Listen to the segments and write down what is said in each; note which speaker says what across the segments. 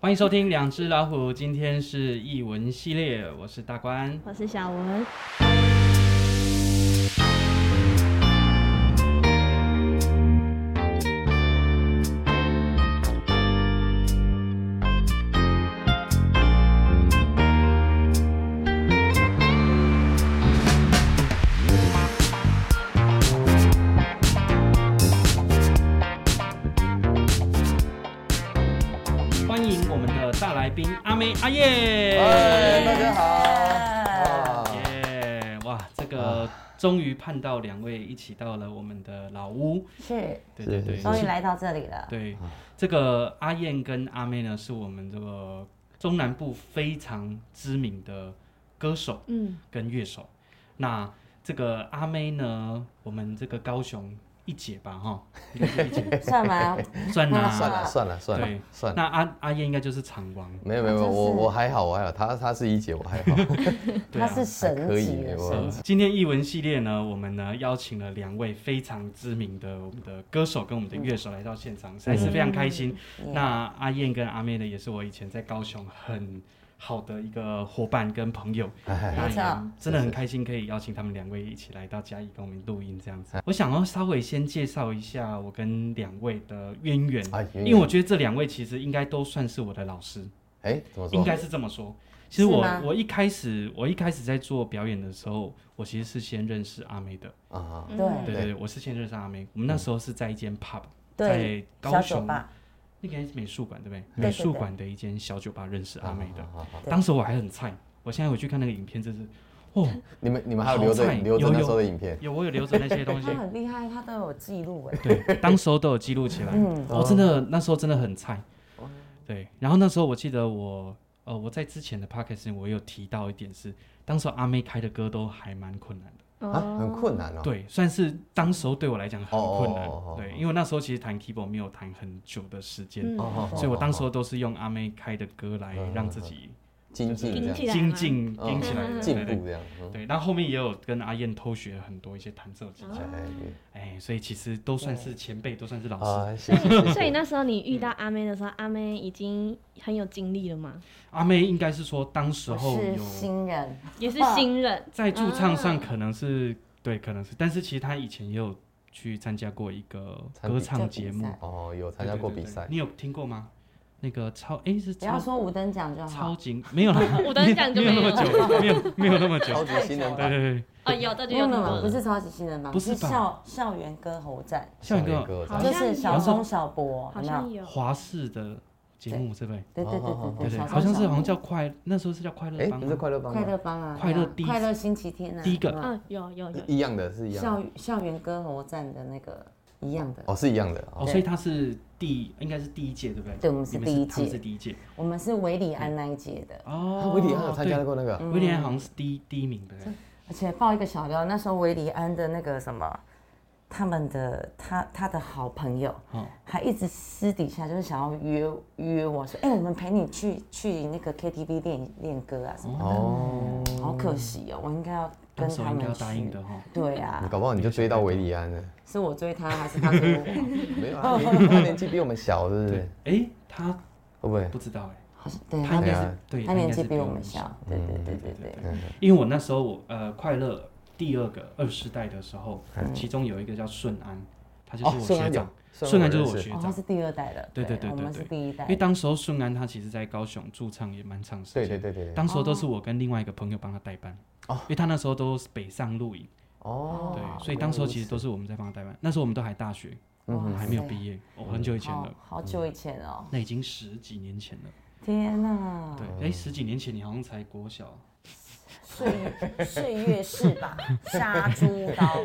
Speaker 1: 欢迎收听《两只老虎》，今天是译文系列，我是大关。
Speaker 2: 我是小文。
Speaker 1: 欢迎我们的大来宾阿妹阿叶。
Speaker 3: 嗨，哎大家
Speaker 2: 哎
Speaker 3: 好。哇
Speaker 1: 耶！哇，这
Speaker 3: 啊
Speaker 1: 个终于盼到两位一起到了我们的老屋。
Speaker 2: 是，
Speaker 1: 对
Speaker 3: 是
Speaker 1: 对对，
Speaker 3: 是啊
Speaker 2: 终于来到这里了。
Speaker 1: 对，这个阿燕跟阿妹呢，是我们这个中南部非常知名的歌手
Speaker 2: 嗯，
Speaker 1: 跟乐手。那这个阿妹呢，我们这个高雄一姐吧，哈，应该是一 姐
Speaker 2: 算吗？
Speaker 3: 哎
Speaker 1: 算啦、
Speaker 3: 算了算了算
Speaker 1: 对
Speaker 3: 了算了，
Speaker 1: 那阿阿燕应该就是场王，
Speaker 3: 没有没有没有，我我还好我还好，她她是一姐，我还好。
Speaker 1: 对
Speaker 2: 他
Speaker 1: 啊。
Speaker 2: 是神
Speaker 3: 还可以
Speaker 2: 级的
Speaker 3: 没问
Speaker 2: 神
Speaker 3: 题
Speaker 1: 呃
Speaker 2: 级，
Speaker 1: 今天译文系列呢，我们呢邀请了两位非常知名的我们的歌手跟我们的乐手来到现场，实在是非常开心。
Speaker 2: 嗯
Speaker 1: 那阿燕跟阿妹呢，也是我以前在高雄很好的一个伙伴跟朋友，
Speaker 3: 哎，
Speaker 1: 那
Speaker 2: 没错
Speaker 1: 也真的很开心可以邀请他们两位一起来到嘉义跟我们录音这样子。我想要稍微先介绍一下我跟两位的啊渊源，
Speaker 3: 哎
Speaker 1: 因为我觉得这两位其实应该都算是我的老师，
Speaker 3: 哎怎么
Speaker 1: 应
Speaker 3: 说？
Speaker 1: 该是这么说。其实
Speaker 2: 是
Speaker 1: 我
Speaker 2: 吗
Speaker 1: 我一开始我一开始在做表演的时候，我其实是先认识阿妹的，
Speaker 3: 啊，
Speaker 4: 嗯
Speaker 2: 对
Speaker 1: 对对对，我是先认识阿妹。我们那时候是在一间 pub，在
Speaker 2: 对，
Speaker 1: 高
Speaker 2: 小酒
Speaker 1: 雄
Speaker 2: 吧，
Speaker 1: 那个美术馆对不对？
Speaker 2: 对
Speaker 1: 美术馆的一间小酒吧认识阿妹的，
Speaker 3: 的。
Speaker 2: 对
Speaker 1: 当时我还很菜，我现在回去看那个影片，真是，哦，
Speaker 3: 你们你们还有留
Speaker 1: 好
Speaker 3: 着
Speaker 1: 菜
Speaker 3: 留着
Speaker 1: 有
Speaker 3: 那
Speaker 1: 有
Speaker 3: 时候的影片？
Speaker 1: 有我有留着那些东西
Speaker 2: 他，很厉害，他都有记录哎。
Speaker 1: 对，当时候都有记录起来。
Speaker 2: 嗯
Speaker 1: 我、真的那时候真的很菜，对。然后那时候我记得我，呃，我在之前的 podcast 我有提到一点是，当时候阿妹开的歌都还蛮困难的，
Speaker 3: 啊，很困难哦。
Speaker 1: 对，算是当时候对我来讲很困难，
Speaker 3: 哦哦哦哦哦
Speaker 1: 对，因为那时候其实弹 keyboard 没有弹很久的时间。
Speaker 4: 嗯
Speaker 3: 哦哦哦
Speaker 1: 所以我当时候都是用阿妹开的歌来让自己
Speaker 3: 哦精进这样
Speaker 4: 精进来
Speaker 1: 精进啊嗯
Speaker 4: 吗
Speaker 3: 哦
Speaker 1: 精起来，对
Speaker 3: 进
Speaker 1: 对
Speaker 3: 步这样。嗯
Speaker 1: 对，然后后面也有跟阿燕偷学很多一些弹奏技巧，
Speaker 3: 哎
Speaker 1: 哎，所以其实都算是前辈，都算是老师。
Speaker 3: 啊，谢谢谢
Speaker 4: 所以
Speaker 3: 谢。
Speaker 4: 那时候你遇到阿妹的时候，阿妹已经很有经历了嘛，
Speaker 1: 阿妹应该是说当时
Speaker 2: 我
Speaker 1: 候
Speaker 2: 是
Speaker 1: 有
Speaker 2: 新啊人，
Speaker 4: 也是新人，
Speaker 1: 在驻唱上可能是对，可能是，但是其实她以前也有去参加过一个
Speaker 3: 参
Speaker 1: 歌
Speaker 3: 比
Speaker 1: 唱
Speaker 2: 赛
Speaker 1: 节
Speaker 2: 比
Speaker 1: 目
Speaker 2: 赛，
Speaker 3: 哦，有参
Speaker 1: 对
Speaker 3: 加
Speaker 1: 对
Speaker 3: 过
Speaker 1: 对
Speaker 3: 比
Speaker 1: 对
Speaker 3: 赛
Speaker 1: 你有听过吗？那个超哎是
Speaker 2: 不要
Speaker 1: 超
Speaker 2: 说五等奖就
Speaker 1: 超
Speaker 2: 好。
Speaker 1: 级没有啦，
Speaker 4: 我等讲就
Speaker 1: 没有
Speaker 4: 没
Speaker 1: 那么
Speaker 4: 有了。
Speaker 1: 久，没有没有那么 久，
Speaker 3: 超级新人
Speaker 1: 对
Speaker 3: 版。
Speaker 1: 对对，
Speaker 4: 哦，有这就
Speaker 2: 没
Speaker 4: 有
Speaker 2: 有
Speaker 4: 听
Speaker 2: 没
Speaker 4: 过
Speaker 2: 有，不
Speaker 4: 了。
Speaker 2: 是超级新人榜，
Speaker 1: 不是吧
Speaker 2: 校校园歌喉战，
Speaker 1: 像一
Speaker 3: 小
Speaker 1: 个
Speaker 3: 哥
Speaker 4: 好
Speaker 2: 就
Speaker 4: 像
Speaker 2: 是小
Speaker 4: 有
Speaker 2: 松小博，有
Speaker 4: 好
Speaker 2: 没有
Speaker 4: 像？有，
Speaker 1: 华视的节目是不是？
Speaker 2: 对对对对
Speaker 1: 对
Speaker 2: 对，
Speaker 1: 对，
Speaker 2: 小
Speaker 1: 好像是
Speaker 2: 松小
Speaker 1: 好像
Speaker 2: 博。
Speaker 1: 叫快，那时候是叫快乐
Speaker 3: 哎，
Speaker 1: 帮
Speaker 3: 不是
Speaker 1: 吗，
Speaker 3: 快乐帮
Speaker 2: 快
Speaker 3: 吗？
Speaker 2: 乐帮啊，
Speaker 1: 快乐
Speaker 2: 对啊
Speaker 1: 第一
Speaker 2: 快乐星期天啊，
Speaker 1: 第一个
Speaker 2: 有没有
Speaker 4: 嗯，有有有，
Speaker 3: 一样的是一样
Speaker 2: 校
Speaker 3: 的。
Speaker 2: 校园歌喉战的那个一样的，
Speaker 3: 哦，是一样的。
Speaker 1: 哦，
Speaker 3: 哦
Speaker 1: 所以他是第应该是第一届对不对？
Speaker 2: 对我们是
Speaker 1: 你
Speaker 2: 第一
Speaker 1: 他们
Speaker 2: 届
Speaker 1: 是第一届
Speaker 2: 我们是维里安那一届的，
Speaker 1: 哦
Speaker 3: 啊，维里安有参加过那个
Speaker 1: 对，威廉好像是第一第一名对不对？
Speaker 2: 而且爆一个小料，那时候维里安的那个什么，他们的他他的好朋友
Speaker 1: 哦，
Speaker 2: 还一直私底下就是想要约约我说，哎、我们陪你去去那个 KTV 练练歌啊什么的，
Speaker 3: 哦，
Speaker 2: 好可惜哦，我应该要跟
Speaker 1: 当时候
Speaker 2: 他
Speaker 1: 应该
Speaker 2: 们
Speaker 1: 要答应
Speaker 2: 去。
Speaker 1: 的哦哈。
Speaker 2: 对
Speaker 3: 你
Speaker 2: 啊，
Speaker 3: 搞不好你就追到维里安了。
Speaker 2: 是我追他还是他追 我？
Speaker 3: 没有啊，
Speaker 1: 哦
Speaker 3: 你他年纪比我们小，是不是
Speaker 1: 对？，哎，他
Speaker 3: 会不会？
Speaker 1: 不知道哎，
Speaker 2: 好像对，
Speaker 1: 他
Speaker 2: 他
Speaker 1: 应该
Speaker 3: 对
Speaker 1: 是
Speaker 3: 啊
Speaker 1: 对，
Speaker 2: 嗯他
Speaker 1: 应
Speaker 2: 年
Speaker 1: 该
Speaker 2: 纪
Speaker 1: 是
Speaker 2: 比我们小，对对嗯对对对。
Speaker 1: 因为我那时候我呃快乐第二个二世代的时候，其中有一个叫顺安，他就是我学长，哦顺安就是我学
Speaker 2: 哦，他
Speaker 1: 长。
Speaker 2: 是第二代的，
Speaker 1: 对对对
Speaker 2: 我
Speaker 1: 对
Speaker 2: 们是第一代
Speaker 1: 因为。当时候顺安他其实在高雄驻唱也蛮长时间
Speaker 3: 对，对对对对。
Speaker 1: 当时候都是我跟另外一个朋友帮他代班，
Speaker 3: 哦
Speaker 1: 因为他那时候都是北上露营，
Speaker 3: 哦，
Speaker 1: 对，所以当时候其实都是我们在帮他代班。那时候我们都还大学，
Speaker 2: 嗯
Speaker 1: 还没有毕业，哦，很久以前
Speaker 2: 好
Speaker 1: 了，
Speaker 2: 好久以前哦，
Speaker 1: 那已经十几年前了。
Speaker 2: 天哪！
Speaker 1: 对，哎，十几年前你好像才国小，
Speaker 2: 岁岁月是吧？杀猪 刀，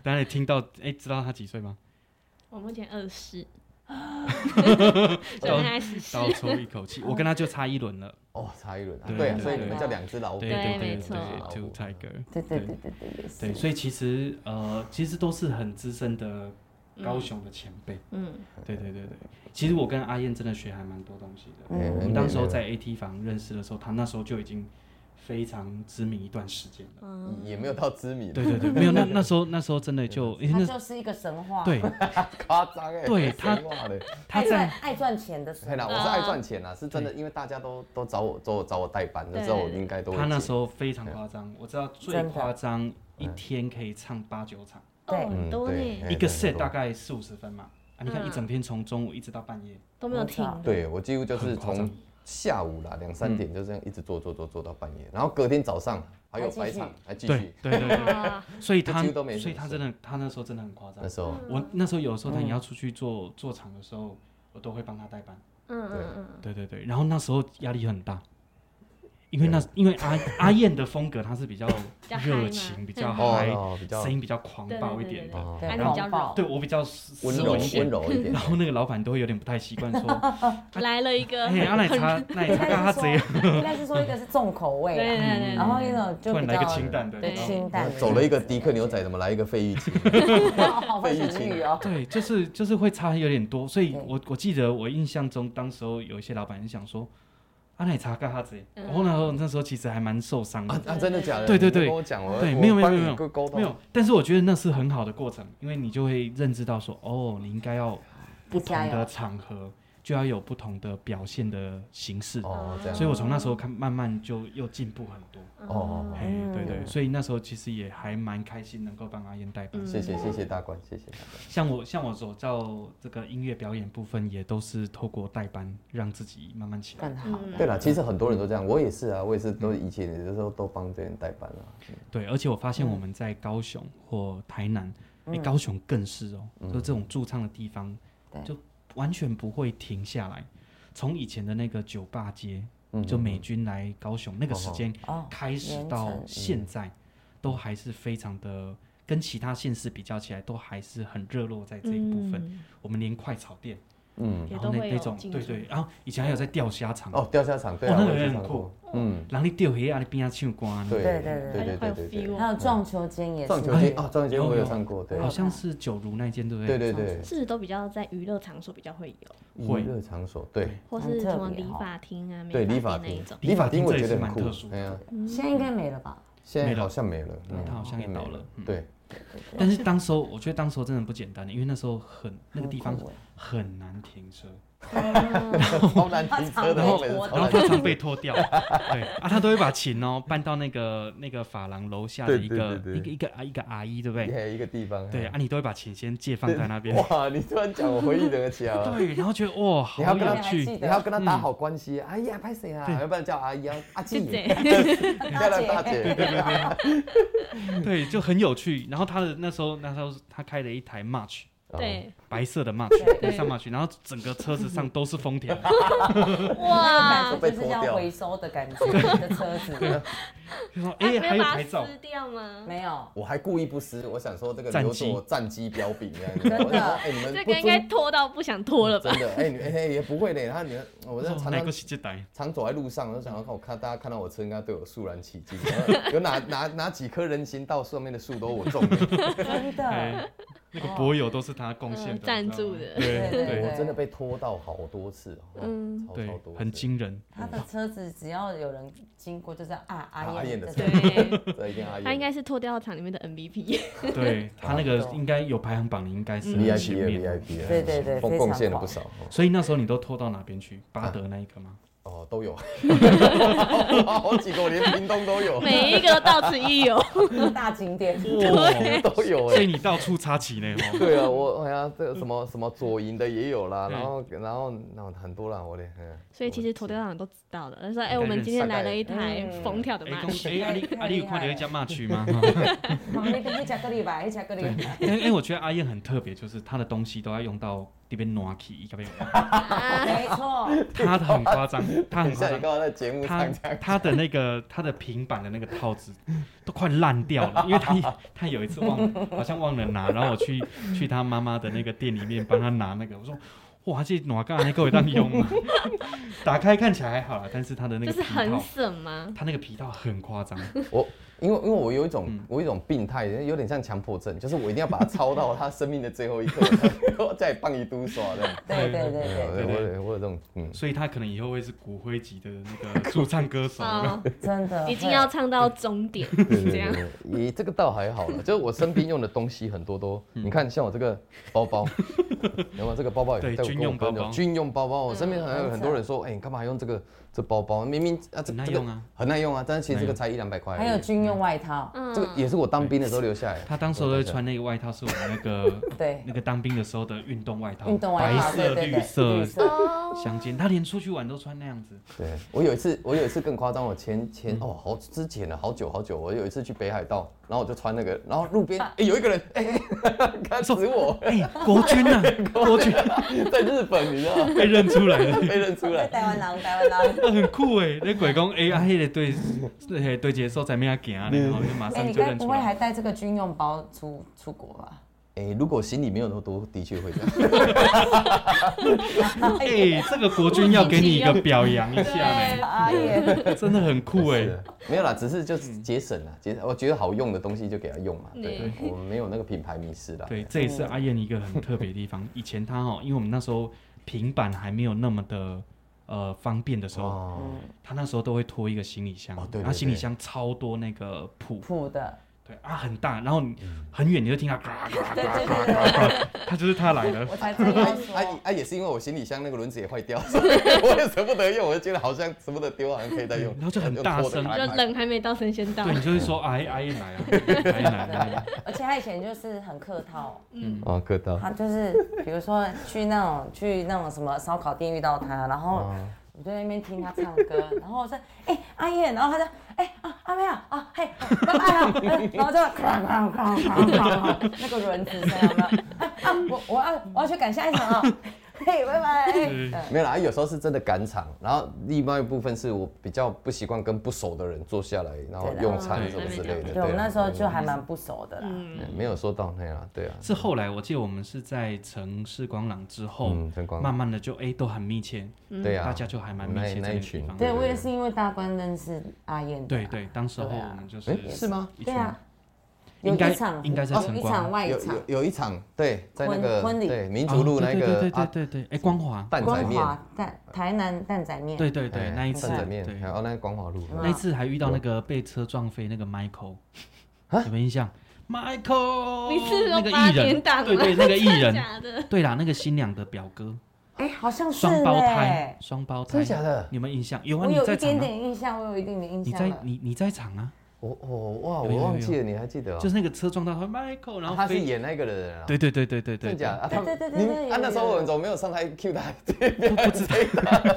Speaker 1: 大家也听到，哎，知道他几岁吗？
Speaker 4: 我目前二 十，所以我现在十四
Speaker 1: 倒，抽一口气，我跟他就差一轮了。
Speaker 3: 哦，差一轮啊，
Speaker 1: 对
Speaker 3: 对啊，
Speaker 1: 对
Speaker 3: 所以
Speaker 2: 对
Speaker 3: 你们叫两只老虎，
Speaker 1: 对对
Speaker 4: 对没错
Speaker 1: 对，Two Tiger。
Speaker 2: 对对对对对，也是。
Speaker 1: 对，所以其实呃，其实都是很资深的高雄的前辈。
Speaker 4: 嗯，
Speaker 1: 对对对对，其实我跟阿燕真的学还蛮多东西的。
Speaker 3: 嗯
Speaker 1: 我们当时候在 AT 房认识的时候，他那时候就已经非常知名一段时间了。
Speaker 4: 嗯，
Speaker 3: 也没有到知名，
Speaker 1: 对对对，没有那那时候那时候真的就因
Speaker 2: 他
Speaker 1: 为那
Speaker 2: 就是一个神话，
Speaker 1: 对
Speaker 3: 夸张哎，
Speaker 1: 对他
Speaker 3: 他话的，
Speaker 1: 他
Speaker 2: 爱赚
Speaker 1: 在
Speaker 2: 爱赚钱的神
Speaker 3: 对啦，
Speaker 2: 话，
Speaker 3: 我是爱赚钱啦，是真的，因为大家都都找我都找我代班，都知道我应该都会接。
Speaker 1: 他那时候非常夸张，我知道最
Speaker 2: 真的
Speaker 1: 夸张一天可以唱八九场，
Speaker 4: 哦，
Speaker 2: 对
Speaker 4: 很多呢，
Speaker 3: 嗯
Speaker 1: 一个 set
Speaker 3: 对
Speaker 1: 大概四五十分嘛。啊，你看
Speaker 4: 嗯
Speaker 1: 一整天从中午一直到半夜，
Speaker 4: 都没有停。
Speaker 3: 对我几乎就是
Speaker 1: 很夸张
Speaker 3: 从下午啦两三点就这样一直做做做做到半夜，然后隔天早上还有
Speaker 2: 还继续
Speaker 3: 白场还继
Speaker 1: 对
Speaker 3: 续。
Speaker 1: 对对 对，
Speaker 4: 哇，
Speaker 1: 所以他
Speaker 3: 几乎都没什么
Speaker 1: 所以他
Speaker 3: 事嗯
Speaker 1: 真的他那时候真的很夸张
Speaker 3: 那。时候
Speaker 1: 我那时候有的时候他也要出去做做场的时候，我都会帮他代班。
Speaker 4: 嗯嗯
Speaker 1: 对对对，然后那时候压力很大，因为那因为阿阿燕的风格她是比较
Speaker 4: 较嗨
Speaker 1: 热
Speaker 4: 嘛
Speaker 1: 情、比
Speaker 4: 嗯
Speaker 1: 较嗨、
Speaker 3: 哦，比较
Speaker 1: 声音比较狂
Speaker 4: 对对
Speaker 1: 暴一
Speaker 4: 对
Speaker 1: 点
Speaker 4: 对
Speaker 1: 的，
Speaker 3: 哦
Speaker 2: 对
Speaker 4: 啊
Speaker 1: 你
Speaker 4: 比较
Speaker 2: 狂暴，
Speaker 1: 对我比较斯
Speaker 3: 温
Speaker 1: 斯
Speaker 3: 柔
Speaker 1: 文一点
Speaker 3: 温。柔一点
Speaker 1: 然。后那个老板都会有点不太习惯， 说
Speaker 4: 嗯，来了一：“个，
Speaker 1: 哎，阿奶茶，奶
Speaker 2: 应
Speaker 1: 茶干
Speaker 2: 该
Speaker 1: 他
Speaker 2: 是
Speaker 1: 怎样
Speaker 2: 说， 应该是说一个是重口
Speaker 4: 对
Speaker 2: 味
Speaker 4: 对
Speaker 2: 啦，
Speaker 4: 对对，
Speaker 2: 然后一种就
Speaker 1: 突然
Speaker 2: 比
Speaker 1: 来个
Speaker 2: 较
Speaker 1: 清淡的，
Speaker 2: 对
Speaker 1: 然后
Speaker 2: 清淡的，
Speaker 3: 走了一个迪克牛仔，怎么来一个费玉清？
Speaker 2: 哇， 好会选语哦，
Speaker 1: 对，就是就是会差有点多，所以
Speaker 2: 对
Speaker 1: 我我记得我印象中，当时候有一些老板很想说，阿奶茶干哈子，
Speaker 4: 嗯
Speaker 1: 然后那时候那时候其实还蛮受伤的
Speaker 3: 啊，啊，真的假的？
Speaker 1: 对对
Speaker 3: 你
Speaker 1: 对
Speaker 3: 跟我讲，我
Speaker 1: 对
Speaker 3: 我
Speaker 1: 没有没有
Speaker 3: 帮
Speaker 1: 没有没
Speaker 3: 你
Speaker 1: 有
Speaker 3: 沟沟通
Speaker 1: 没有，但是我觉得那是很好的过程，因为你就会认知到说，哦，你应该要不同
Speaker 2: 加
Speaker 1: 的
Speaker 2: 油
Speaker 1: 场合就要有不同的表现的形式，
Speaker 3: 哦，这样。
Speaker 1: 所以我从那时候看，慢慢就又进步很多。
Speaker 3: 哦
Speaker 1: 哎、对对，所以那时候其实也还蛮开心，能够帮阿燕代班。
Speaker 4: 嗯
Speaker 3: 谢谢谢谢大官，谢谢大官。
Speaker 1: 像我像我所到这个音乐表演部分，也都是透过代班让自己慢慢起来。
Speaker 2: 更好。
Speaker 4: 嗯
Speaker 3: 对了，其实很多人都
Speaker 1: 嗯
Speaker 3: 这样，我也是啊，我也是都以前有的时候都帮别人代班啊。
Speaker 1: 对，而且我发现我们在高雄或台南，哎、高雄更是哦，就这种驻唱的地方，
Speaker 2: 对
Speaker 1: 就完全不会停下来。从以前的那个酒吧街，就美军来高雄那个时间
Speaker 2: 哦
Speaker 1: 开始
Speaker 2: 盐
Speaker 1: 到
Speaker 2: 城
Speaker 4: 嗯
Speaker 1: 现在，都还是非常的，跟其他县市比较起来，都还是很热络在这一部分。我们连快炒店，
Speaker 3: 嗯，
Speaker 4: 嗯也
Speaker 1: 然
Speaker 4: 都
Speaker 1: 后那
Speaker 4: 会
Speaker 1: 那
Speaker 4: 有
Speaker 1: 种
Speaker 4: 竞
Speaker 1: 对
Speaker 4: 争
Speaker 1: 对，然后以前还有在钓虾场，
Speaker 3: 哦，钓虾场，对
Speaker 1: 哦
Speaker 3: 啊，
Speaker 1: 那个
Speaker 3: 我也
Speaker 1: 也
Speaker 3: 是
Speaker 1: 很
Speaker 3: 唱过。嗯，
Speaker 1: 然后你钓虾啊，你边啊唱歌
Speaker 4: 嗯
Speaker 1: 呢。
Speaker 3: 对
Speaker 2: 对对
Speaker 3: 对对
Speaker 4: 还
Speaker 3: 对
Speaker 4: 有
Speaker 3: 对
Speaker 4: feel
Speaker 3: 对。
Speaker 2: 还有撞球间也是，
Speaker 3: 撞球街啊，撞球街我有唱过，对
Speaker 1: 哎好像是九如那间，对不对？
Speaker 3: 对对对，
Speaker 4: 是都比较在娱乐场所比较会有，
Speaker 1: 会
Speaker 3: 娱乐场所，对
Speaker 4: 或是什么理发厅啊、
Speaker 3: 对，理
Speaker 4: 美
Speaker 3: 发
Speaker 4: 发店那
Speaker 3: 厅
Speaker 4: 一种，，嗯
Speaker 3: 理发厅我觉得很
Speaker 1: 理发厅这也是蛮
Speaker 3: 酷
Speaker 1: 特殊，的
Speaker 3: 哎呀，
Speaker 2: 现在应该没了吧？
Speaker 3: 现
Speaker 1: 没
Speaker 3: 在
Speaker 1: 了
Speaker 3: 好像没了，
Speaker 1: 对
Speaker 3: 嗯
Speaker 1: 它好像也倒了嗯
Speaker 3: 对，
Speaker 1: 但是当时候，我觉得当时候真的不简单的，因为那时候很那个地方
Speaker 2: 很苦欸
Speaker 1: 很难停车，
Speaker 4: 哦
Speaker 3: 超难停车的，
Speaker 2: 然后
Speaker 3: 每次超
Speaker 1: 然后
Speaker 3: 难
Speaker 1: 常常被拖掉。对啊，他都会把琴哦搬到那个那个发廊楼下的一个
Speaker 3: 对对对
Speaker 1: 一个一个啊一个阿姨，对 不对？
Speaker 3: 耶一个地方，哎
Speaker 1: 对啊，你都会把琴先借放在那边。
Speaker 3: 哇，你突然讲，我回忆得起来 了。
Speaker 1: 对，然后觉得哇， 好
Speaker 3: 你还要跟
Speaker 1: 有
Speaker 3: 他
Speaker 1: 趣。
Speaker 2: 记
Speaker 3: 啊你
Speaker 2: 得
Speaker 3: 还要跟他打好关系，哎呀，拍谁啊？要不然叫阿姨啊，阿
Speaker 4: 就
Speaker 3: 静，
Speaker 4: 这
Speaker 3: 漂
Speaker 4: 样，
Speaker 3: 亮大姐，
Speaker 1: 对，就很有趣。然后他的那时候那时候他开了一台 March。
Speaker 4: 对，
Speaker 1: 白色的 March，
Speaker 4: 对
Speaker 1: 白色 March，然后整个车子上都是丰 田，
Speaker 2: 感
Speaker 4: 哇
Speaker 2: 觉，嗯啊就是要回收的感觉的车子，
Speaker 1: 就说
Speaker 4: 啊
Speaker 1: 哎，还
Speaker 4: 没
Speaker 1: 有
Speaker 4: 把它
Speaker 1: 牌照，
Speaker 4: 撕掉吗？
Speaker 2: 没有，
Speaker 3: 我还故意不撕，我想说这个
Speaker 1: 战
Speaker 3: 留
Speaker 1: 绩
Speaker 3: 作战机标炳这样子。
Speaker 2: 真的
Speaker 3: 我想说哎，你们
Speaker 4: 这
Speaker 3: 不
Speaker 4: 个应该
Speaker 3: 尊
Speaker 4: 拖到不想拖了吧？
Speaker 3: 真的，哎，你哎也不会的。然后你们，我在常
Speaker 1: 哦哪
Speaker 3: 常
Speaker 1: 个是这 台？
Speaker 3: 常走在路上，我就想要看我看大家看到我车，应该对我肃然起 敬。然后有哪哪哪几棵人行道上面的树都我种的，
Speaker 2: 真 的
Speaker 1: 哎，那个博友都是他贡献
Speaker 4: 嗯
Speaker 1: 的
Speaker 4: 赞
Speaker 1: 你知道
Speaker 4: 助
Speaker 1: 吗
Speaker 4: 的
Speaker 1: 对
Speaker 2: 对
Speaker 1: 对
Speaker 2: 对
Speaker 3: 我真的被拖到好多次，嗯，超超
Speaker 1: 对
Speaker 3: 多，次，
Speaker 1: 很惊 人。
Speaker 2: 他的车子只要有人经过，就是啊
Speaker 3: 啊
Speaker 2: 阿
Speaker 3: 阿
Speaker 2: 燕
Speaker 3: 燕的车
Speaker 2: 这个
Speaker 4: 对，
Speaker 3: 这一定阿姨
Speaker 4: 他应该是脱掉场里面的 MVP，
Speaker 1: 对他那个应该有排行榜，你应该是很
Speaker 3: VIP
Speaker 1: 前
Speaker 3: 的
Speaker 1: 面。
Speaker 3: VIP 的，
Speaker 2: 对对对
Speaker 3: 贡
Speaker 2: 非常
Speaker 3: 贡献了不
Speaker 2: 棒
Speaker 3: 少
Speaker 1: 所以那时候你都拖到哪边去？巴德那一个 吗？
Speaker 3: 哦，哦都有，好几个我连屏东都 有，
Speaker 4: 每一个都到此一 游，
Speaker 2: 大景点，
Speaker 1: 哇！
Speaker 3: 都有
Speaker 1: 所
Speaker 3: 哎
Speaker 1: 以。你到处插旗呢？哦
Speaker 3: 对啊，我好像这个什么什么左营的也有啦，
Speaker 1: 对
Speaker 3: 然后然后那很多啦，我的，嗯
Speaker 4: 所以其实脱掉场都知道的。他说：“
Speaker 1: 应
Speaker 4: 哎，
Speaker 1: 该
Speaker 4: 我们今天
Speaker 3: 认
Speaker 4: 来
Speaker 3: 识
Speaker 4: 了一台
Speaker 2: 嗯
Speaker 4: 疯跳的
Speaker 1: 哎，
Speaker 4: 马
Speaker 1: 公哎，阿 丽阿丽有看到一家骂区吗？
Speaker 3: 啊
Speaker 2: 那个黑巧克力吧，黑巧克力，
Speaker 1: 因为因为哎我觉得阿燕很特别，就是她的东西都要用到这边暖气， 这边
Speaker 2: 没错，
Speaker 1: 她的很夸张，她很
Speaker 3: 等一
Speaker 1: 夸
Speaker 3: 下
Speaker 1: 张。
Speaker 3: 你刚刚在节目
Speaker 1: 他
Speaker 3: 上这样，
Speaker 1: 他的那个他的平板的那个套子都快烂掉了，因为 他他有一次忘了，好像忘了拿，然后我去去他妈妈的那个店里面帮他拿那个，我说哇，这哪干还够当用啊？ 打开看起来还好啦，但是他的那个
Speaker 4: 就是
Speaker 1: 皮
Speaker 4: 很
Speaker 1: 套，
Speaker 4: 省吗？
Speaker 1: 他那个皮套很夸张，
Speaker 3: 我因为因为我有一种、
Speaker 1: 嗯
Speaker 3: 我有一种病态，有点像强迫症，就是我一定要把 它操到他生命的最后一刻，我再棒一嘟耍的。
Speaker 2: 对对对对，
Speaker 1: 对对
Speaker 3: 我我有种，嗯，
Speaker 1: 所以他可能以后会是骨灰级的那个驻唱歌手。
Speaker 4: 哦，
Speaker 2: 真的
Speaker 4: 一定
Speaker 2: 会
Speaker 4: 要唱到终点，
Speaker 3: 对对
Speaker 4: 这样。
Speaker 3: 对，你这个倒还好了，就是我身边用的东西很多都，你看像我这个包包，有没有这个包包也
Speaker 1: 对
Speaker 3: 在我
Speaker 1: 军
Speaker 3: 跟我
Speaker 1: 用包
Speaker 3: 朋友
Speaker 1: 包
Speaker 3: 军用包包，我身边还有
Speaker 2: 嗯
Speaker 3: 很多人说，哎，你干嘛还用这个这包包？明明啊，这
Speaker 1: 很耐
Speaker 3: 这个
Speaker 1: 用啊
Speaker 3: 很耐用啊，但是其实这个才一两百块而已，
Speaker 2: 还有军用外套，
Speaker 4: 嗯，
Speaker 3: 这个也是我当兵的时候留下来，
Speaker 1: 他当时候都会穿那个外套，是我们那 个
Speaker 2: 对，
Speaker 1: 那个当兵的时候的运动外套，
Speaker 2: 运动外套，
Speaker 1: 白色、
Speaker 2: 对对对，
Speaker 1: 绿色
Speaker 2: 绿色，
Speaker 1: 相间。他连出去玩都穿那样子，
Speaker 3: 对我有一次，我有一次更夸张，我前
Speaker 1: 嗯
Speaker 3: 前哦好之前了，好久好久，我有一次去北海道，然后我就穿那个，然后路边哎、有一个人哎、 看死我，
Speaker 2: 哦
Speaker 1: 哎，国军 呐，国军
Speaker 3: 在日本你知道吗
Speaker 1: 被认出来了。
Speaker 3: 被认出
Speaker 2: 在
Speaker 3: 来，
Speaker 2: 台湾人，台湾 人。
Speaker 1: 那很酷哎！那鬼公哎，啊，迄个对， 迄个对接受在面行，啊然后就马
Speaker 2: 哎，
Speaker 1: 上
Speaker 2: 你
Speaker 1: 就
Speaker 2: 该
Speaker 1: 认
Speaker 2: 不
Speaker 1: 出
Speaker 2: 会
Speaker 1: 来。
Speaker 2: 还带这个军用包出出国吧？
Speaker 3: 哎、如果行李没有那么多，的确 会这样。
Speaker 1: 哎，这个国 军要给你一个表扬一下
Speaker 4: 对
Speaker 1: 呢，
Speaker 2: 啊耶！
Speaker 1: 真的很酷哎
Speaker 3: 是！的没有啦，只是就是
Speaker 1: 嗯
Speaker 3: 节省啦，节我觉得好用的东西就给他用嘛，对啊
Speaker 4: 对，
Speaker 3: 我们没有那个品牌迷失啦。
Speaker 1: 对，这也是
Speaker 2: 嗯
Speaker 1: 阿燕一个很特别的地 方。以前她哈，因为我们那时候平板还没有那么的呃方便的时候，
Speaker 3: 哦，
Speaker 2: 嗯
Speaker 1: 她那时候都会拖一个行李箱
Speaker 3: 哦，对对
Speaker 1: 她行李
Speaker 3: 对
Speaker 1: 箱超多那个谱，
Speaker 2: 普的，
Speaker 1: 对啊很大，然后你
Speaker 3: 嗯
Speaker 1: 很远你就听她嘎嘎嘎嘎嘎 嘎，她就是她来的。
Speaker 2: 我才这样
Speaker 3: 啊
Speaker 1: 哎
Speaker 2: 说。
Speaker 3: 啊也是因为我行李箱那个轮子也坏掉， 所以我也舍不得用，我就觉得好像舍不得丢，好像可以再用，
Speaker 1: 然后就很大声
Speaker 3: 用拖
Speaker 4: 就
Speaker 3: 的
Speaker 4: 冷还没到，神仙到
Speaker 1: 对，。你就会说
Speaker 3: 嗯
Speaker 1: 阿阿燕来啊，阿燕来 阿燕来。
Speaker 2: 而且他以前就是很客套，
Speaker 3: 哦，磕到。
Speaker 2: 他就是比如说去那种去那种什么烧烤店遇到他，然后我就在那边听他唱歌，然后我说哎阿燕，然后他就哎啊阿妹啊啊嘿，干嘛呀？哎然后就哐哐哐哐哐哐那个轮子声有没有？啊啊我我要我要去赶下一场哦，嘿拜拜。嗯
Speaker 3: 没有啦，有时候是真的赶场，然后另外一部分是我比较不习惯跟不熟的人坐下来，然后
Speaker 2: 对啦
Speaker 3: 用餐
Speaker 1: 对
Speaker 3: 什么之类的。
Speaker 2: 对，我们
Speaker 3: 啦
Speaker 2: 那时候就还蛮不熟的啦。
Speaker 3: 嗯没有说到那啦，对啊，
Speaker 1: 是后来，我记得我们是在城市光廊之后，
Speaker 3: 嗯晨光
Speaker 1: 慢慢的就哎、都很密切，
Speaker 3: 对啊，
Speaker 1: 大家就还蛮密切
Speaker 3: 那
Speaker 1: 在那
Speaker 3: 那一
Speaker 1: 个地
Speaker 3: 群
Speaker 1: 方。
Speaker 2: 对，我也是因为大关认识阿燕的啊、
Speaker 1: 对对，当时候
Speaker 2: 对啊
Speaker 1: 我们就是、
Speaker 3: 哎是吗？
Speaker 1: 一群
Speaker 2: 对啊，有
Speaker 1: 应该
Speaker 2: 一场
Speaker 1: 应该在
Speaker 2: 有
Speaker 1: 晨
Speaker 2: 一
Speaker 1: 光
Speaker 2: 场外
Speaker 3: 有
Speaker 2: 场
Speaker 3: 有，有一场对，在那
Speaker 2: 婚
Speaker 3: 个
Speaker 2: 婚礼
Speaker 3: 对民族路
Speaker 1: 啊
Speaker 3: 那
Speaker 1: 对
Speaker 3: 个
Speaker 1: 对对对
Speaker 3: 啊
Speaker 1: 对对，哎、光华，
Speaker 3: 蛋仔
Speaker 2: 光
Speaker 3: 面，
Speaker 2: 华蛋台南蛋仔面，
Speaker 1: 对对对，
Speaker 3: 哎
Speaker 1: 那一次
Speaker 3: 蛋仔面，
Speaker 1: 对嗯
Speaker 3: 还，有那光华路，
Speaker 1: 那一次还遇到那个被车撞飞那个 Michael，有
Speaker 3: 啊
Speaker 1: 没有印象？Michael，
Speaker 4: 你是
Speaker 1: 那
Speaker 4: 说
Speaker 1: 个
Speaker 4: 八
Speaker 1: 艺
Speaker 4: 点
Speaker 1: 人？
Speaker 4: 档吗？
Speaker 1: 对对，那个艺
Speaker 4: 真的
Speaker 1: 人，
Speaker 4: 假的？
Speaker 1: 对啦，那个新娘的表哥，
Speaker 2: 哎、好像是
Speaker 1: 双胞
Speaker 2: 哎
Speaker 4: 欸
Speaker 1: 胎，双胞
Speaker 3: 真
Speaker 1: 胎
Speaker 3: 的，假的？
Speaker 1: 你们印象有啊？
Speaker 2: 我
Speaker 1: 你
Speaker 2: 有
Speaker 1: 在
Speaker 2: 一
Speaker 1: 场
Speaker 2: 点
Speaker 1: 啊？
Speaker 2: 点印象，我有一点点印
Speaker 1: 你
Speaker 2: 象
Speaker 1: 在
Speaker 2: 了。
Speaker 1: 你你在场啊？
Speaker 3: 我我哦哇，
Speaker 1: 有有
Speaker 3: 我忘记了，你还记得啊？啊
Speaker 1: 就是那个车撞到他 Michael，然后
Speaker 3: 他是
Speaker 1: 飞
Speaker 3: 演那个的人啊，
Speaker 1: 对对对对对对，
Speaker 3: 真假的？啊
Speaker 2: 对
Speaker 3: 他们
Speaker 2: 对对对对
Speaker 3: 你
Speaker 2: 有
Speaker 3: 啊那
Speaker 2: 有
Speaker 3: 时候我
Speaker 2: 有
Speaker 3: 们怎么没有上台 Q 他？
Speaker 1: 不知道。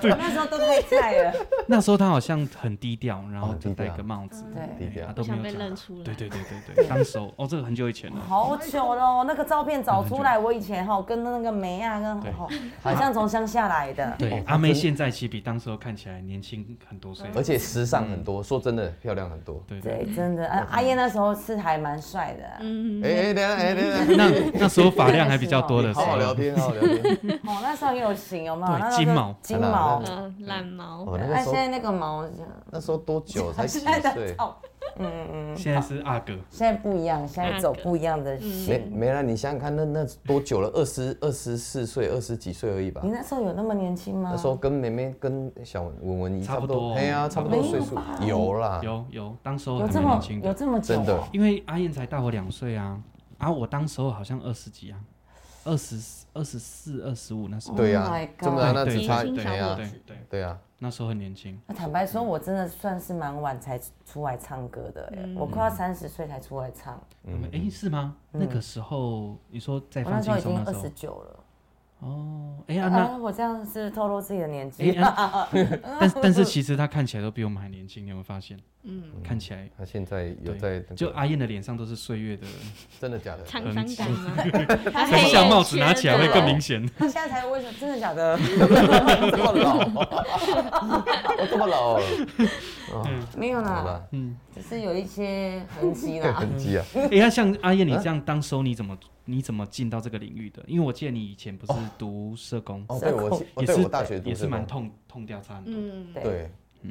Speaker 2: 我那时候都太菜了，
Speaker 1: 那时候他好像很低调，然后
Speaker 3: 哦
Speaker 1: 就
Speaker 3: 低调
Speaker 1: 戴个帽子，
Speaker 2: 对
Speaker 3: 低调
Speaker 1: 他
Speaker 4: 嗯不
Speaker 1: 都没有
Speaker 4: 想被
Speaker 1: 讲啊
Speaker 4: 认出来。
Speaker 1: 对对对对对，当时候哦，这个很久以前了。
Speaker 2: 好久了哦、那个照片找出来，我以前哈跟那个梅亚跟
Speaker 1: 对
Speaker 2: 好好像从乡下来的，
Speaker 1: 对
Speaker 3: 哦，
Speaker 1: 阿妹现在其实比当时候看起来年轻很多岁。
Speaker 3: 而且时尚很多，说真的漂亮很多。
Speaker 1: 对对，
Speaker 2: 对，真的，啊、阿燕那时候是还蛮帅的、
Speaker 4: 嗯，
Speaker 3: 哎哎，等一下哎等一下，
Speaker 1: 那那时候发量还比较多的时
Speaker 3: 好好
Speaker 1: 候，
Speaker 3: 聊天，好好 聊天。
Speaker 2: 哦，那时候也有型，有没有？
Speaker 1: 对
Speaker 2: 那时候
Speaker 1: 金
Speaker 2: 就
Speaker 1: 毛
Speaker 2: 金
Speaker 3: 好啦
Speaker 2: 毛，
Speaker 4: 呃懒毛，
Speaker 3: 哦，那
Speaker 2: 那、
Speaker 3: 个时
Speaker 2: 啊现
Speaker 3: 候
Speaker 2: 在那个毛，
Speaker 3: 那时候多久才几
Speaker 2: 现在的
Speaker 3: 岁？
Speaker 2: 照，嗯嗯嗯，
Speaker 1: 现在是阿哥，
Speaker 2: 现在不一样，现在走不一样的戏。
Speaker 3: 没没啦，你想想看，那那多久了？二十二十四岁，二十几岁而已吧
Speaker 2: 你。那时候有那么年轻吗？
Speaker 3: 那时候跟妹妹跟小文文怡
Speaker 1: 差不多
Speaker 3: 哎呀，差不多岁数有啦。
Speaker 1: 有有，当时候
Speaker 2: 有
Speaker 1: 还
Speaker 2: 这
Speaker 1: 蛮
Speaker 2: 么
Speaker 1: 年轻
Speaker 2: 有
Speaker 1: 的，
Speaker 2: 这么久、
Speaker 3: 真的
Speaker 2: 哦，
Speaker 1: 因为阿燕才大我两岁啊，啊，我当时候好像二十几啊，二十二十四、二十五那时候，哎
Speaker 3: 对
Speaker 2: Oh
Speaker 3: 呀
Speaker 2: my，god
Speaker 3: 这么大那
Speaker 1: 对
Speaker 3: 只差
Speaker 4: 年轻小
Speaker 3: 哎
Speaker 4: 伙
Speaker 3: 呀
Speaker 4: 子，
Speaker 1: 对对，
Speaker 3: 对呀，
Speaker 1: 那时候很年轻。
Speaker 2: 那坦白说，我真的算是蛮晚才出来唱歌的、哎，我快要三十岁才出来唱，
Speaker 1: 嗯，哎、是吗？那个时候你说在
Speaker 2: 我
Speaker 1: 放
Speaker 2: 那时候
Speaker 1: 轻
Speaker 2: 已
Speaker 1: 松
Speaker 2: 经
Speaker 1: 的
Speaker 2: 二
Speaker 1: 时
Speaker 2: 十
Speaker 1: 候，
Speaker 2: 九了。
Speaker 1: 哦，哎、呀，那
Speaker 2: 啊，我这样是不是透露自己的年
Speaker 1: 哎、
Speaker 2: 纪。
Speaker 1: 啊但但是其实他看起来都比我们还年轻，你有没有发现？
Speaker 4: 嗯，
Speaker 1: 看起来
Speaker 3: 他现在有在那个
Speaker 1: 就阿燕的脸上都是岁月的，
Speaker 3: 真的假的？
Speaker 4: 沧桑感 吗？他
Speaker 2: 哎
Speaker 1: 像
Speaker 4: 黑
Speaker 1: 像
Speaker 4: 眼
Speaker 1: 帽子拿
Speaker 4: 圈
Speaker 1: 起来会
Speaker 4: 的
Speaker 1: 更明显。
Speaker 2: 他现在才为什么？真的假 的？
Speaker 3: 这么老，我哦这么 老了，
Speaker 2: 没有
Speaker 3: 好
Speaker 2: 啦，
Speaker 3: 吧，
Speaker 1: 嗯，
Speaker 2: 只是有一些痕迹
Speaker 3: 这
Speaker 2: 啦。
Speaker 3: 痕迹啊，
Speaker 1: 哎、那像阿燕你
Speaker 3: 嗯
Speaker 1: 这样当时候你怎么你怎么进到这个领域的？因为我记得你以前不是读社工，
Speaker 3: 哦，对我我
Speaker 1: 也
Speaker 3: 对
Speaker 1: 是
Speaker 3: 我大学读
Speaker 1: 也
Speaker 3: 这
Speaker 1: 是
Speaker 3: 个
Speaker 2: 嗯
Speaker 1: 蛮痛痛调查很多。
Speaker 4: 嗯，
Speaker 2: 对，
Speaker 3: 对，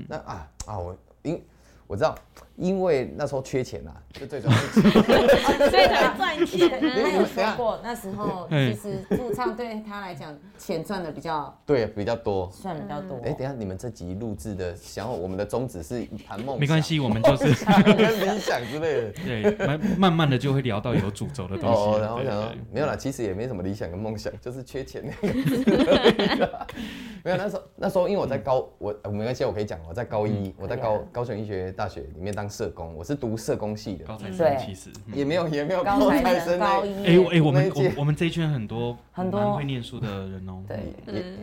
Speaker 3: 那啊啊我因我知道因为那时候缺钱啊，就最主要 是钱。
Speaker 4: 所以才会赚钱
Speaker 3: 因
Speaker 2: 他
Speaker 3: 为
Speaker 4: 啊。
Speaker 2: 有说过，那时候其实驻唱对他来讲，钱赚的比较
Speaker 3: 对，比较多。
Speaker 2: 算比较多。
Speaker 3: 哎、等一下你们这集录制的，想要我们的宗旨是谈梦想，
Speaker 1: 没关系，我们就是
Speaker 3: 跟理想之类的。
Speaker 1: 对慢慢慢的就会聊到有主轴的东西
Speaker 3: 哦，
Speaker 1: 了。
Speaker 3: 然后
Speaker 1: 对对
Speaker 3: 想
Speaker 1: 嗯
Speaker 3: 到
Speaker 1: 对
Speaker 3: 没有啦，其实也没什么理想跟梦想，就是缺钱那个 没有，那时候那时候因为我在
Speaker 1: 嗯
Speaker 3: 高，我呃没关系，我可以讲，我在高一，我在高高雄医学大学里面当社工，我是读社工系的，
Speaker 1: 高材生
Speaker 2: 对
Speaker 1: 其实嗯
Speaker 3: 也没有也没有
Speaker 2: 高材
Speaker 3: 材
Speaker 2: 生
Speaker 3: 生
Speaker 2: 高
Speaker 3: 那，
Speaker 1: 哎、
Speaker 2: 一，
Speaker 1: 我哎、我们
Speaker 3: 那
Speaker 1: 我
Speaker 3: 一届
Speaker 1: 们我们这一圈很多
Speaker 2: 很多
Speaker 1: 蛮会念书的人哦、
Speaker 2: 对，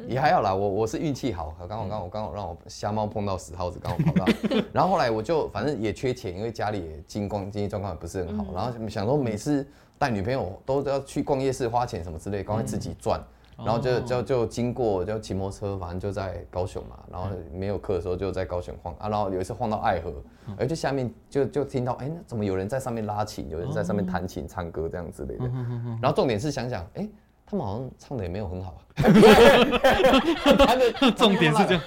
Speaker 3: 也也还好啦，我我是运气好，刚好刚好刚好让我瞎猫碰到死耗子，刚好跑到。 然后后来我就反正也缺钱，因为家里也经光经济状况也不是很好，
Speaker 1: 嗯
Speaker 3: 然后想说每次带女朋友都要去逛夜市花钱什么之类，赶快自
Speaker 1: 嗯
Speaker 3: 己赚。然后
Speaker 1: 哦
Speaker 3: 就就就经过就骑摩托车，反正就在高雄嘛，然后
Speaker 1: 嗯
Speaker 3: 没有课的时候就在高雄晃啊，然后有一次晃到爱河，
Speaker 1: 嗯
Speaker 3: 而就下面就就听到哎、那怎么有人在上面拉琴，有人在
Speaker 1: 哦
Speaker 3: 上面弹琴、唱歌这样之
Speaker 1: 嗯
Speaker 3: 类的。然后重点是想想哎、他们好像唱的也没有很好、啊，弹的
Speaker 1: 哦重点是这样，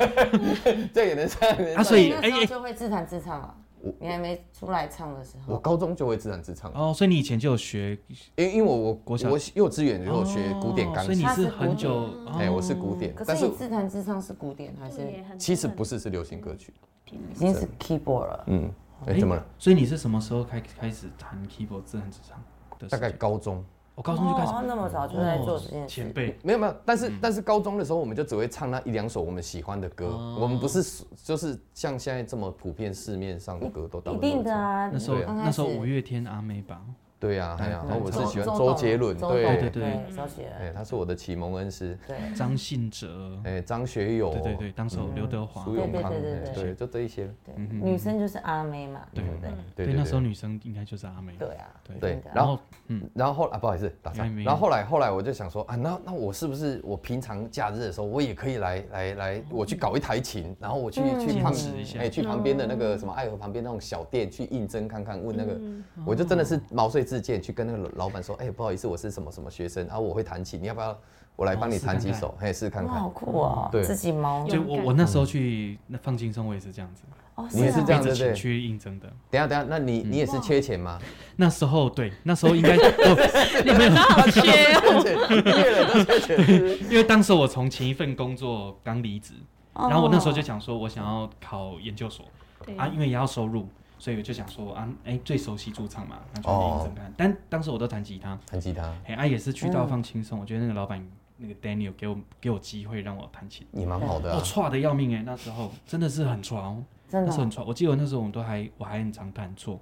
Speaker 3: 这也能唱
Speaker 1: 啊所以
Speaker 2: 那时候就会自弹自唱了。你还没出来唱的时
Speaker 3: 我
Speaker 2: 候，
Speaker 3: 高中就会自弹自唱，啊
Speaker 1: 哦，所以你以前就有学
Speaker 3: 因为因为我我
Speaker 1: 国小
Speaker 3: 我幼稚园就有学古典钢
Speaker 1: 哦所以
Speaker 3: 琴
Speaker 1: 你，是
Speaker 2: 他是古嗯
Speaker 1: 很久
Speaker 4: 典
Speaker 1: 哦
Speaker 3: 哎、我是古典，
Speaker 2: 可
Speaker 3: 但
Speaker 2: 是
Speaker 3: 是
Speaker 2: 你自弹自唱是古典 还是
Speaker 4: 对很
Speaker 3: 其实不
Speaker 4: 是，
Speaker 3: 是是流行歌曲，
Speaker 2: 已经是 keyboard 了？
Speaker 3: 嗯，哎、
Speaker 1: 哎
Speaker 3: 怎么了？
Speaker 1: 所以你是什么时候开开始弹 keyboard 自弹自唱的时间？
Speaker 3: 大概高中。
Speaker 1: 我高中就开始
Speaker 2: 哦那么早就在做这件事嗯
Speaker 1: 前辈
Speaker 3: 没有没有，但
Speaker 1: 嗯
Speaker 3: 是、但是高中的时候，我们就只会唱那一两首我们喜欢的歌，
Speaker 1: 哦
Speaker 3: 我们不是就是像现在这么普遍市面上的歌都大
Speaker 2: 一
Speaker 3: 部分都
Speaker 2: 定的
Speaker 3: 唱。
Speaker 2: 啊，
Speaker 1: 那时候
Speaker 3: 对
Speaker 2: 刚开
Speaker 1: 那时候
Speaker 2: 始
Speaker 1: 五月天阿妹吧，
Speaker 3: 对呀、啊，哎呀、然后我是喜欢
Speaker 2: 董
Speaker 3: 周杰伦，
Speaker 2: 周
Speaker 3: 对，
Speaker 2: 董
Speaker 1: 对对
Speaker 2: 对，周杰
Speaker 3: 哎、
Speaker 2: 伦，
Speaker 3: 他是我的启蒙恩师，
Speaker 2: 对，
Speaker 1: 张信哲，
Speaker 3: 哎、张学友，
Speaker 1: 对对对，当时
Speaker 2: 嗯
Speaker 1: 有刘德华
Speaker 3: 苏，永康，
Speaker 2: 对对对
Speaker 3: 哎
Speaker 2: 对对
Speaker 3: 对，就这一些，嗯
Speaker 2: 对，
Speaker 1: 嗯
Speaker 2: 女生就是阿妹嘛，对不对？
Speaker 3: 对对
Speaker 1: 那时候
Speaker 3: 对
Speaker 1: 女生应该就是阿妹，
Speaker 2: 对啊，
Speaker 1: 嗯对
Speaker 3: 对，然
Speaker 1: 然
Speaker 3: 后
Speaker 1: 后嗯，
Speaker 3: 然后后啊，不好意思，打岔
Speaker 1: 没没。
Speaker 3: 然后后来后来我就想说啊，那那我是不是我平常假日的时候，我也可以来来
Speaker 1: 哦
Speaker 3: 来，我去搞一台琴，然后我去
Speaker 2: 嗯
Speaker 3: 去旁
Speaker 1: 兼职一下
Speaker 3: 哎去旁边的那
Speaker 2: 哦
Speaker 3: 个什么爱河旁边那种小店去应征看看，问那个，
Speaker 2: 嗯
Speaker 3: 我就真的是毛遂自荐去跟那个老老板说，哎，不好意思，我是什么什么学生啊，我会弹琴，你要不要我来帮你弹几首，
Speaker 1: 啊
Speaker 3: 嘿，试看
Speaker 2: 哇，好
Speaker 3: 看。
Speaker 2: 酷
Speaker 1: 嗯
Speaker 2: 哦，
Speaker 3: 对
Speaker 2: 自己毛
Speaker 1: 就我我那时候去那放轻松，我也是这样子，
Speaker 2: 哦，
Speaker 3: 你也是
Speaker 2: 啊
Speaker 3: 这样
Speaker 1: 背着
Speaker 3: 对不对
Speaker 1: 琴去应征的。
Speaker 3: 等一下等一下，那你
Speaker 2: 嗯
Speaker 3: 你也是缺钱吗？
Speaker 1: 那时候对，那时候应该 哦我
Speaker 4: 你们都好缺哦。
Speaker 3: 缺钱，越来越缺钱是不是。
Speaker 1: 因为当时我从前一份工作刚离职，
Speaker 2: 哦
Speaker 1: 然后我那时候就想说，我想要考研究所
Speaker 4: 对
Speaker 1: 啊，因为也要收入，所以我就想说啊，哎，最熟悉驻唱嘛，那就
Speaker 3: 哦
Speaker 1: 应征看。但当时我都弹吉他，
Speaker 3: 弹吉他，
Speaker 1: 哎，啊也是去
Speaker 2: 嗯
Speaker 1: 到放轻松，我觉得那个老板那个 Daniel 给我给我机会让我弹琴。
Speaker 3: 你蛮好的
Speaker 1: 哦，
Speaker 3: 啊。
Speaker 1: 差的要命哎！那时候真的是很传哦，
Speaker 2: 真
Speaker 1: 那
Speaker 2: 的
Speaker 1: 时候
Speaker 2: 哦
Speaker 1: 很传。我记得那时候我们都还我还很常弹错，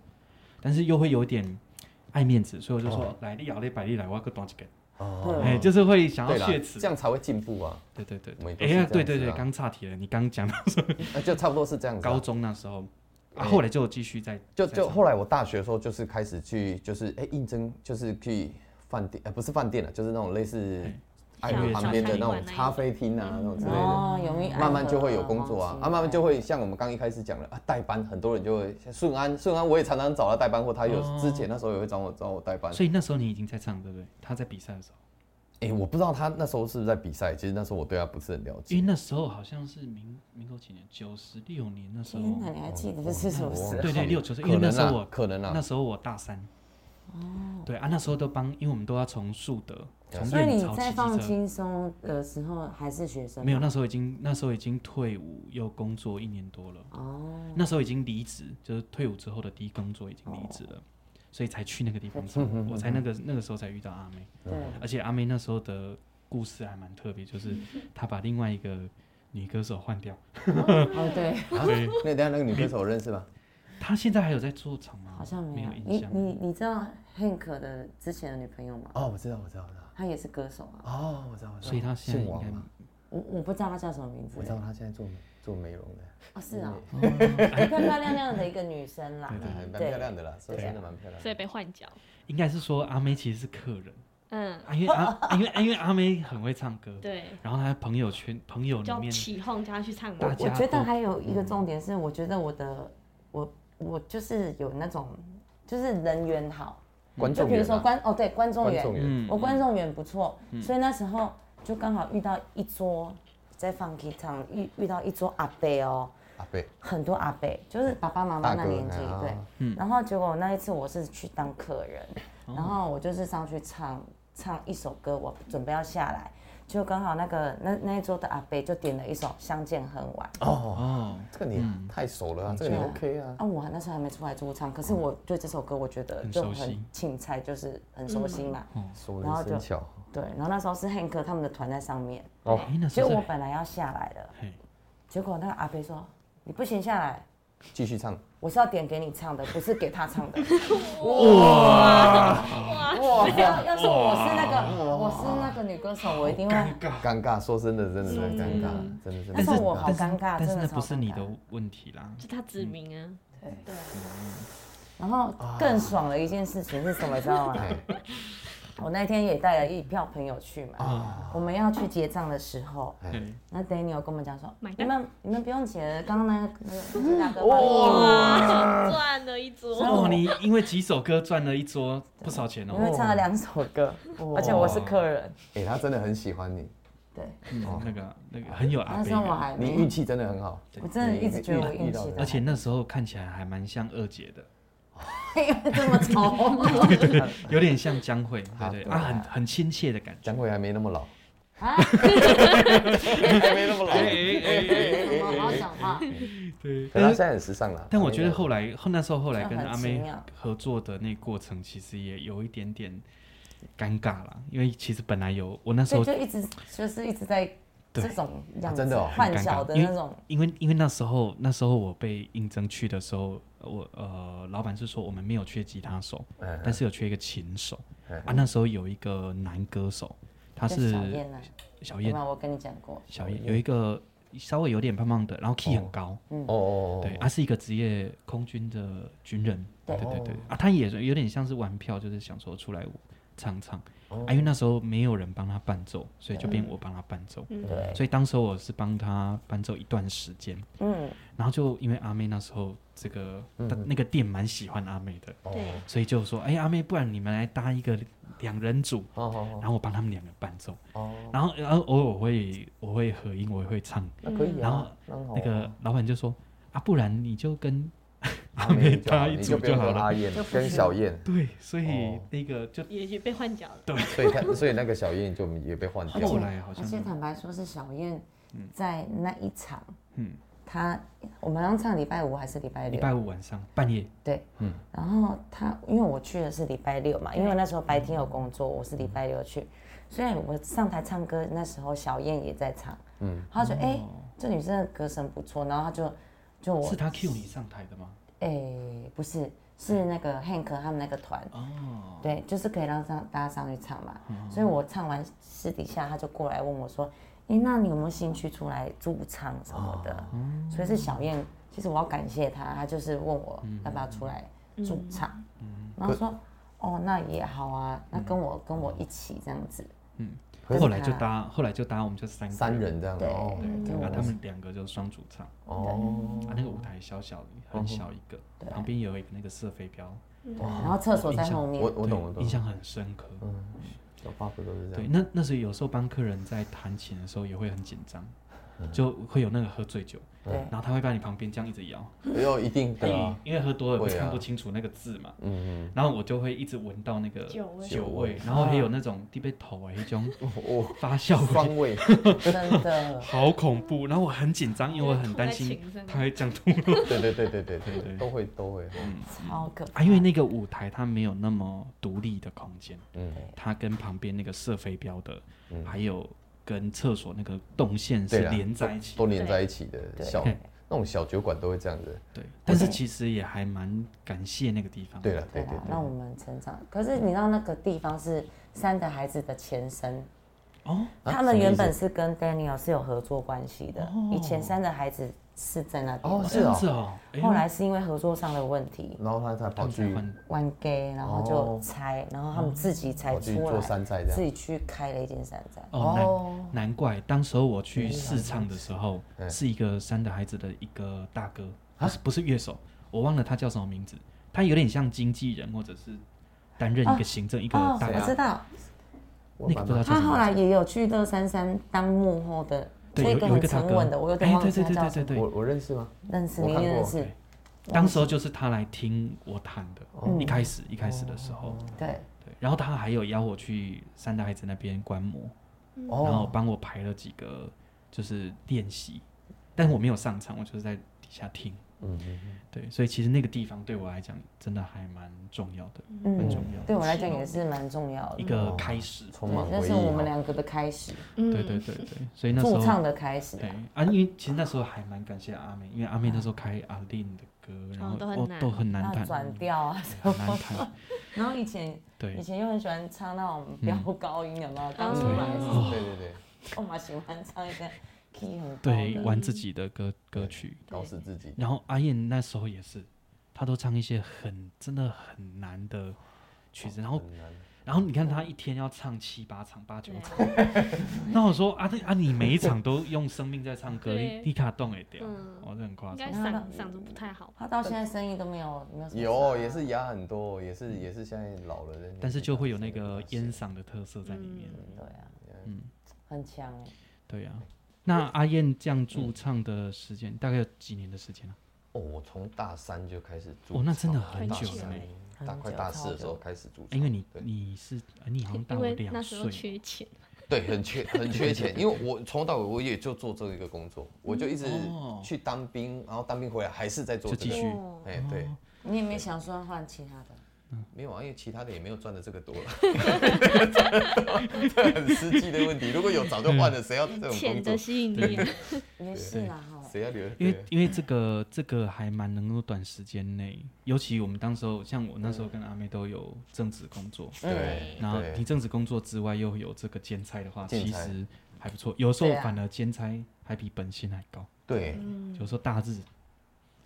Speaker 1: 但是又会有点爱面子，所以我就说、来，你咬嘞，摆你来，我个短几根，
Speaker 3: 哦
Speaker 1: 哎、就是会想要
Speaker 3: 对啦
Speaker 1: 血，耻
Speaker 3: 这。样才会进步 啊。
Speaker 1: 对对对
Speaker 3: 我们，
Speaker 1: 哎
Speaker 3: 也都是
Speaker 1: 呀，
Speaker 3: 这
Speaker 1: 对
Speaker 3: 样
Speaker 1: 对
Speaker 3: 子
Speaker 1: 对，
Speaker 3: 啊
Speaker 1: 刚岔题了，你 刚讲到
Speaker 3: 那就差不多是这样子啊、
Speaker 1: 高中那时候，啊，
Speaker 3: 哎
Speaker 1: 后来就继续在
Speaker 3: 就
Speaker 1: 在
Speaker 3: 就
Speaker 1: 唱
Speaker 3: 后来我大学的时候，就是开始去，就是哎、应征，就是去饭店，呃，不是饭店了，就是那种类似爱河旁边的那种咖啡厅啊，那种之类的。
Speaker 1: 嗯
Speaker 2: 哦，容易
Speaker 3: 慢慢就会有工作啊，啊，慢慢就会像我们刚一开始讲的啊，代班，很多人就会像顺安，顺安我也常常找他代班，或他有
Speaker 1: 哦
Speaker 3: 之前那时候也会找我找我代班。
Speaker 1: 所以那时候你已经在唱，对不对？他在比赛的时候，
Speaker 3: 哎，我不知道他那时候是不是在比赛，其实那时候我对他不是很了
Speaker 1: 因为
Speaker 3: 解。
Speaker 1: 那时候好像是民民国几年，九十六年那时候，
Speaker 2: 天哪，你还记得这
Speaker 1: 哦
Speaker 2: 是什么事？
Speaker 1: 对对，六九岁，因
Speaker 3: 可
Speaker 1: 为那
Speaker 3: 能
Speaker 1: 时候我
Speaker 3: 啊，可能
Speaker 1: 那
Speaker 3: 啊，哦
Speaker 1: 时候我大三。对啊，那时候都帮，因为我们都要从树德从
Speaker 2: 所以
Speaker 1: 瑞
Speaker 2: 你
Speaker 1: 草骑
Speaker 2: 在放
Speaker 1: 机
Speaker 2: 轻松的时候还是学
Speaker 1: 车，
Speaker 2: 生？
Speaker 1: 没有，那时候已经那时候已经退伍又工作一年多了，
Speaker 2: 哦，
Speaker 1: 那时候已经离职，就是退伍之后的第一工作已经离职
Speaker 2: 哦
Speaker 1: 了，所以才去那个地方唱，我才那 个那个时候才遇到阿妹，
Speaker 2: 对，
Speaker 1: 而且阿妹那时候的故事还蛮特别，就是她把另外一个女歌手换掉，
Speaker 2: 哦对，
Speaker 1: 对，
Speaker 3: 那等一下那个女歌手我认识吗？
Speaker 1: 她现在还有在做场吗？
Speaker 2: 好像
Speaker 1: 没
Speaker 2: 没有。
Speaker 1: 印
Speaker 2: 你
Speaker 1: 象。
Speaker 2: 你你知道 Hank 的之前的女朋友吗？
Speaker 3: 哦，我知道，我知道，我知道。
Speaker 2: 她也是歌手啊，
Speaker 3: 哦，我知道，我知道。
Speaker 1: 所以她现在
Speaker 3: 姓
Speaker 1: 应
Speaker 3: 王
Speaker 1: 该
Speaker 3: 嘛，
Speaker 2: 我我不知道她叫什么名字
Speaker 3: 我知。道他现在做做美容的，
Speaker 2: 哦，是啊， 漂漂亮亮的一个女生啦。
Speaker 3: 那还蛮
Speaker 2: 嗯对
Speaker 3: 漂亮的啦，说真的蛮漂亮
Speaker 4: 所以
Speaker 3: 的。
Speaker 4: 被换角。
Speaker 1: 应该是说阿妹其实是客人，
Speaker 4: 嗯，
Speaker 1: 啊因为 阿因为因为阿妹很会唱歌，
Speaker 4: 对，
Speaker 1: 然后她朋友圈朋友里
Speaker 4: 就
Speaker 1: 面
Speaker 4: 起哄叫他去唱
Speaker 1: 大
Speaker 4: 歌。
Speaker 1: 家
Speaker 2: 我觉
Speaker 1: 都
Speaker 2: 得还有一个
Speaker 3: 嗯
Speaker 2: 重点是，我觉得我的我我就是有那种就是人缘好，
Speaker 3: 观
Speaker 2: 就
Speaker 3: 众
Speaker 2: 比如
Speaker 3: 缘
Speaker 2: 说
Speaker 3: 啊，
Speaker 2: 观哦对观众
Speaker 3: 观
Speaker 2: 缘
Speaker 3: 众，缘，嗯
Speaker 1: 嗯
Speaker 2: 我观众缘不错，所以那时候就刚好遇到一桌在放 K 唱，遇遇到一桌阿伯哦，
Speaker 3: 阿贝，
Speaker 2: 很多阿伯，就是爸爸妈妈
Speaker 3: 大
Speaker 2: 那
Speaker 3: 哥
Speaker 2: 年纪
Speaker 3: 啊，
Speaker 2: 对。然后结果那一次我是去当客人，然后我就是上去唱唱一首歌，我准备要下来，就刚好那个那那一桌的阿伯就点了一首《相见恨晚》。
Speaker 3: 哦，
Speaker 1: 哦，
Speaker 3: 这个你太熟
Speaker 2: 嗯
Speaker 3: 了啊，这个你 OK 啊，
Speaker 2: 啊，我那时候还没出来驻唱，可是我对这首歌我觉得
Speaker 1: 很
Speaker 2: 就
Speaker 1: 熟悉
Speaker 2: 很青菜，就是很熟悉嘛。
Speaker 3: 熟
Speaker 2: 然后
Speaker 3: 能
Speaker 2: 就
Speaker 3: 生巧。
Speaker 2: 对，然后那时候是 Hank 他们的团在上面，
Speaker 3: 哦
Speaker 1: 哎，那是
Speaker 2: 结果我
Speaker 1: 在
Speaker 2: 本来要下来的，
Speaker 1: 嘿
Speaker 2: 结果那个阿伯说：“你不行下来，
Speaker 3: 继续唱，
Speaker 2: 我是要点给你唱的，不是给他唱的。”
Speaker 4: 哇，
Speaker 2: 哇！要是我是那个我是那个女歌手，我一定会。
Speaker 1: 尴尬。
Speaker 3: 尴尬，说真的，真的真的尴尬，真的真的
Speaker 2: 嗯但是
Speaker 3: 尴
Speaker 2: 我好
Speaker 3: 尬。
Speaker 2: 尴尬，
Speaker 1: 但
Speaker 2: 真
Speaker 1: 是那
Speaker 2: 的
Speaker 1: 不
Speaker 2: 超
Speaker 1: 是
Speaker 2: 尴
Speaker 1: 你的
Speaker 2: 尬。
Speaker 1: 问题啦，
Speaker 4: 就他指名啊，
Speaker 2: 然后更爽的一件事情是什么，知道吗？
Speaker 3: 哎
Speaker 2: 我那天也带了一票朋友去嘛，我们要去结账的时候，
Speaker 3: 哎
Speaker 1: 嘿
Speaker 2: 那 Daniel 跟我们讲说，
Speaker 4: 买单
Speaker 2: 你们你们不用结了，刚刚那个那个大哥帮我，
Speaker 4: 哇，赚了一桌，
Speaker 1: 哦，你因为几首歌赚了一桌不少钱
Speaker 2: 因为
Speaker 1: 哦，
Speaker 2: 唱了两首歌，而且我是客人，
Speaker 3: 哎，他真的很喜欢你，
Speaker 2: 对，
Speaker 1: 嗯那个那
Speaker 3: 哦
Speaker 1: 个很有阿
Speaker 2: 那
Speaker 1: 贝
Speaker 2: 时候我
Speaker 1: 感，
Speaker 2: 还
Speaker 3: 你
Speaker 2: 没
Speaker 3: 运，气真的很好。
Speaker 2: 我真的一直觉得我运气
Speaker 1: 而
Speaker 2: 的，
Speaker 1: 且那时候看起来还蛮像二姐的，
Speaker 2: 因为这么丑
Speaker 1: 有点像江蕙，对
Speaker 3: 啊
Speaker 1: 对
Speaker 3: 对
Speaker 1: 啊，很很亲切的 感觉。
Speaker 3: 蒋伟还没那么 老，
Speaker 2: 啊，
Speaker 3: 还没那么老，
Speaker 1: 嗯
Speaker 2: 怎么好好讲话？
Speaker 1: 对，
Speaker 3: 哎可是他
Speaker 1: 但
Speaker 3: 现
Speaker 1: 是
Speaker 3: 在很时尚了。
Speaker 1: 但我觉得后来后那时候后来
Speaker 2: 就
Speaker 1: 跟
Speaker 2: 很
Speaker 1: 阿
Speaker 2: 奇
Speaker 1: 妹
Speaker 2: 妙
Speaker 1: 合作的那过程，其实也有一点点尴尬啦，因为其实本来有我那时
Speaker 2: 所以
Speaker 1: 候
Speaker 2: 就一直就是一直在
Speaker 1: 对
Speaker 2: 这种样
Speaker 3: 啊
Speaker 2: 子，
Speaker 3: 真的哦
Speaker 1: 很
Speaker 2: 幻
Speaker 1: 尴
Speaker 2: 想
Speaker 1: 尬
Speaker 2: 的
Speaker 1: 因
Speaker 2: 那
Speaker 1: 为
Speaker 2: 种，
Speaker 1: 因为因为那时候那时候我被应征去的时候，我呃老板是说我们没有缺吉他手，
Speaker 3: 嗯
Speaker 1: 但是有缺一个琴手
Speaker 3: 嗯
Speaker 1: 啊。那时候有一个男歌手，他
Speaker 2: 就是小燕啊，
Speaker 1: 小
Speaker 2: 有
Speaker 1: 燕
Speaker 2: 没，有？我跟你讲过，
Speaker 1: 小燕有一个稍微有点胖胖的，然后 key 很高，
Speaker 2: 嗯
Speaker 3: 哦哦，
Speaker 1: 对，啊他是一个职业空军的军人，对
Speaker 2: 对
Speaker 1: 对
Speaker 3: 哦
Speaker 1: 对啊，他也是有点像是玩票，就是想说出来唱唱
Speaker 3: 哦
Speaker 1: 啊，因为那时候没有人帮他伴奏，所以就变我帮他伴奏，
Speaker 3: 嗯
Speaker 2: 对，
Speaker 1: 所以当时候我是帮他伴奏一段时间。
Speaker 2: 嗯，
Speaker 1: 然后就因为阿妹那时候这个、
Speaker 3: 嗯
Speaker 1: 她那个店蛮喜欢阿妹的，
Speaker 4: 对，
Speaker 1: 所以就说，哎、阿妹，不然你们来搭一个两人组，
Speaker 3: 哦哦
Speaker 1: 然后我帮他们两个伴奏，
Speaker 3: 哦，
Speaker 1: 然后然后偶尔我会我会合音，我也会唱，
Speaker 3: 那可以啊，
Speaker 1: 然后那
Speaker 3: 哦
Speaker 1: 个老板就说，啊，不然你就跟 阿妹
Speaker 3: 啊没
Speaker 1: 搭一
Speaker 3: 你
Speaker 1: 组
Speaker 3: 就不用
Speaker 1: 好
Speaker 3: 和
Speaker 1: 了。
Speaker 3: 阿燕跟小燕，
Speaker 1: 对，所以
Speaker 3: 哦
Speaker 1: 那个就
Speaker 4: 也也被换角了，
Speaker 3: 所以他所以那个小燕就也被换掉
Speaker 1: 后
Speaker 3: 了。
Speaker 1: 来好
Speaker 2: 而
Speaker 1: 像
Speaker 2: 且坦白说是小燕在那一场，
Speaker 1: 嗯
Speaker 2: 嗯，她我们好像唱礼拜五还是礼拜
Speaker 1: 礼
Speaker 2: 六，
Speaker 1: 拜五晚上半夜，
Speaker 2: 对，嗯，然后她因为我去的是礼拜六嘛，因为我那时候白天有工作，我是礼拜六去，所以我上台唱歌那时候小燕也在唱，嗯，她就哎这女生的歌声不错，然后她就就我
Speaker 1: 是他 cue 你上台的吗？
Speaker 2: 哎、不是，是那个 Hank 他们那个团，
Speaker 1: 哦，
Speaker 2: 对，就是可以让上大家上去唱嘛。所以我唱完私底下他就过来问我说：“哎、那你有没有兴趣出来驻唱什么的？”所以是小燕，其实我要感谢她，她就是问我要不要出来驻唱，然后说：“哦，那也好啊，那跟我、跟我一起这样子。”嗯，
Speaker 1: 后来就搭，后来就搭，我们就三个
Speaker 3: 三人这样
Speaker 2: 对，
Speaker 3: 哦
Speaker 2: 就
Speaker 1: 啊，他
Speaker 2: 我
Speaker 1: 们两个就双主唱。
Speaker 3: 哦，
Speaker 1: 啊，那个舞台小小
Speaker 3: 嗯
Speaker 1: 的，很小一个，旁边有一个那个射飞镖，
Speaker 2: 对，然后厕所在后面
Speaker 3: 我，我
Speaker 1: 对
Speaker 3: 懂我懂嗯
Speaker 1: 印，象很深刻。
Speaker 3: 小 buff 都是这
Speaker 1: 对，
Speaker 3: 样。
Speaker 1: 那那时候有时候帮客人在弹琴的时候也会很紧张，
Speaker 3: 嗯
Speaker 1: 就会有那个喝醉酒，
Speaker 2: 对
Speaker 1: 然后他会在你旁边这样一直摇，
Speaker 3: 没有一定的啊，
Speaker 1: 因为喝多了会
Speaker 3: 会啊
Speaker 1: 看不清楚那个字嘛，
Speaker 3: 嗯
Speaker 1: 然后我就会一直闻到那个
Speaker 4: 酒味
Speaker 1: 酒味，然后还有那种地被头一 种
Speaker 3: 哦，
Speaker 1: 发酵 味，
Speaker 3: 双位，
Speaker 2: 真的
Speaker 1: 好恐怖。然后我很紧张，因为我很担
Speaker 4: 就
Speaker 1: 心
Speaker 4: 是吐在琴上
Speaker 1: 他会讲吐了
Speaker 3: 对对对对对对， 都会都会，
Speaker 2: 超可怕。
Speaker 1: 啊，因为那个舞台它没有那么独立的空间。
Speaker 3: 嗯，
Speaker 1: 它跟旁边那个射飞镖的，
Speaker 3: 嗯
Speaker 1: 还有跟厕所那个动线是
Speaker 3: 对啦
Speaker 1: 连在一起。
Speaker 3: 都连在一起的小
Speaker 1: 对
Speaker 3: 那种小酒馆都会这样子。
Speaker 1: 对，但是其实也还蛮感谢那个地方。
Speaker 3: 对了，
Speaker 2: 对
Speaker 3: 对
Speaker 2: 啦
Speaker 3: 对，对
Speaker 2: 让我们成长。可是你知道那个地方是三个孩子的前身，
Speaker 1: 哦，
Speaker 3: 啊
Speaker 2: 他们原本是跟 Daniel 是有合作关系的。
Speaker 1: 哦
Speaker 2: 以前三个孩子是在那边
Speaker 3: 哦
Speaker 2: 的，
Speaker 1: 这
Speaker 3: 是
Speaker 1: 样
Speaker 3: 哦
Speaker 1: 子哦。哎呦
Speaker 2: 后来是因为合作上的问题，
Speaker 3: 然后他才
Speaker 1: 他
Speaker 3: 跑
Speaker 1: 们才
Speaker 3: 去
Speaker 1: 换
Speaker 2: 玩 gay，然后就
Speaker 3: 哦
Speaker 2: 拆，然后他们自己才
Speaker 3: 跑去
Speaker 2: 出
Speaker 3: 做
Speaker 2: 来，
Speaker 3: 山寨这样
Speaker 2: 自己去开了一间山寨。
Speaker 1: 哦，难难怪当时候我去试唱的时候，
Speaker 3: 嗯
Speaker 1: 是一个山的孩子的一个大哥，不是不是乐手，我忘了他叫什么名字，他有点像经纪人或者是担任一个行政一个
Speaker 2: 哦，
Speaker 1: 大
Speaker 2: 我
Speaker 1: 哥
Speaker 2: 知，道，
Speaker 3: 我
Speaker 1: 那个
Speaker 3: 慢
Speaker 1: 不知道啊
Speaker 3: 慢
Speaker 1: 叫什
Speaker 2: 他后
Speaker 1: 么名字。
Speaker 2: 来也有去乐山山当幕后的
Speaker 1: 对
Speaker 2: 所
Speaker 1: 有
Speaker 2: 以一个
Speaker 1: 有一
Speaker 2: 很
Speaker 1: 个大
Speaker 2: 沉
Speaker 1: 哥
Speaker 2: 稳的，我有
Speaker 1: 哎
Speaker 2: 点，忘
Speaker 1: 对
Speaker 2: 记
Speaker 1: 对
Speaker 2: 他
Speaker 1: 对对
Speaker 2: 叫什
Speaker 1: 对
Speaker 2: 么。
Speaker 1: 对
Speaker 3: 我，我认识吗？
Speaker 2: 认识
Speaker 3: 我
Speaker 2: 你一
Speaker 3: 看
Speaker 2: 定认
Speaker 3: 过
Speaker 2: 识，
Speaker 1: 当时候就是他来听我弹的，
Speaker 2: 嗯
Speaker 1: 一开始一开始的时候，
Speaker 2: 对，
Speaker 1: 对，然后他还有邀我去三大孩子那边观摩，然后
Speaker 3: 哦，
Speaker 1: 帮我排了几个就是练习，但我没有上场，我就是在底下听。
Speaker 3: 嗯，嗯嗯
Speaker 1: 对，所以其实那个地方对我来讲真的还蛮重要的，很重
Speaker 2: 嗯，
Speaker 1: 要的
Speaker 2: 对我来讲也是蛮重要的
Speaker 1: 一，
Speaker 3: 哦
Speaker 1: 个开始。
Speaker 3: 充满
Speaker 2: 对，
Speaker 3: 回
Speaker 2: 那
Speaker 3: 忆
Speaker 2: 是
Speaker 3: 哈。
Speaker 2: 我们两个的开始，
Speaker 4: 嗯
Speaker 1: 对对对对，所以那时
Speaker 2: 驻唱
Speaker 1: 候
Speaker 2: 的开始
Speaker 1: 对，啊，因为其实那时候还蛮感谢阿妹，因为阿妹那时候开阿令的歌，然后
Speaker 4: 都很
Speaker 1: 哦
Speaker 4: 难
Speaker 1: 都很难
Speaker 2: 要
Speaker 1: 弹，
Speaker 2: 转调啊 什
Speaker 1: 很难
Speaker 2: 么。
Speaker 1: 弹。
Speaker 2: 然后以前以
Speaker 1: 对，嗯
Speaker 2: 前又很喜欢唱那种飙高音，有没有？刚出来的时候，哦
Speaker 3: 对对对，
Speaker 2: 我蛮喜欢唱一些 key 很高
Speaker 1: 对，
Speaker 2: 的。
Speaker 1: 玩自己的歌歌曲。
Speaker 3: 搞死自己。
Speaker 1: 然后阿燕那时候也是，她都唱一些很真的很难的曲子，然后
Speaker 3: 很难
Speaker 1: 然后你看他一天要唱七八场、八九场， 那我说啊，那啊你每一场都用生命在唱歌，你
Speaker 4: 对
Speaker 1: 你卡动也掉，
Speaker 4: 嗯
Speaker 1: 哦，这很夸
Speaker 4: 应
Speaker 1: 张
Speaker 4: 该。嗓嗓子不太好吧？
Speaker 2: 他到现在生意都没有没有什么
Speaker 3: 有
Speaker 2: 差啊
Speaker 3: 也是牙很多，也是也是现在老了的。
Speaker 1: 但是就会有那个烟嗓的特色在里面。
Speaker 2: 对啊，
Speaker 1: 嗯，
Speaker 2: 很强欸。
Speaker 1: 对啊。那阿燕这样驻唱的时
Speaker 2: 嗯
Speaker 1: 间大概有几年的时间啊？
Speaker 3: 哦，我从大三就开始驻
Speaker 1: 哦那真的
Speaker 3: 唱
Speaker 1: 很
Speaker 3: 大
Speaker 1: 久
Speaker 3: 三
Speaker 1: 了呢
Speaker 2: 很
Speaker 3: 大快
Speaker 2: 久
Speaker 3: 大
Speaker 2: 超
Speaker 3: 四的
Speaker 2: 久
Speaker 3: 时候开始驻
Speaker 1: 哎
Speaker 3: 唱，
Speaker 1: 因为你
Speaker 3: 对
Speaker 1: 你是呃你好像大
Speaker 4: 因
Speaker 1: 我
Speaker 4: 为那
Speaker 1: 两
Speaker 4: 时候
Speaker 1: 岁，
Speaker 4: 缺钱，
Speaker 3: 对很缺很缺钱，因为我从头到尾我也就做这一个工作，我就一直
Speaker 1: 哦
Speaker 3: 去当兵，然后当兵回来还是在做
Speaker 1: 就
Speaker 3: 这
Speaker 1: 继
Speaker 3: 个
Speaker 1: 续。
Speaker 4: 哦
Speaker 3: 哎，对，
Speaker 2: 你也没想说换其他的？
Speaker 3: 没有啊，因为其他的也没有赚的这个多了， 这很实际的问题。如果有早就换了，
Speaker 1: 嗯
Speaker 3: 谁要这种
Speaker 4: 钱
Speaker 3: 工
Speaker 4: 的
Speaker 3: 作？
Speaker 4: 吸引力啊，
Speaker 2: 也是啦哈。
Speaker 3: 谁要留？
Speaker 1: 因
Speaker 3: 对
Speaker 1: 为因为这个这个还蛮能够短时间内，尤其我们当时候像我那时候跟阿妹都有正职工作，
Speaker 3: 对，
Speaker 1: 然后
Speaker 3: 对
Speaker 1: 你正职工作之外又有这个兼差的话，
Speaker 3: 兼
Speaker 1: 其
Speaker 3: 差
Speaker 1: 实还不错。有时候
Speaker 2: 对啊
Speaker 1: 反而兼差还比本薪还高。
Speaker 3: 对，
Speaker 2: 嗯
Speaker 1: 有时候大日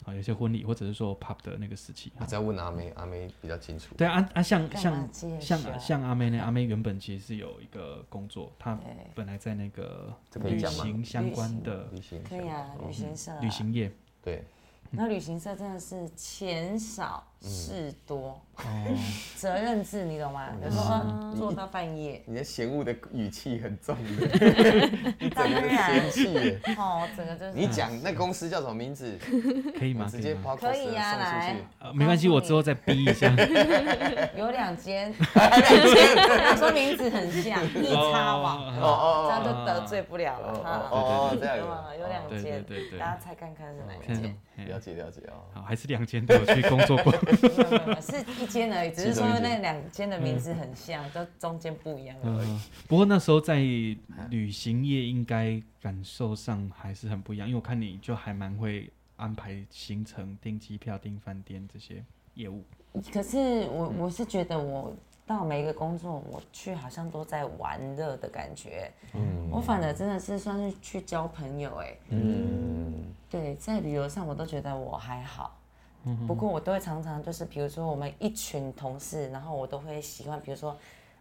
Speaker 1: 啊，有些婚礼或者是说 pub 的那个时期，
Speaker 3: 你再问阿妹，阿妹比较清楚。
Speaker 1: 对啊啊，像
Speaker 2: 干嘛
Speaker 1: 像
Speaker 2: 介绍
Speaker 1: 像啊像阿妹呢，阿妹原本其实是有一个工作，她
Speaker 2: 对
Speaker 1: 本来在那个
Speaker 3: 这可以
Speaker 1: 旅
Speaker 3: 讲吗
Speaker 1: 行相关的
Speaker 3: 旅行
Speaker 2: 可以啊，旅行社啊。
Speaker 1: 嗯旅行业
Speaker 3: 哦对，
Speaker 2: 那旅行社真的是钱少
Speaker 3: 嗯
Speaker 2: 事多，
Speaker 1: 哦，
Speaker 2: 责任制你懂吗？就是
Speaker 1: 嗯
Speaker 2: 说做到半夜，
Speaker 3: 你的嫌恶的语气很重，
Speaker 2: 当
Speaker 3: 嫌
Speaker 2: 然
Speaker 3: 弃耶。
Speaker 2: 哦，整个就是
Speaker 3: 你讲那公司叫什么名字？
Speaker 1: 可以
Speaker 3: 我
Speaker 1: 吗？
Speaker 3: 直
Speaker 1: 可以
Speaker 3: 接
Speaker 1: 吗？
Speaker 3: 抛
Speaker 2: 可以呀
Speaker 3: 送出
Speaker 2: 来
Speaker 3: 去。
Speaker 1: 呃没关系，我之后再逼一下。
Speaker 2: 有 两间， 我说名字很像，一插网，
Speaker 3: 哦哦
Speaker 2: 这样
Speaker 3: 哦
Speaker 2: 就得罪不了了
Speaker 3: 哦
Speaker 2: 哈。
Speaker 3: 哦，这
Speaker 2: 有吗？嗯有
Speaker 3: 样
Speaker 2: 两
Speaker 3: 有。
Speaker 1: 对哦对
Speaker 2: 间，
Speaker 1: 对对，
Speaker 2: 大家猜看看是哪一
Speaker 1: 哦看
Speaker 2: 间
Speaker 1: 什？么？嘿
Speaker 3: 了解了解哦。
Speaker 1: 好，还是两间都有去工作过。
Speaker 2: 没有没有没有是一间而已，只是
Speaker 3: 其
Speaker 2: 说
Speaker 3: 中一间
Speaker 2: 那两间的名字很像，都中间不一样而已。
Speaker 1: 嗯，不过那时候在旅行业应该感受上还是很不一样，因为我看你就还蛮会安排行程、订机票、订饭店这些业务。
Speaker 2: 可是我我是觉得我。到每一个工作，我去好像都在玩乐的感觉，
Speaker 3: 嗯
Speaker 2: 我反而真的是算是去交朋友哎、
Speaker 3: 嗯，
Speaker 2: 对，在旅游上我都觉得我还好，
Speaker 3: 嗯
Speaker 2: 不过我都会常常就是，比如说我们一群同事，然后我都会习惯，比如说，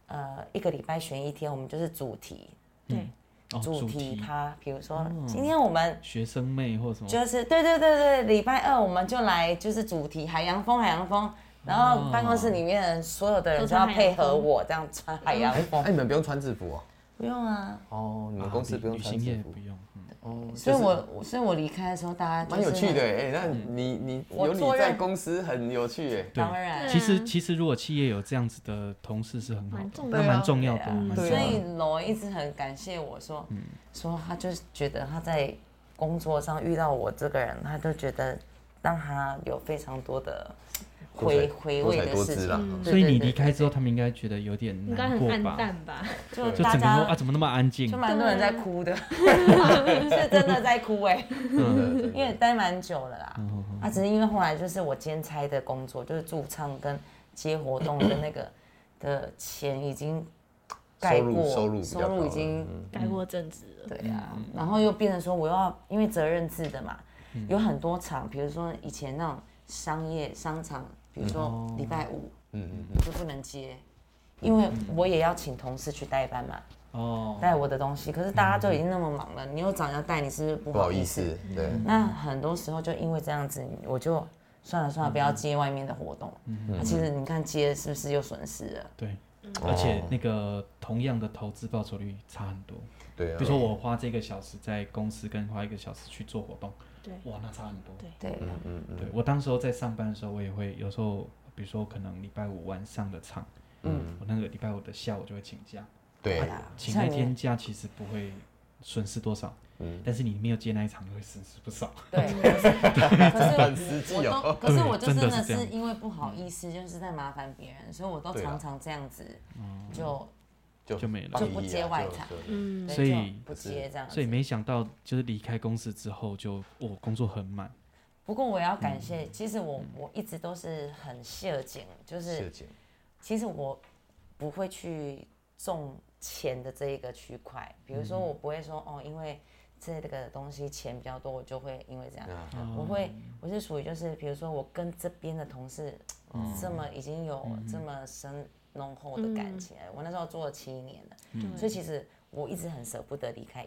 Speaker 2: 呃，一个礼拜选一天，我们就是主题、
Speaker 4: 对，
Speaker 1: 哦，主题
Speaker 2: 题趴，比如说、
Speaker 3: 嗯
Speaker 2: 今天我们
Speaker 1: 学生妹或什么，啊
Speaker 2: 就是对对对对，礼拜二我们就来就是主题海洋风海洋风，然
Speaker 3: 哦
Speaker 2: 后办公室里面的所有的人
Speaker 4: 都
Speaker 2: 都要
Speaker 4: 穿海洋
Speaker 2: 配合
Speaker 4: 风
Speaker 2: 我这样穿海洋 风，
Speaker 3: 哎，你们不用穿制服哦。
Speaker 2: 不用啊，
Speaker 3: 哦，你们
Speaker 1: 啊
Speaker 3: 公司
Speaker 1: 旅
Speaker 3: 不用
Speaker 1: 旅
Speaker 3: 穿
Speaker 1: 行业
Speaker 3: 制服
Speaker 1: 不用。嗯
Speaker 3: 哦，
Speaker 2: 所以
Speaker 3: 就是
Speaker 2: 我我所以我离开的时候大家
Speaker 3: 蛮
Speaker 2: 就
Speaker 3: 有
Speaker 2: 是
Speaker 3: 趣的
Speaker 2: 很，
Speaker 3: 哎。那你你
Speaker 2: 我
Speaker 3: 有你
Speaker 2: 做
Speaker 3: 在
Speaker 2: 任
Speaker 3: 公司很有趣哎。
Speaker 1: 对
Speaker 2: 当然
Speaker 4: 对啊
Speaker 1: 其实其实如果企业有这样子的同事是很好
Speaker 4: 蛮
Speaker 1: 的，
Speaker 4: 重要
Speaker 1: 那
Speaker 4: 的
Speaker 1: 蛮重要的，
Speaker 2: 对啊
Speaker 1: 蛮重
Speaker 3: 对
Speaker 1: 要
Speaker 2: 所
Speaker 1: 的
Speaker 2: 以罗一直很感谢我说，
Speaker 1: 嗯
Speaker 2: 说他就是觉得他在工作上遇到我这个人，他就觉得让他有非常多的
Speaker 3: 多才
Speaker 2: 回回味的
Speaker 3: 多才多姿
Speaker 2: 事情。
Speaker 3: 啦
Speaker 2: 嗯
Speaker 1: 所以你离，
Speaker 2: 对对
Speaker 1: 开之后，他们应该觉得有点
Speaker 4: 应该
Speaker 1: 难
Speaker 4: 很
Speaker 1: 过
Speaker 4: 暗
Speaker 1: 吧？
Speaker 4: 淡吧？
Speaker 2: 对
Speaker 1: 就
Speaker 2: 就
Speaker 1: 整
Speaker 2: 大
Speaker 1: 个说啊，
Speaker 2: 家
Speaker 1: 怎么那么安静
Speaker 2: 就？蛮多人在哭的， 是真的在哭哎，
Speaker 3: 嗯
Speaker 2: 因为待蛮久了啦。
Speaker 1: 嗯嗯
Speaker 2: 啊，只是因为后来就是我兼差的工作，就是驻唱跟接活动的那个的钱已经盖
Speaker 3: 收入
Speaker 2: 过
Speaker 3: 收入比较
Speaker 2: 收入已
Speaker 3: 高嗯
Speaker 2: 经
Speaker 4: 改过正职了，
Speaker 2: 对啊，然后又变成说我要因为责任制的嘛，
Speaker 3: 嗯
Speaker 2: 有很多场，比如说以前那种商业商场，比如说礼拜五
Speaker 3: 哦嗯嗯
Speaker 2: 我就不能接，因为我也要请同事去代班嘛，
Speaker 1: 哦，
Speaker 2: 带我的东西。可是大家都已经那么忙了，你又找人家带，你是不是不
Speaker 3: 不好
Speaker 2: 好意
Speaker 3: 意
Speaker 2: 思？嗯
Speaker 3: 思，对，嗯
Speaker 2: 那很多时候就因为这样子，我就
Speaker 3: 嗯
Speaker 2: 啊算了算了，不要接外面的活动。那、其实你看接是不是又损失了？
Speaker 1: 对，
Speaker 3: 哦
Speaker 1: 而且那个同样的投资报酬率差很多。
Speaker 3: 对啊
Speaker 1: 比如，说我花这个小时在公司，跟花一个小时去做活动，
Speaker 4: 对
Speaker 1: 哇，那差很多。
Speaker 4: 对
Speaker 2: 对，
Speaker 3: 嗯嗯嗯
Speaker 1: 对我当时候在上班的时候，我也会有时候，比如说可能礼拜五晚上的场，
Speaker 3: 嗯，
Speaker 1: 我那个礼拜五的下午就会请假，
Speaker 3: 对，
Speaker 1: 请
Speaker 2: 像
Speaker 1: 那
Speaker 2: 你
Speaker 1: 天假其实不会损失多少，
Speaker 3: 嗯，
Speaker 1: 但是你没有接那一场就会损失不少。
Speaker 2: 对，可是可
Speaker 3: 很
Speaker 2: 是
Speaker 3: 实
Speaker 2: 我
Speaker 3: 际
Speaker 2: 都，
Speaker 3: 哦。
Speaker 2: 可是我就
Speaker 1: 对
Speaker 2: 真
Speaker 1: 真的
Speaker 2: 的
Speaker 1: 是这样
Speaker 2: 是因为不好意思，就是在麻烦别人，所以我都
Speaker 3: 对啊
Speaker 2: 常常这样子，就
Speaker 3: 就
Speaker 1: 就没了
Speaker 3: 放
Speaker 2: 就不
Speaker 3: 一啊
Speaker 2: 接外
Speaker 3: 就
Speaker 2: 场
Speaker 3: 就
Speaker 4: 嗯
Speaker 2: 对
Speaker 1: 所以
Speaker 2: 就不接这样子。
Speaker 1: 所以没想到，就是离开公司之后就，我工作很 满，
Speaker 2: 不过我要
Speaker 1: 嗯
Speaker 2: 感谢，其实我我一直都是很谢景，就
Speaker 3: 谢
Speaker 2: 是
Speaker 3: 谢
Speaker 2: 其实我不会去重钱的这一个区块，比如说我不会说哦，因为这个东西钱比较多，我就会因为这样，
Speaker 3: 啊
Speaker 2: 我会我是属于就是比如说我跟这边的同事这么已经有这么深浓厚的感情了，我那时候做了七年了，所以其实我一直很舍不得离开。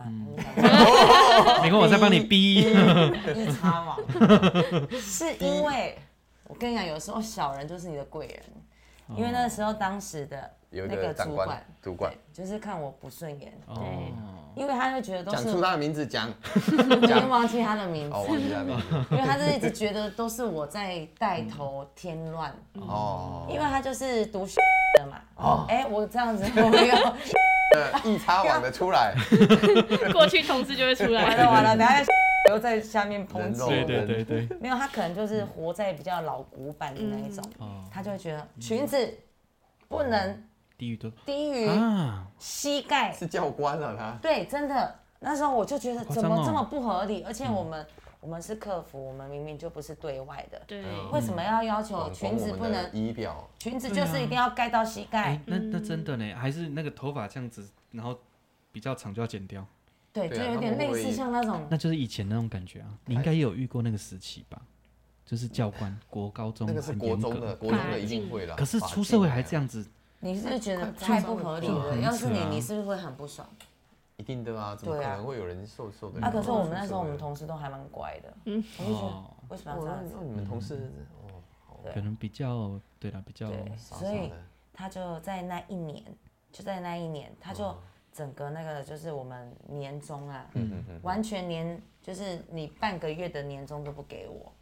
Speaker 2: 啊，你想说
Speaker 1: 没关系，我再帮你逼。
Speaker 2: 一插网，是因为我跟你讲，有时候小人就是你的贵人，因为那时候当时的
Speaker 3: 有一
Speaker 2: 那
Speaker 3: 个
Speaker 2: 个
Speaker 3: 长
Speaker 2: 主
Speaker 3: 官
Speaker 2: 管，
Speaker 3: 主管
Speaker 2: 对，就是看我不顺眼，
Speaker 1: 哦，
Speaker 2: 因为他就觉得都
Speaker 3: 讲
Speaker 2: 是
Speaker 3: 出
Speaker 2: 我
Speaker 3: 他的名字， 讲，
Speaker 2: 已经忘记他的名
Speaker 3: 哦，
Speaker 2: 字，
Speaker 3: 忘记他的 名字，
Speaker 2: 因为他就一直觉得都是我在带头添乱，因为
Speaker 3: 哦，
Speaker 2: 他就是读的嘛。哦，哎，我这样子我没有，
Speaker 3: 呃一插网的出 来，
Speaker 4: 过去同事就会出
Speaker 2: 完
Speaker 4: 来，
Speaker 2: 了完了，等下又在下面抨
Speaker 3: 人
Speaker 2: 击
Speaker 3: 肉
Speaker 1: 对
Speaker 2: 我。
Speaker 1: 对对对，
Speaker 2: 没有，他可能就是活在比较老古板的那一种，
Speaker 1: 哦，
Speaker 2: 他就会觉得裙子不能
Speaker 1: 地狱都
Speaker 2: 低
Speaker 3: 哎
Speaker 2: 于
Speaker 1: 啊，
Speaker 2: 膝盖。
Speaker 3: 是教官了他，
Speaker 2: 对，真的，那时候我就觉得
Speaker 1: 夸
Speaker 2: 怎
Speaker 1: 张
Speaker 2: 么
Speaker 1: 哦嗯
Speaker 2: 这么不合理，而且我们、我们是客服，我们明明就不是 对外的，
Speaker 4: 对，
Speaker 2: 为什么要要求
Speaker 3: 管
Speaker 2: 裙子不
Speaker 3: 管我们的
Speaker 2: 能？
Speaker 3: 仪表，
Speaker 2: 裙子
Speaker 1: 嗯对
Speaker 2: 就
Speaker 1: 啊
Speaker 2: 是一定要盖到膝盖，
Speaker 1: 哎，那
Speaker 3: 嗯
Speaker 1: 那真的呢，还是那个头发这样子，然后比较长就要剪掉，
Speaker 2: 对，就
Speaker 3: 对啊
Speaker 2: 有点
Speaker 3: 他们
Speaker 2: 类
Speaker 3: 会
Speaker 2: 似像那 种
Speaker 1: 那就是以前那种感觉
Speaker 3: 哎
Speaker 1: 啊。你应该也有遇过那个时期吧？就是教官，国高中
Speaker 3: 那个
Speaker 1: 嗯
Speaker 3: 是
Speaker 1: 很
Speaker 3: 国
Speaker 1: 严
Speaker 3: 中的，
Speaker 1: 格，
Speaker 3: 国中的一定会啦。
Speaker 1: 可是
Speaker 3: 法
Speaker 1: 出
Speaker 3: 纪
Speaker 1: 社会
Speaker 3: 啊
Speaker 1: 还这样子，
Speaker 2: 你是不是觉得
Speaker 3: 快
Speaker 2: 太不合理
Speaker 3: 就
Speaker 2: 了？
Speaker 1: 很
Speaker 2: 要是你
Speaker 1: 扯，啊
Speaker 2: 你是不是会很不爽？
Speaker 3: 一定的啊，怎么可
Speaker 2: 对啊
Speaker 3: 能会有人受受
Speaker 1: 嗯
Speaker 3: 的？哦
Speaker 2: 啊，可是我们那时候我们同事都还蛮乖的，嗯，我就觉
Speaker 1: 哦
Speaker 2: 得为什么要这样子？
Speaker 3: 哦，你们同事
Speaker 1: 嗯
Speaker 3: 哦，好
Speaker 2: 对
Speaker 1: 可能比较对啦，比较哦
Speaker 2: 对，
Speaker 3: 傻
Speaker 2: 所
Speaker 3: 傻
Speaker 2: 以
Speaker 3: 的，
Speaker 2: 他就在那一年，就在那一年，他
Speaker 1: 哦
Speaker 2: 就整个那个就是我们年终啊，
Speaker 3: 嗯嗯，
Speaker 2: 完全连就是你半个月的年终都不给我，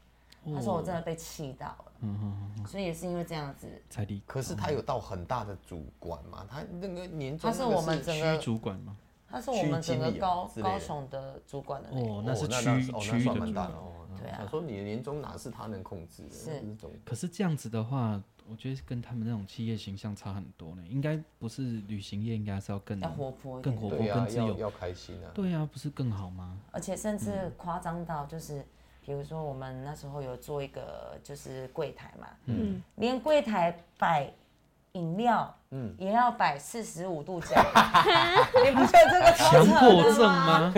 Speaker 2: 他说我真的被气到了，
Speaker 1: 嗯
Speaker 2: 所以也是因为这样子，
Speaker 1: 才哦离
Speaker 3: 可是他有到很大的主管嘛，他那个年终
Speaker 2: 他是
Speaker 3: 那个
Speaker 2: 我们整个
Speaker 1: 区主管嘛。
Speaker 2: 他是我们整个
Speaker 3: 区经理啊
Speaker 2: 高
Speaker 3: 之类的
Speaker 2: 高雄的主管的那个，
Speaker 1: 哦，那是
Speaker 3: 哦
Speaker 1: 区
Speaker 3: 是哦
Speaker 1: 区
Speaker 3: 那
Speaker 1: 域
Speaker 3: 算
Speaker 1: 的
Speaker 3: 蛮
Speaker 1: 主
Speaker 3: 大
Speaker 1: 管
Speaker 3: 的。哦。
Speaker 2: 对啊
Speaker 3: 想说你的年终哪是他能控制的？
Speaker 2: 是
Speaker 3: 那种
Speaker 1: 可是这样子的话，我觉得跟他们那种企业形象差很多呢。应该不是旅行业，应该是要更
Speaker 2: 要活泼一
Speaker 1: 更
Speaker 2: 点，
Speaker 1: 活泼、
Speaker 3: 对啊
Speaker 1: 更，自
Speaker 3: 要
Speaker 1: 由。
Speaker 3: 要开心啊。
Speaker 1: 对啊，不是更好吗？
Speaker 2: 而且甚
Speaker 1: 嗯
Speaker 2: 至夸张到就是，比如说我们那时候有做一个就是柜台嘛，
Speaker 4: 嗯，
Speaker 2: 连柜台摆饮料，嗯，也要摆四十五度角，你不觉得这个超
Speaker 1: 强迫
Speaker 2: 扯
Speaker 1: 症
Speaker 2: 哦的吗？
Speaker 1: 吗？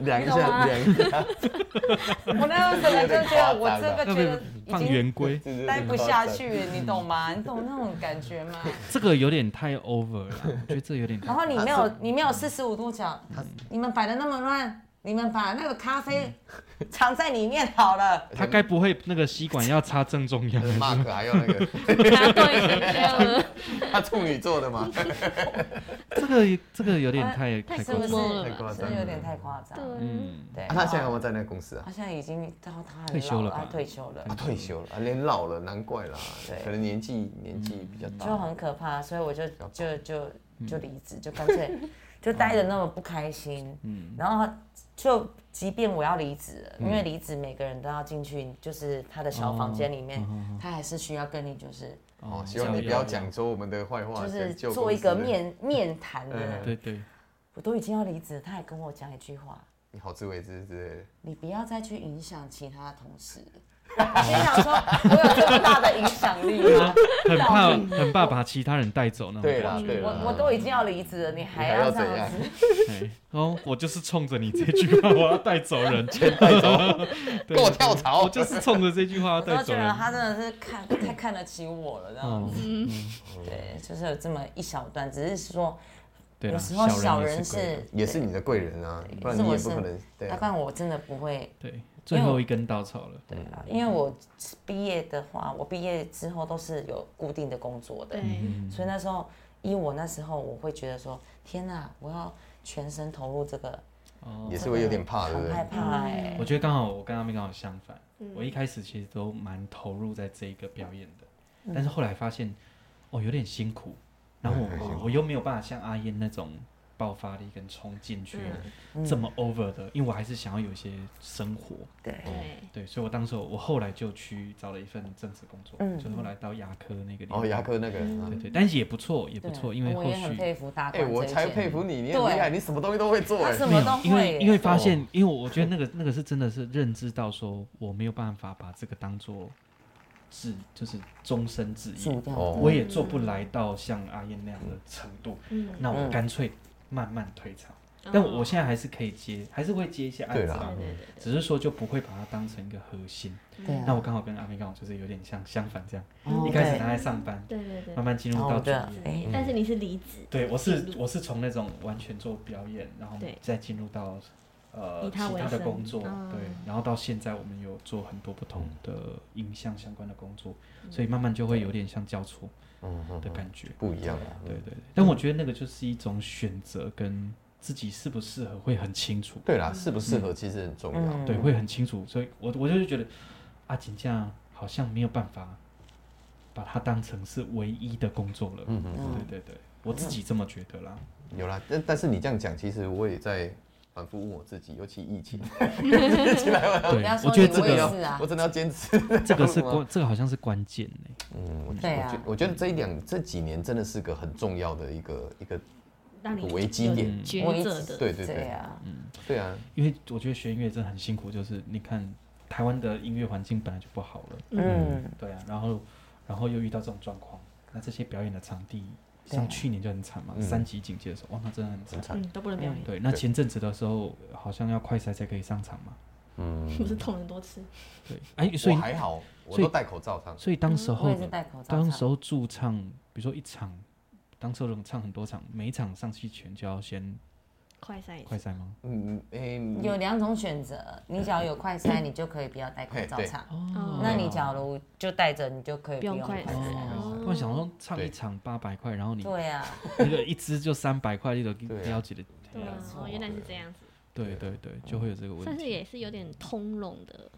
Speaker 3: 量一
Speaker 2: 你懂吗
Speaker 3: 哎下，量一 下，
Speaker 2: 我那时候就觉得我 这
Speaker 1: 要
Speaker 2: 个
Speaker 1: 不
Speaker 2: 觉
Speaker 1: 要
Speaker 2: 得已
Speaker 1: 放
Speaker 2: 经
Speaker 1: 圆规？
Speaker 3: 这是
Speaker 2: 待不下去，你懂吗？你懂那种感觉吗？
Speaker 1: 这个有点太 over 了，我觉得这有点太
Speaker 2: 然。后你没有你没有四十五度角，
Speaker 3: 嗯
Speaker 2: 你们摆的那么乱，你们把那个咖啡
Speaker 3: 嗯
Speaker 2: 藏在里面好 了。
Speaker 1: 他该不会那个吸管要插正中央？
Speaker 3: Mark 还有那个，
Speaker 4: 答对了，
Speaker 3: 他处女座的 嘛，
Speaker 1: 这个这个有点太
Speaker 4: 太
Speaker 1: 太
Speaker 2: 是
Speaker 1: 过
Speaker 2: 不
Speaker 1: 分
Speaker 2: 是
Speaker 1: 了。
Speaker 3: 太夸张了
Speaker 2: 是不是有点太夸张？
Speaker 1: 嗯
Speaker 4: 对，
Speaker 2: 对，
Speaker 3: 啊他现在有没有在那个公司啊？
Speaker 2: 他现在已经到他很
Speaker 1: 退休了
Speaker 2: 老
Speaker 1: 吧
Speaker 2: 他退休了
Speaker 3: 啊，，退休了，啊连老了，难怪啦
Speaker 2: 对，嗯
Speaker 3: 可能年纪年纪比较大，
Speaker 2: 就很可怕，所以我就就就
Speaker 3: 嗯
Speaker 2: 就离职，就干脆就待的那么不开心。
Speaker 3: 嗯
Speaker 2: 然后就即便我要离职了，因为离职每个人都要进去，就是他的小房间里
Speaker 1: 哦
Speaker 3: 嗯
Speaker 2: 面，他还是需要跟你就是
Speaker 3: 哦，希望你不要讲说我们的坏话，
Speaker 2: 就是
Speaker 3: 救
Speaker 2: 做
Speaker 3: 公
Speaker 2: 一个
Speaker 3: 司的，嗯
Speaker 2: 面面谈的。
Speaker 1: 啊对 对，
Speaker 2: 我都已经要离职，他还跟我讲一句话。
Speaker 3: 你好自为之之类的。
Speaker 2: 你不要再去影响其他同事。我心想说，我有这么大的影响力吗？
Speaker 1: 很怕很怕把其他人带走那种
Speaker 3: 对
Speaker 1: 感
Speaker 3: 啦，
Speaker 1: 觉。
Speaker 3: 对啊啦，
Speaker 2: 我我都已经要离职了，你还
Speaker 3: 还
Speaker 2: 要
Speaker 3: 要
Speaker 2: 这
Speaker 3: 怎
Speaker 2: 样
Speaker 3: 样
Speaker 2: 子？
Speaker 1: 哎哦，我就是冲着你这句话，我要带走人，
Speaker 3: 带走，
Speaker 1: 对
Speaker 3: 给我跳槽
Speaker 1: 我就是冲着这句话要
Speaker 2: 我都
Speaker 1: 带走
Speaker 2: 觉得
Speaker 1: 人。
Speaker 2: 他真的是看太看得起我了，这样嗯
Speaker 1: 哦
Speaker 2: 子。对，就是有这么一小段，只是说
Speaker 1: 对
Speaker 2: 有
Speaker 1: 啦，
Speaker 2: 时候小
Speaker 1: 人也
Speaker 2: 人
Speaker 1: 是贵啊人
Speaker 2: 是
Speaker 3: 也是你的贵人啊，不然
Speaker 2: 是
Speaker 3: 你
Speaker 2: 我
Speaker 3: 也
Speaker 2: 是
Speaker 3: 不可能对
Speaker 2: 要
Speaker 3: 啊
Speaker 2: 不。然我真的不会。
Speaker 1: 对，最后一根稻草了。
Speaker 2: 对啊，因为我毕业的话，我毕业之后都是有固定的工作的
Speaker 4: 对，，
Speaker 1: 嗯
Speaker 2: 所以那时候以我那时候，我会觉得说，天哪、我要全身投入这个，
Speaker 1: 哦
Speaker 3: 也，是会有点怕，对不
Speaker 2: 很
Speaker 3: 对
Speaker 2: 害？
Speaker 1: 嗯
Speaker 2: 怕哎、
Speaker 1: 我觉得刚好我跟他们刚好相反，
Speaker 2: 嗯
Speaker 1: 我一开始其实都蛮投入在这一个表演的，
Speaker 2: 嗯
Speaker 1: 但是后来发现哦有点辛
Speaker 3: 嗯
Speaker 1: 苦，然后我
Speaker 3: 哎
Speaker 1: 我我又没有办法像阿燕那种爆发力跟冲进去
Speaker 2: 嗯
Speaker 3: 嗯
Speaker 1: 这么 over 的，因为我还是想要有一些生活。
Speaker 2: 对，
Speaker 4: 对，
Speaker 1: 对，所以我当时我后来就去找了一份正职工作，
Speaker 2: 嗯
Speaker 1: 就是后来到牙科那个地方。
Speaker 3: 哦，牙科那个人啊
Speaker 1: 对，对，但是也不错，也不错，因为
Speaker 2: 我
Speaker 1: 后
Speaker 2: 也很
Speaker 1: 续
Speaker 2: 佩服大
Speaker 3: 哎，
Speaker 2: 官
Speaker 3: 我
Speaker 2: 这一
Speaker 3: 才
Speaker 2: 件
Speaker 3: 佩服你，你很
Speaker 2: 对
Speaker 3: 厉害，你什么东西都会做
Speaker 2: 他
Speaker 3: 哎
Speaker 2: 什。
Speaker 1: 没
Speaker 2: 么
Speaker 1: 有
Speaker 2: 都，
Speaker 1: 因
Speaker 2: 会
Speaker 1: 为
Speaker 2: 耶，
Speaker 1: 因为发现，因为我觉得那个那个是真的是认知到说我没有办法把这个当做志，就是终身志
Speaker 2: 主
Speaker 1: 业，
Speaker 2: 调
Speaker 3: 哦
Speaker 1: 我也做不来到像阿燕那样的程度，
Speaker 4: 嗯，
Speaker 1: 那我干脆慢慢退场。但我我现在还是可以接，还是会接一些案
Speaker 3: 对
Speaker 1: 子
Speaker 3: 啦
Speaker 1: 啊
Speaker 4: 哦对，对对
Speaker 1: 只是说就不会把它当成一个核心。
Speaker 2: 对
Speaker 1: 那
Speaker 2: 啊，
Speaker 1: 我刚好跟阿妹刚好就是有点像相反这样，
Speaker 2: 哦
Speaker 1: 一开始她在上班，
Speaker 4: 嗯对对对
Speaker 1: 慢慢进入
Speaker 2: 然后
Speaker 1: 到
Speaker 2: 我
Speaker 1: 主
Speaker 2: 觉得
Speaker 1: 业。
Speaker 2: 哎
Speaker 4: 对，但是你是离职，
Speaker 1: 对，我是我是从那种完全做表演，然后
Speaker 4: 对
Speaker 1: 再进入到呃
Speaker 4: 以
Speaker 1: 其
Speaker 4: 它为
Speaker 1: 他的
Speaker 4: 生
Speaker 1: 工作，
Speaker 4: 嗯
Speaker 1: 对，然后到现在我们有做很多不同的影像相关的工作，
Speaker 4: 嗯
Speaker 1: 所以慢慢就会有点像交错
Speaker 3: 嗯嗯，
Speaker 1: 的感觉。
Speaker 3: 不一样啊。
Speaker 1: 对对对，但我觉得那个就是一种选择，跟自己适不适合会很清楚，
Speaker 3: 对啦，适不适合其实很重要。
Speaker 2: 嗯
Speaker 1: 对，会很清楚。所以我我就是觉得啊，景这样好像没有办法把它当成是唯一的工作了。
Speaker 3: 嗯嗯，
Speaker 1: 对对对，我自己这么觉得啦。
Speaker 3: 有啦，但但是你这样讲，其实我也在反复问我自己，尤其疫情，
Speaker 1: 对
Speaker 2: 不要，
Speaker 1: 我
Speaker 2: 说
Speaker 1: 觉
Speaker 2: 你
Speaker 1: 得这
Speaker 2: 我也
Speaker 1: 个
Speaker 2: 是啊
Speaker 3: 我，真的要坚持。
Speaker 1: 这 个是关，这个好像是关键欸呢、
Speaker 3: 嗯，我觉
Speaker 2: 对
Speaker 3: 我
Speaker 2: 啊
Speaker 3: 觉我觉得这一两这几年真的是个很重要的一个一个，
Speaker 4: 让你
Speaker 3: 危机点
Speaker 4: 有抉
Speaker 2: 危
Speaker 4: 择
Speaker 2: 机
Speaker 4: 的，
Speaker 3: 对对
Speaker 2: 对
Speaker 3: 对
Speaker 2: 啊，
Speaker 3: 对啊，
Speaker 1: 因为我觉得学音乐真的很辛苦，就是你看台湾的音乐环境本来就不好了，
Speaker 2: 嗯，
Speaker 1: 对啊，然后然后又遇到这种状况，那这些表演的场地，
Speaker 2: 对
Speaker 1: 像去年就很惨嘛，
Speaker 3: 嗯
Speaker 1: 三级警戒的时候，哇，那真的很惨。
Speaker 4: 嗯，都不能表演，
Speaker 1: 对，那前阵子的时候好像要快筛才可以上场嘛，
Speaker 3: 嗯，
Speaker 4: 不是捅人多次，
Speaker 1: 对，哎，所
Speaker 3: 我
Speaker 1: 以
Speaker 3: 还好，我
Speaker 1: 所以
Speaker 3: 都戴口罩唱。
Speaker 1: 所以当时
Speaker 2: 嗯我
Speaker 1: 候
Speaker 2: 也是戴口罩唱，
Speaker 1: 当时候驻唱，比如说一场，当时候唱很多场，每一场上去前就要先
Speaker 4: 快塞一次
Speaker 1: 快筛吗？
Speaker 3: 嗯，诶，
Speaker 2: 有两种选择，你只要有快筛，你就可以不要戴口罩
Speaker 3: 嘿对
Speaker 2: 唱；
Speaker 4: 哦
Speaker 2: 那你假如就戴着，你就可
Speaker 4: 不
Speaker 2: 以不用
Speaker 4: 用
Speaker 2: 快
Speaker 4: 快
Speaker 2: 筛。
Speaker 1: 哦
Speaker 4: 哦，
Speaker 1: 不然想说唱一
Speaker 3: 对
Speaker 1: 场八百块，然后你
Speaker 2: 对啊，
Speaker 1: 那个一支就三百块，你都
Speaker 3: 对啊啊
Speaker 1: 了解的。
Speaker 4: 对啊，哦，原来是这样子，
Speaker 1: 对对对，就会有这个问
Speaker 4: 算是
Speaker 1: 题。
Speaker 4: 也是有点通融的，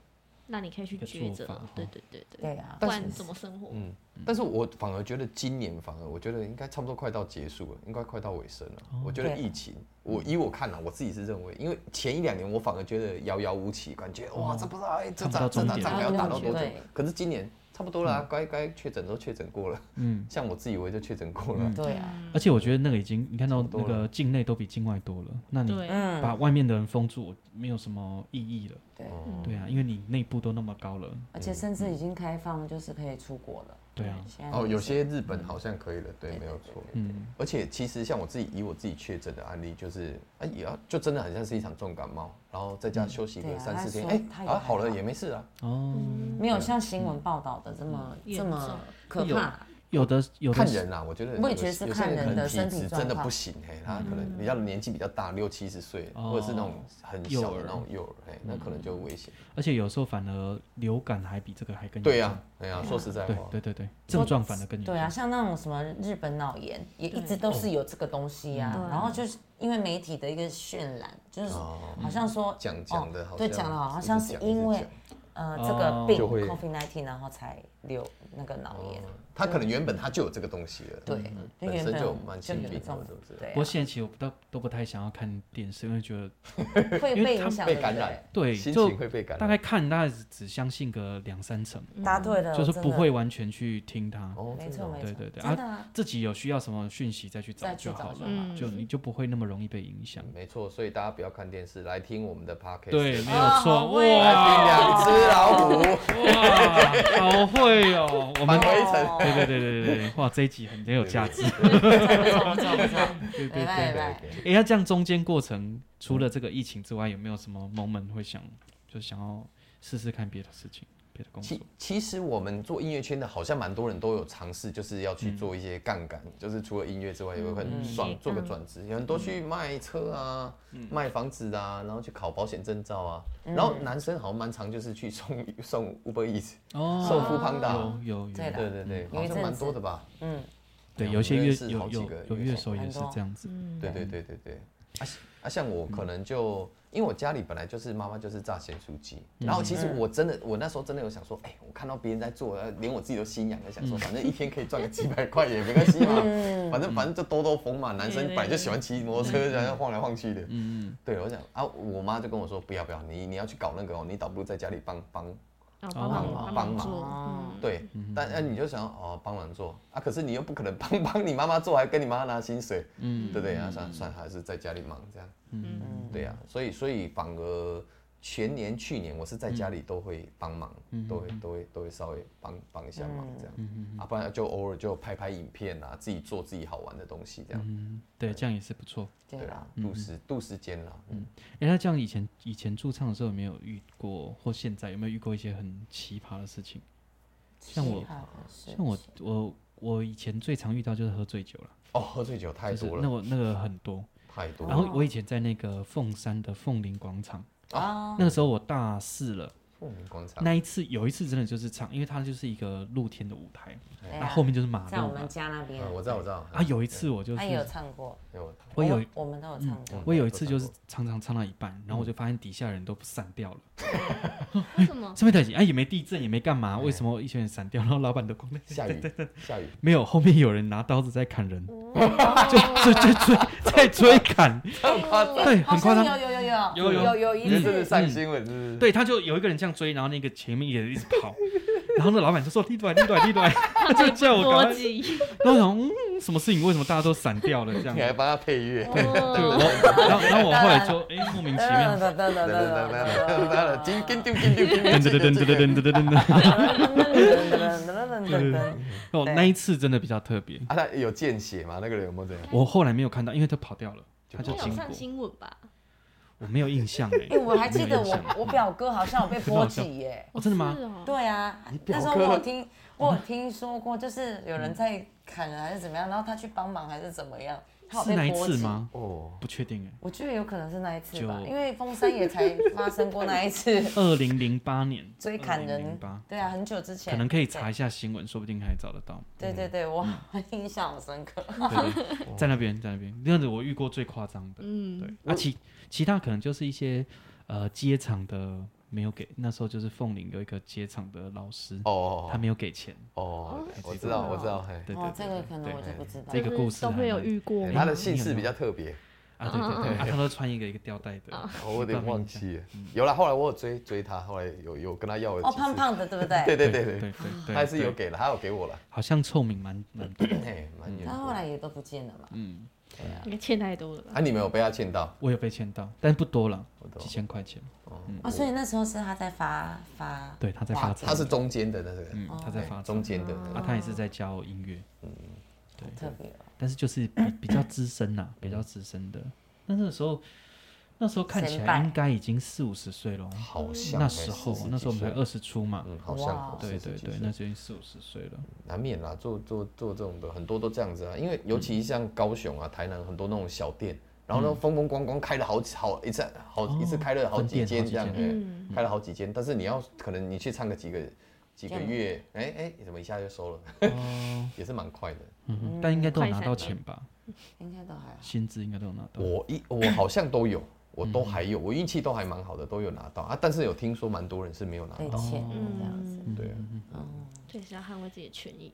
Speaker 4: 让你可以去
Speaker 1: 一个
Speaker 4: 抉
Speaker 1: 做法
Speaker 4: 择，对对对对，
Speaker 2: 对啊，
Speaker 4: 不然怎么生活？
Speaker 3: 嗯，但是我反而觉得今年反而我觉得应该差不多快到结束了，应该快到尾声了。我觉得疫情，我以我看啊，我自己是认为，因为前一两年我反而觉得遥遥无期，感觉哇，这不知道哎，这
Speaker 1: 看不到
Speaker 3: 仗这
Speaker 1: 终
Speaker 3: 仗
Speaker 1: 点
Speaker 3: 仗还要打到多久
Speaker 2: 对？
Speaker 3: 可是今年差不多啦，该该确诊都确诊过了，
Speaker 1: 嗯，
Speaker 3: 像我自己我就确诊过了。
Speaker 2: 对
Speaker 4: 嗯
Speaker 2: 啊，
Speaker 1: 而且我觉得那个已经，你看到
Speaker 3: 多嗯
Speaker 1: 那个境内都比境外多了，那你
Speaker 4: 对，
Speaker 2: 嗯
Speaker 1: 把外面的人封住，没有什么意义了。
Speaker 2: 对，
Speaker 3: 哦
Speaker 1: 对啊，因为你内部都那么高了。
Speaker 2: 而且甚至已经开放，就是可以出国了。
Speaker 1: 对啊
Speaker 2: 现在
Speaker 3: 哦，有些日本好像可以了，对，没有错。
Speaker 1: 嗯，
Speaker 3: 而且其实像我自己以我自己确诊的案例，就是啊也要就真的很像是一场重感冒，然后在家休息
Speaker 2: 对
Speaker 3: 个
Speaker 2: 啊
Speaker 3: 三
Speaker 2: 他
Speaker 3: 四天，
Speaker 2: 说
Speaker 3: 哎、
Speaker 2: 他也
Speaker 3: 啊
Speaker 2: 还
Speaker 3: 好了
Speaker 2: 好
Speaker 3: 也没事啊。
Speaker 1: 哦，
Speaker 2: 没
Speaker 3: 嗯
Speaker 2: 有像新闻报道的这么
Speaker 4: 嗯
Speaker 2: 这
Speaker 4: 严重
Speaker 2: 么可怕。
Speaker 1: 有的有的
Speaker 3: 看人啊啦，我觉得
Speaker 2: 我也觉得
Speaker 3: 有
Speaker 2: 是
Speaker 3: 有些
Speaker 2: 看人
Speaker 3: 可能
Speaker 2: 的身
Speaker 3: 体
Speaker 2: 体
Speaker 3: 质
Speaker 2: 状
Speaker 3: 真的
Speaker 2: 况
Speaker 3: 不行，嘿，他可能比较年纪比较大，六七十岁，
Speaker 1: 嗯哦
Speaker 3: 或者是那种很
Speaker 1: 幼
Speaker 3: 小的
Speaker 1: 儿
Speaker 3: 那种幼儿，嘿，那可能就危险。
Speaker 1: 而且有时候反而流感还比这个还更严
Speaker 3: 对呀
Speaker 1: 重，
Speaker 3: 哎呀，说实在
Speaker 1: 嗯对
Speaker 3: 话，
Speaker 1: 对对对，症状反而更严重。
Speaker 2: 对啊，像那种什么日本脑炎，也一直都
Speaker 1: 哦
Speaker 2: 是有这个东西啊。然后就是因为媒体的一个渲染，就是
Speaker 1: 哦
Speaker 2: 好像说
Speaker 3: 讲
Speaker 2: 哦
Speaker 3: 讲的好像
Speaker 2: 对讲的好像
Speaker 3: 一直
Speaker 2: 是
Speaker 3: 讲一直
Speaker 2: 因为
Speaker 3: 讲
Speaker 2: 呃
Speaker 1: 哦
Speaker 2: 这个病
Speaker 3: 就会
Speaker 2: COVID 19，然后才流那个脑
Speaker 1: 哦
Speaker 2: 炎。
Speaker 3: 哦他可能原本他就有这个东西了，
Speaker 2: 哦对
Speaker 3: 嗯，
Speaker 2: 就
Speaker 3: 本
Speaker 2: 原
Speaker 3: 身
Speaker 2: 本
Speaker 3: 就有慢
Speaker 2: 就
Speaker 3: 性
Speaker 2: 有
Speaker 3: 病
Speaker 2: 这
Speaker 3: 了，
Speaker 2: 种
Speaker 3: 是不是？
Speaker 4: 啊
Speaker 2: 对
Speaker 1: 不过现在其实我都都不太想要看电视，因为觉得
Speaker 2: 啊，会被影响，
Speaker 3: 被
Speaker 2: 对不
Speaker 3: 感
Speaker 2: 对
Speaker 3: 染，
Speaker 1: 对
Speaker 3: 心
Speaker 1: 就
Speaker 3: 情会被感
Speaker 1: 大
Speaker 3: 染。
Speaker 1: 概看大概只只相信个两三成，
Speaker 2: 答
Speaker 4: 嗯
Speaker 2: 对了，
Speaker 1: 就是
Speaker 2: 真
Speaker 1: 不
Speaker 2: 的
Speaker 1: 会，完全去听它。
Speaker 3: 哦
Speaker 2: 没错没错，
Speaker 1: 对对对
Speaker 2: 真的啊，
Speaker 1: 自己有需要什么讯息再去找嗯
Speaker 2: 再去
Speaker 1: 就好
Speaker 2: 找
Speaker 1: 了，
Speaker 4: 好
Speaker 2: 就
Speaker 3: 嗯
Speaker 1: 就你就不会那么容易被影响。
Speaker 3: 没错，所以大家不要看电视，来听我们的 podcast。
Speaker 1: 对，没有
Speaker 2: 啊好啊
Speaker 1: 错，
Speaker 2: 会
Speaker 1: 哇
Speaker 3: 来两只老虎，
Speaker 1: 哇，好会哦！我们
Speaker 3: 返回城。
Speaker 1: 对对对对对对，哇，这一集很很有价值。
Speaker 2: 不错不错不错，
Speaker 1: 对对
Speaker 2: 拜
Speaker 1: 对，
Speaker 2: 拜
Speaker 1: 哎，
Speaker 2: 拜。
Speaker 1: 那这样中间过程，除了这个疫情之外，有没有什么 moment 会想就想要试试看别的事情？比别的工作
Speaker 3: 其？其实我们做音乐圈的，好像蛮多人都有尝试，就是要去做一些杠杆，就是除了音乐之外，有很爽
Speaker 4: 嗯
Speaker 3: 做个转职，有人都去卖车啊、
Speaker 1: 嗯
Speaker 3: 卖房子啊，然后去考保险证照啊。
Speaker 2: 嗯
Speaker 3: 然后男生好像蛮常就是去送送 Uber Eats，
Speaker 1: 哦
Speaker 3: 受富胖达
Speaker 1: 有有
Speaker 2: 对
Speaker 1: 有，
Speaker 2: 啦
Speaker 3: 对对对，
Speaker 2: 嗯
Speaker 3: 好像蛮多的吧？
Speaker 2: 嗯，
Speaker 1: 对，
Speaker 3: 我
Speaker 1: 有些
Speaker 3: 认
Speaker 1: 乐
Speaker 3: 识
Speaker 1: 有
Speaker 3: 好几
Speaker 1: 有
Speaker 3: 个
Speaker 1: 有
Speaker 3: 乐
Speaker 1: 乐
Speaker 3: 手
Speaker 1: 手也
Speaker 2: 很
Speaker 1: 是
Speaker 2: 多
Speaker 1: 这样子，
Speaker 4: 嗯，
Speaker 3: 对对对对对。啊啊，像我可能就、因为我家里本来就是妈妈就是炸咸酥鸡，然后其实我真的我那时候真的有想说，哎、我看到别人在做，呃连我自己都心痒的，想说反正一天可以赚个几百块也没关系嘛，反正反正就兜兜风嘛，男生本来就喜欢骑摩托车，然后晃来晃去的。
Speaker 1: 嗯
Speaker 3: 对，我想啊，我妈就跟我说不要不要，你你要去搞那个哦，你倒不如在家里帮帮
Speaker 4: 哦，帮忙
Speaker 3: 帮忙
Speaker 4: 帮
Speaker 3: 帮
Speaker 4: 忙
Speaker 3: 忙
Speaker 4: 做，
Speaker 2: 哦
Speaker 4: 嗯，
Speaker 3: 对，但那、你就想哦，帮忙做啊，可是你又不可能帮 帮你妈妈做，还跟你妈妈拿薪水，
Speaker 1: 嗯
Speaker 3: 对不对？然后算算还是在家里忙这样，
Speaker 1: 嗯
Speaker 2: 嗯
Speaker 3: 对呀、所以所以反而全年去年我是在家
Speaker 1: 嗯
Speaker 3: 里都会帮忙，都会都会都会稍微帮帮一下忙这
Speaker 1: 嗯
Speaker 3: 样，啊，不然就偶尔就拍拍影片啊，自己做自己好玩的东西这样，啊
Speaker 1: 嗯，啊对，这样也是不错。
Speaker 2: 对啦，
Speaker 1: 嗯
Speaker 3: 度时度时间啦，嗯，
Speaker 1: 哎，那这样以前以前驻唱的时候有没有遇过，或现在有没有遇过一些很奇葩的事情？像我
Speaker 2: 其他的事
Speaker 1: 像我我我以前最常遇到就是喝醉酒了，
Speaker 3: 哦，喝醉酒太
Speaker 1: 就是
Speaker 3: 多
Speaker 1: 那
Speaker 3: 了，
Speaker 1: 我那个很多。
Speaker 3: 太多
Speaker 1: 然
Speaker 3: 了，
Speaker 1: 后我以前在那个凤山的凤林广场，
Speaker 2: 啊，
Speaker 1: 那个时候我大四了，
Speaker 3: 凤鸣广场，
Speaker 1: 那一次有一次真的就是唱，因为它就是一个露天的舞台，
Speaker 2: 哎
Speaker 1: 那
Speaker 2: 呀
Speaker 1: 后面就是马
Speaker 2: 在我
Speaker 1: 路嘛
Speaker 2: 们。家那边
Speaker 3: 嗯，我知道我知道
Speaker 1: 啊，有一次我就
Speaker 2: 他也有
Speaker 1: 是
Speaker 2: 唱过，
Speaker 3: 有
Speaker 1: 我有
Speaker 2: 我们都有唱过，
Speaker 1: 我有一次就是常常唱到一半，然后我就发现底下人都散掉了，
Speaker 4: 嗯
Speaker 1: 哦
Speaker 4: 为 什么？
Speaker 1: 上面的人哎也没地震也没干嘛，为什么一群人散掉？然后老板都光在
Speaker 3: 下雨下雨，
Speaker 1: 没有，后面有人拿刀子在砍人， 就追追追在追砍，对，
Speaker 2: 好
Speaker 1: 很夸
Speaker 2: 像
Speaker 1: 张。
Speaker 2: 有有有有
Speaker 1: 有有
Speaker 2: 有有
Speaker 3: 你这
Speaker 2: 一
Speaker 3: 真
Speaker 1: 嗯
Speaker 3: 的
Speaker 2: 次，
Speaker 3: 上新闻是不是？
Speaker 1: 对，他就有一个人这样追，然后那个前面也一直跑， 然后那老板就说立短立短立短， 他就叫我赶
Speaker 4: 逻
Speaker 1: 快。
Speaker 4: 辑，
Speaker 1: 然后我想，嗯，什么事情？为什么大家都散掉了这样
Speaker 3: 你
Speaker 1: 子？
Speaker 3: 还帮他配乐，
Speaker 1: 对
Speaker 4: 哦
Speaker 1: 我，然后然后我后来就哎莫名其妙，
Speaker 2: 噔噔噔噔噔
Speaker 3: 金金丢金丢金
Speaker 1: 噔噔
Speaker 3: 丢
Speaker 1: 噔噔噔噔噔噔噔。
Speaker 2: 噔噔噔，
Speaker 1: 哦，那一次真的比较特别，
Speaker 3: 啊，他有见血吗？那个人有没有这样？
Speaker 1: 我后来没有看到，因为他跑掉了，他就经
Speaker 4: 应该有
Speaker 1: 过
Speaker 4: 上，新闻吧？
Speaker 1: 我没有印象哎
Speaker 2: 哎、。我还记得
Speaker 1: 没有印象
Speaker 2: 我我表哥好像有被波及耶。
Speaker 1: 哦真的吗
Speaker 4: 是哦
Speaker 2: 对啊，
Speaker 3: 表
Speaker 2: 那
Speaker 3: 哥
Speaker 2: 时候我有听我有听说过，就是有人在砍人还是怎么样，然后他去帮忙还是怎么样，他有
Speaker 1: 是那
Speaker 2: 被
Speaker 1: 一
Speaker 2: 波
Speaker 1: 次
Speaker 2: 及？
Speaker 1: 吗？
Speaker 3: 哦，
Speaker 1: 不确定哎。
Speaker 2: 我觉得有可能是那一次吧，
Speaker 1: 就
Speaker 2: 因为峰山也才发生过那一次
Speaker 1: 二零零八年
Speaker 2: 追砍人
Speaker 1: 2008，
Speaker 2: 对啊，很久之前，
Speaker 1: 可能可以查一下新闻，说不定还找得到。
Speaker 2: 对。对对对，我印象很深刻。
Speaker 1: 对，在那边，在那边，这样子我遇过最夸张的。对
Speaker 4: 嗯，，
Speaker 1: 那其其他可能就是一些呃街场的没有给，那时候就是凤林有一个街场的老师，他
Speaker 3: 哦
Speaker 1: 没有给钱。
Speaker 3: 哦，我知道我知道，嘿，
Speaker 1: 对对
Speaker 2: 哦，这个
Speaker 1: 对
Speaker 2: 可能
Speaker 1: 对
Speaker 2: 我就不知道
Speaker 1: 这。个故事
Speaker 4: 都会有遇过
Speaker 3: 他
Speaker 4: 吗？
Speaker 3: 的姓氏比较特别，哦
Speaker 1: 啊，对对 对，啊他都穿一个一个吊带的，
Speaker 3: 我有点忘记了。有了，后来我有追追他，后来有有跟他要了
Speaker 2: 哦，胖，胖的，对不对？
Speaker 3: 对对对
Speaker 1: 对
Speaker 3: 对，
Speaker 1: 对对，
Speaker 3: 他还是有
Speaker 1: 对，
Speaker 3: 给了，他有给 我了，
Speaker 1: 好像臭名蛮蛮多。
Speaker 3: 嘿，蛮远
Speaker 2: 他。后来也都不见了嘛。
Speaker 1: 嗯，
Speaker 4: 应该欠太多了吧？
Speaker 3: 啊，你没有被他欠到？
Speaker 1: 我有被签到，但不多了
Speaker 3: 不，多
Speaker 1: 几千块钱。
Speaker 2: 哦，所以那时候是他在发发，
Speaker 1: 对，他在发
Speaker 3: 他
Speaker 1: 展，
Speaker 3: 他是中间的那个，
Speaker 4: 哦
Speaker 1: 嗯，他在发展
Speaker 3: 中，间的，
Speaker 1: 啊，他也是在教音乐。
Speaker 2: 特别哦
Speaker 1: 但是就是 比比较资深呐、比较资深的。那那个时候，那时候看起
Speaker 2: 前
Speaker 1: 来
Speaker 2: 辈
Speaker 1: 应该已经四五十岁了哦。
Speaker 4: 嗯
Speaker 3: 好像哎
Speaker 1: 那时候，那时候我们才二十出嘛。
Speaker 3: 嗯，好像
Speaker 1: 对对对，那就已经四五十岁 了。
Speaker 3: 难免啦，做做做这种的很多都这样子啊，因为尤其像高雄啊、台南很多那种小店，然后呢风风光光开了好好一次好一次开了哦好几间这样，哎开了好几间，但是你要可能你去唱个几个几个
Speaker 4: 啊
Speaker 3: 月，哎哎，怎么一下就收了，
Speaker 1: 哦，
Speaker 3: 也是蛮快的。
Speaker 1: 嗯但应该都有
Speaker 4: 快
Speaker 1: 拿
Speaker 4: 闪
Speaker 1: 到
Speaker 4: 了
Speaker 1: 钱吧？
Speaker 4: 嗯
Speaker 2: 应该都还好。
Speaker 1: 薪资应该都有拿到。嗯
Speaker 3: 我一我好像都有，我都还有，我运气都还蛮好的，都有拿到啊，但是有听说蛮多人是没有拿
Speaker 2: 被
Speaker 1: 哦
Speaker 3: 到，
Speaker 2: 欠这样子。
Speaker 4: 嗯，
Speaker 3: 对啊，
Speaker 4: 确实要捍卫自己的权益，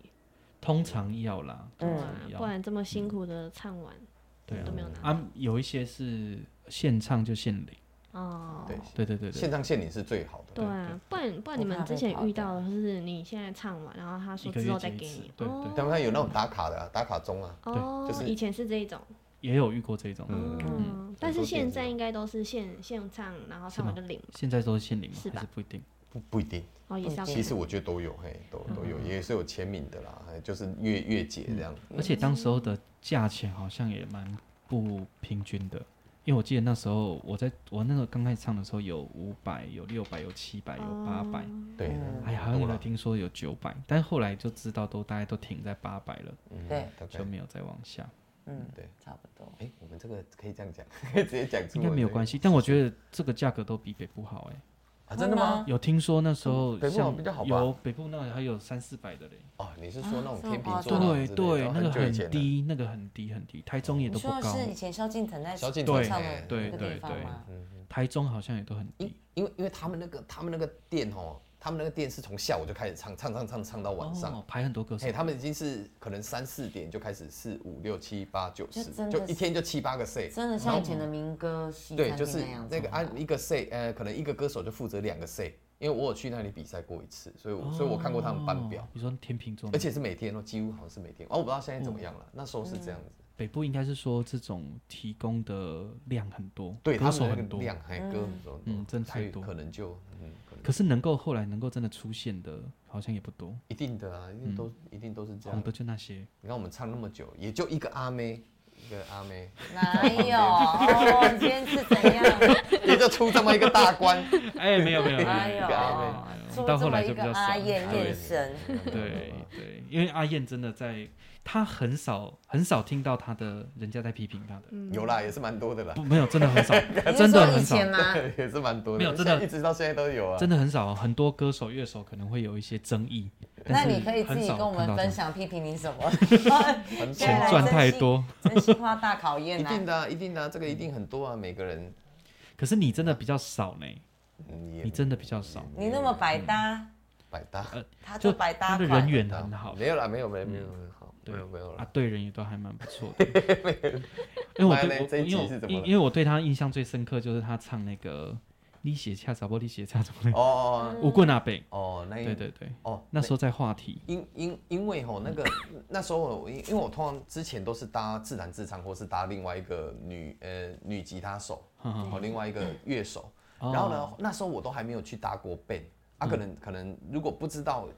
Speaker 1: 通常要啦，通
Speaker 4: 对啊
Speaker 1: 常
Speaker 4: 不
Speaker 1: 要。
Speaker 4: 然这么辛苦的唱完，
Speaker 1: 嗯对
Speaker 4: 都没有拿
Speaker 1: 啊，有一些是现唱就现领。
Speaker 4: 哦，
Speaker 3: 对，
Speaker 1: 对对对
Speaker 3: 现
Speaker 1: 对，
Speaker 3: 场现领是最好的。
Speaker 4: 对啊，不然不然你们之前遇到的，就是你现在唱完，然后他
Speaker 1: 一
Speaker 4: 说
Speaker 1: 个
Speaker 4: 之
Speaker 1: 月
Speaker 4: 后再
Speaker 1: 结一
Speaker 4: 给
Speaker 1: 次
Speaker 4: 你，。
Speaker 1: 对
Speaker 4: 哦
Speaker 1: 对，
Speaker 3: 他们有那种打卡的啊打卡钟啊，
Speaker 4: 哦，
Speaker 3: 就是
Speaker 4: 以前是这一种，
Speaker 1: 也有遇过这种。
Speaker 4: 嗯，但是现在应该都是现现唱，然后唱完就领，
Speaker 1: 现在都是现领吗？
Speaker 4: 是吧
Speaker 1: 还是不一定？
Speaker 3: 不不一定。
Speaker 4: 哦，也是要给
Speaker 3: 其实我觉得都有，嘿，都都有，也是有签名的啦，嘿就是月月姐这样。
Speaker 1: 而且当时候的价钱好像也蛮不平均的，因为我记得那时候我在我那时候刚开始唱的时候有五百、有六百、有七百、有八百，
Speaker 2: 哦
Speaker 4: 哦
Speaker 3: 对，嗯
Speaker 1: 哎呀，还有听说有九百，但后来就知道都大概都停在八百了，
Speaker 3: 嗯
Speaker 2: 对，
Speaker 3: 大概
Speaker 1: 就，没有再往下，
Speaker 2: 嗯，
Speaker 3: 对，
Speaker 2: 差不多。
Speaker 3: 哎，我们这个可以这样讲， 可以直接讲出
Speaker 1: 应
Speaker 3: 来，
Speaker 1: 该没有关
Speaker 3: 系
Speaker 1: 系。但我觉得这个价格都比北部好哎、
Speaker 3: 啊，真的
Speaker 2: 哦
Speaker 3: 吗？
Speaker 1: 有听说那时候
Speaker 3: 嗯北部
Speaker 1: 像
Speaker 3: 比较好吧
Speaker 1: 有北部那还有三四百的嘞，
Speaker 3: 哦，你是说那种
Speaker 2: 啊这么
Speaker 3: 天秤
Speaker 2: 夸
Speaker 3: 座
Speaker 2: 张
Speaker 3: 那种
Speaker 1: 对
Speaker 3: 之类的
Speaker 1: 对，那个
Speaker 3: 哦久以
Speaker 1: 很
Speaker 3: 前的，
Speaker 1: 低，那个很低很低，台中也
Speaker 2: 你
Speaker 1: 都不
Speaker 2: 说的
Speaker 1: 高
Speaker 2: 是，以前萧敬腾在
Speaker 3: 萧敬
Speaker 1: 腾
Speaker 2: 唱
Speaker 3: 哎
Speaker 2: 的
Speaker 1: 对
Speaker 2: 那个地
Speaker 1: 对
Speaker 2: 方
Speaker 1: 对
Speaker 2: 吗？嗯
Speaker 1: 台中好像也都很低
Speaker 3: 因。因为因为他们那个他们那个店哦，他们那个店是从下午就开始唱，唱唱唱唱到晚上。
Speaker 1: 哦、排很多歌手
Speaker 3: 哎，，他们已经是可能三四点就开始，四五六七八九
Speaker 2: 就
Speaker 3: 十，
Speaker 2: 真的
Speaker 3: 就一
Speaker 2: 是
Speaker 3: 天就七八个 set，
Speaker 2: 真的像以前的民歌西
Speaker 3: 对，
Speaker 2: 餐
Speaker 3: 就
Speaker 2: 厅
Speaker 3: 是
Speaker 2: 那样子
Speaker 3: 那个
Speaker 2: 吗
Speaker 3: 按一个 set，呃，可能一个歌手就负责两个 set，因为我有去那里比赛过一次，所以我、所以我看过他们班表
Speaker 1: 哦，。你说天秤座吗，
Speaker 3: 而且是每天哦，几乎好像是每天哦，我不知道现在怎么样了。那时候是这样
Speaker 2: 嗯
Speaker 3: 子，
Speaker 1: 北部应该是说这种提供的量很多，
Speaker 3: 对
Speaker 1: 歌
Speaker 3: 他
Speaker 1: 手
Speaker 3: 们那
Speaker 1: 很
Speaker 3: 个
Speaker 1: 多，
Speaker 3: 量还歌很多，
Speaker 1: 嗯真
Speaker 3: 所以
Speaker 1: 太多
Speaker 3: 可能就嗯，可能
Speaker 1: 可是能够后来能够真的出现的，好像也不多，
Speaker 3: 一定的啊，一定都一定都是这样
Speaker 1: 红。嗯的就那些。
Speaker 3: 你看我们唱那么久，也就一个阿妹，一个阿妹，
Speaker 2: 哪有？哦，你今天是怎 样？
Speaker 3: 也就出这么一个大 关。
Speaker 1: 哎，没有没有，没有
Speaker 2: 哎
Speaker 1: 没有
Speaker 2: 呦
Speaker 3: 个阿妹
Speaker 1: 嗯，
Speaker 2: 做
Speaker 1: 到
Speaker 2: 这
Speaker 1: 后
Speaker 2: 么
Speaker 1: 来就
Speaker 2: 一
Speaker 1: 比
Speaker 2: 个
Speaker 1: 较少
Speaker 2: 阿燕
Speaker 3: 哎对
Speaker 2: 眼神，
Speaker 1: 对 对，因为阿燕真的在，她很少很少听到她的人家在批评她的，
Speaker 4: 嗯
Speaker 3: 有啦，也是蛮多的啦，
Speaker 1: 不没有真的很少
Speaker 2: 你，是
Speaker 1: 真
Speaker 2: 说
Speaker 1: 的
Speaker 2: 以
Speaker 1: 很少，
Speaker 2: 前吗？
Speaker 3: 也是蛮多的。
Speaker 1: 没有真的
Speaker 3: 现在一直到现在都有啊。
Speaker 1: 真的很少，哦很多歌手乐手可能会有一些争议，
Speaker 2: 那
Speaker 1: 但是
Speaker 2: 你可以自
Speaker 1: 很
Speaker 2: 己
Speaker 1: 少
Speaker 2: 跟我
Speaker 1: 看
Speaker 2: 们
Speaker 1: 到
Speaker 2: 分
Speaker 1: 她
Speaker 2: 享批评你 什么？
Speaker 3: 很
Speaker 2: 现在
Speaker 1: 钱
Speaker 2: 来
Speaker 1: 赚
Speaker 2: 真
Speaker 1: 太
Speaker 2: 心
Speaker 1: 多。
Speaker 2: 真心话大考验
Speaker 3: 一
Speaker 2: 呐、啊
Speaker 3: 定！的啊，一定的啊，这个一定很多啊，每个人。
Speaker 1: 可是你真的比较少呢，
Speaker 3: 嗯也
Speaker 1: 你真的比较少。
Speaker 2: 你那么百搭，
Speaker 3: 百搭，
Speaker 2: 他
Speaker 1: 就
Speaker 2: 就百搭
Speaker 1: 他的
Speaker 2: 款。
Speaker 1: 人缘很好，
Speaker 3: 没有啦，没有没有没有很好，没
Speaker 1: 对
Speaker 3: 有没有
Speaker 1: 啊
Speaker 3: 啦。，
Speaker 1: 对人也都还蛮不错 的。因为我
Speaker 3: 妈嘞
Speaker 1: 对我
Speaker 3: 这一集
Speaker 1: 因为
Speaker 3: 是
Speaker 1: 我
Speaker 3: 怎么
Speaker 1: 因
Speaker 3: 了
Speaker 1: 因为我对他印象最深刻就是他唱那个“你写恰啥不你写恰什么
Speaker 3: 哦哦”
Speaker 1: 吴棍阿北，
Speaker 3: 哦哦，那一
Speaker 1: 对对对，
Speaker 3: 哦
Speaker 1: 那时候在话题，
Speaker 3: 因因因为吼那个那时候我因因为我通常之前都是搭自弹自唱，或是搭另外一个女呃女吉他手，
Speaker 1: 哈哈
Speaker 3: 哦另外一个乐手，
Speaker 1: 哦嗯
Speaker 3: 然后呢那时候我都还没有去搭过 band，啊可能可能如果不知道。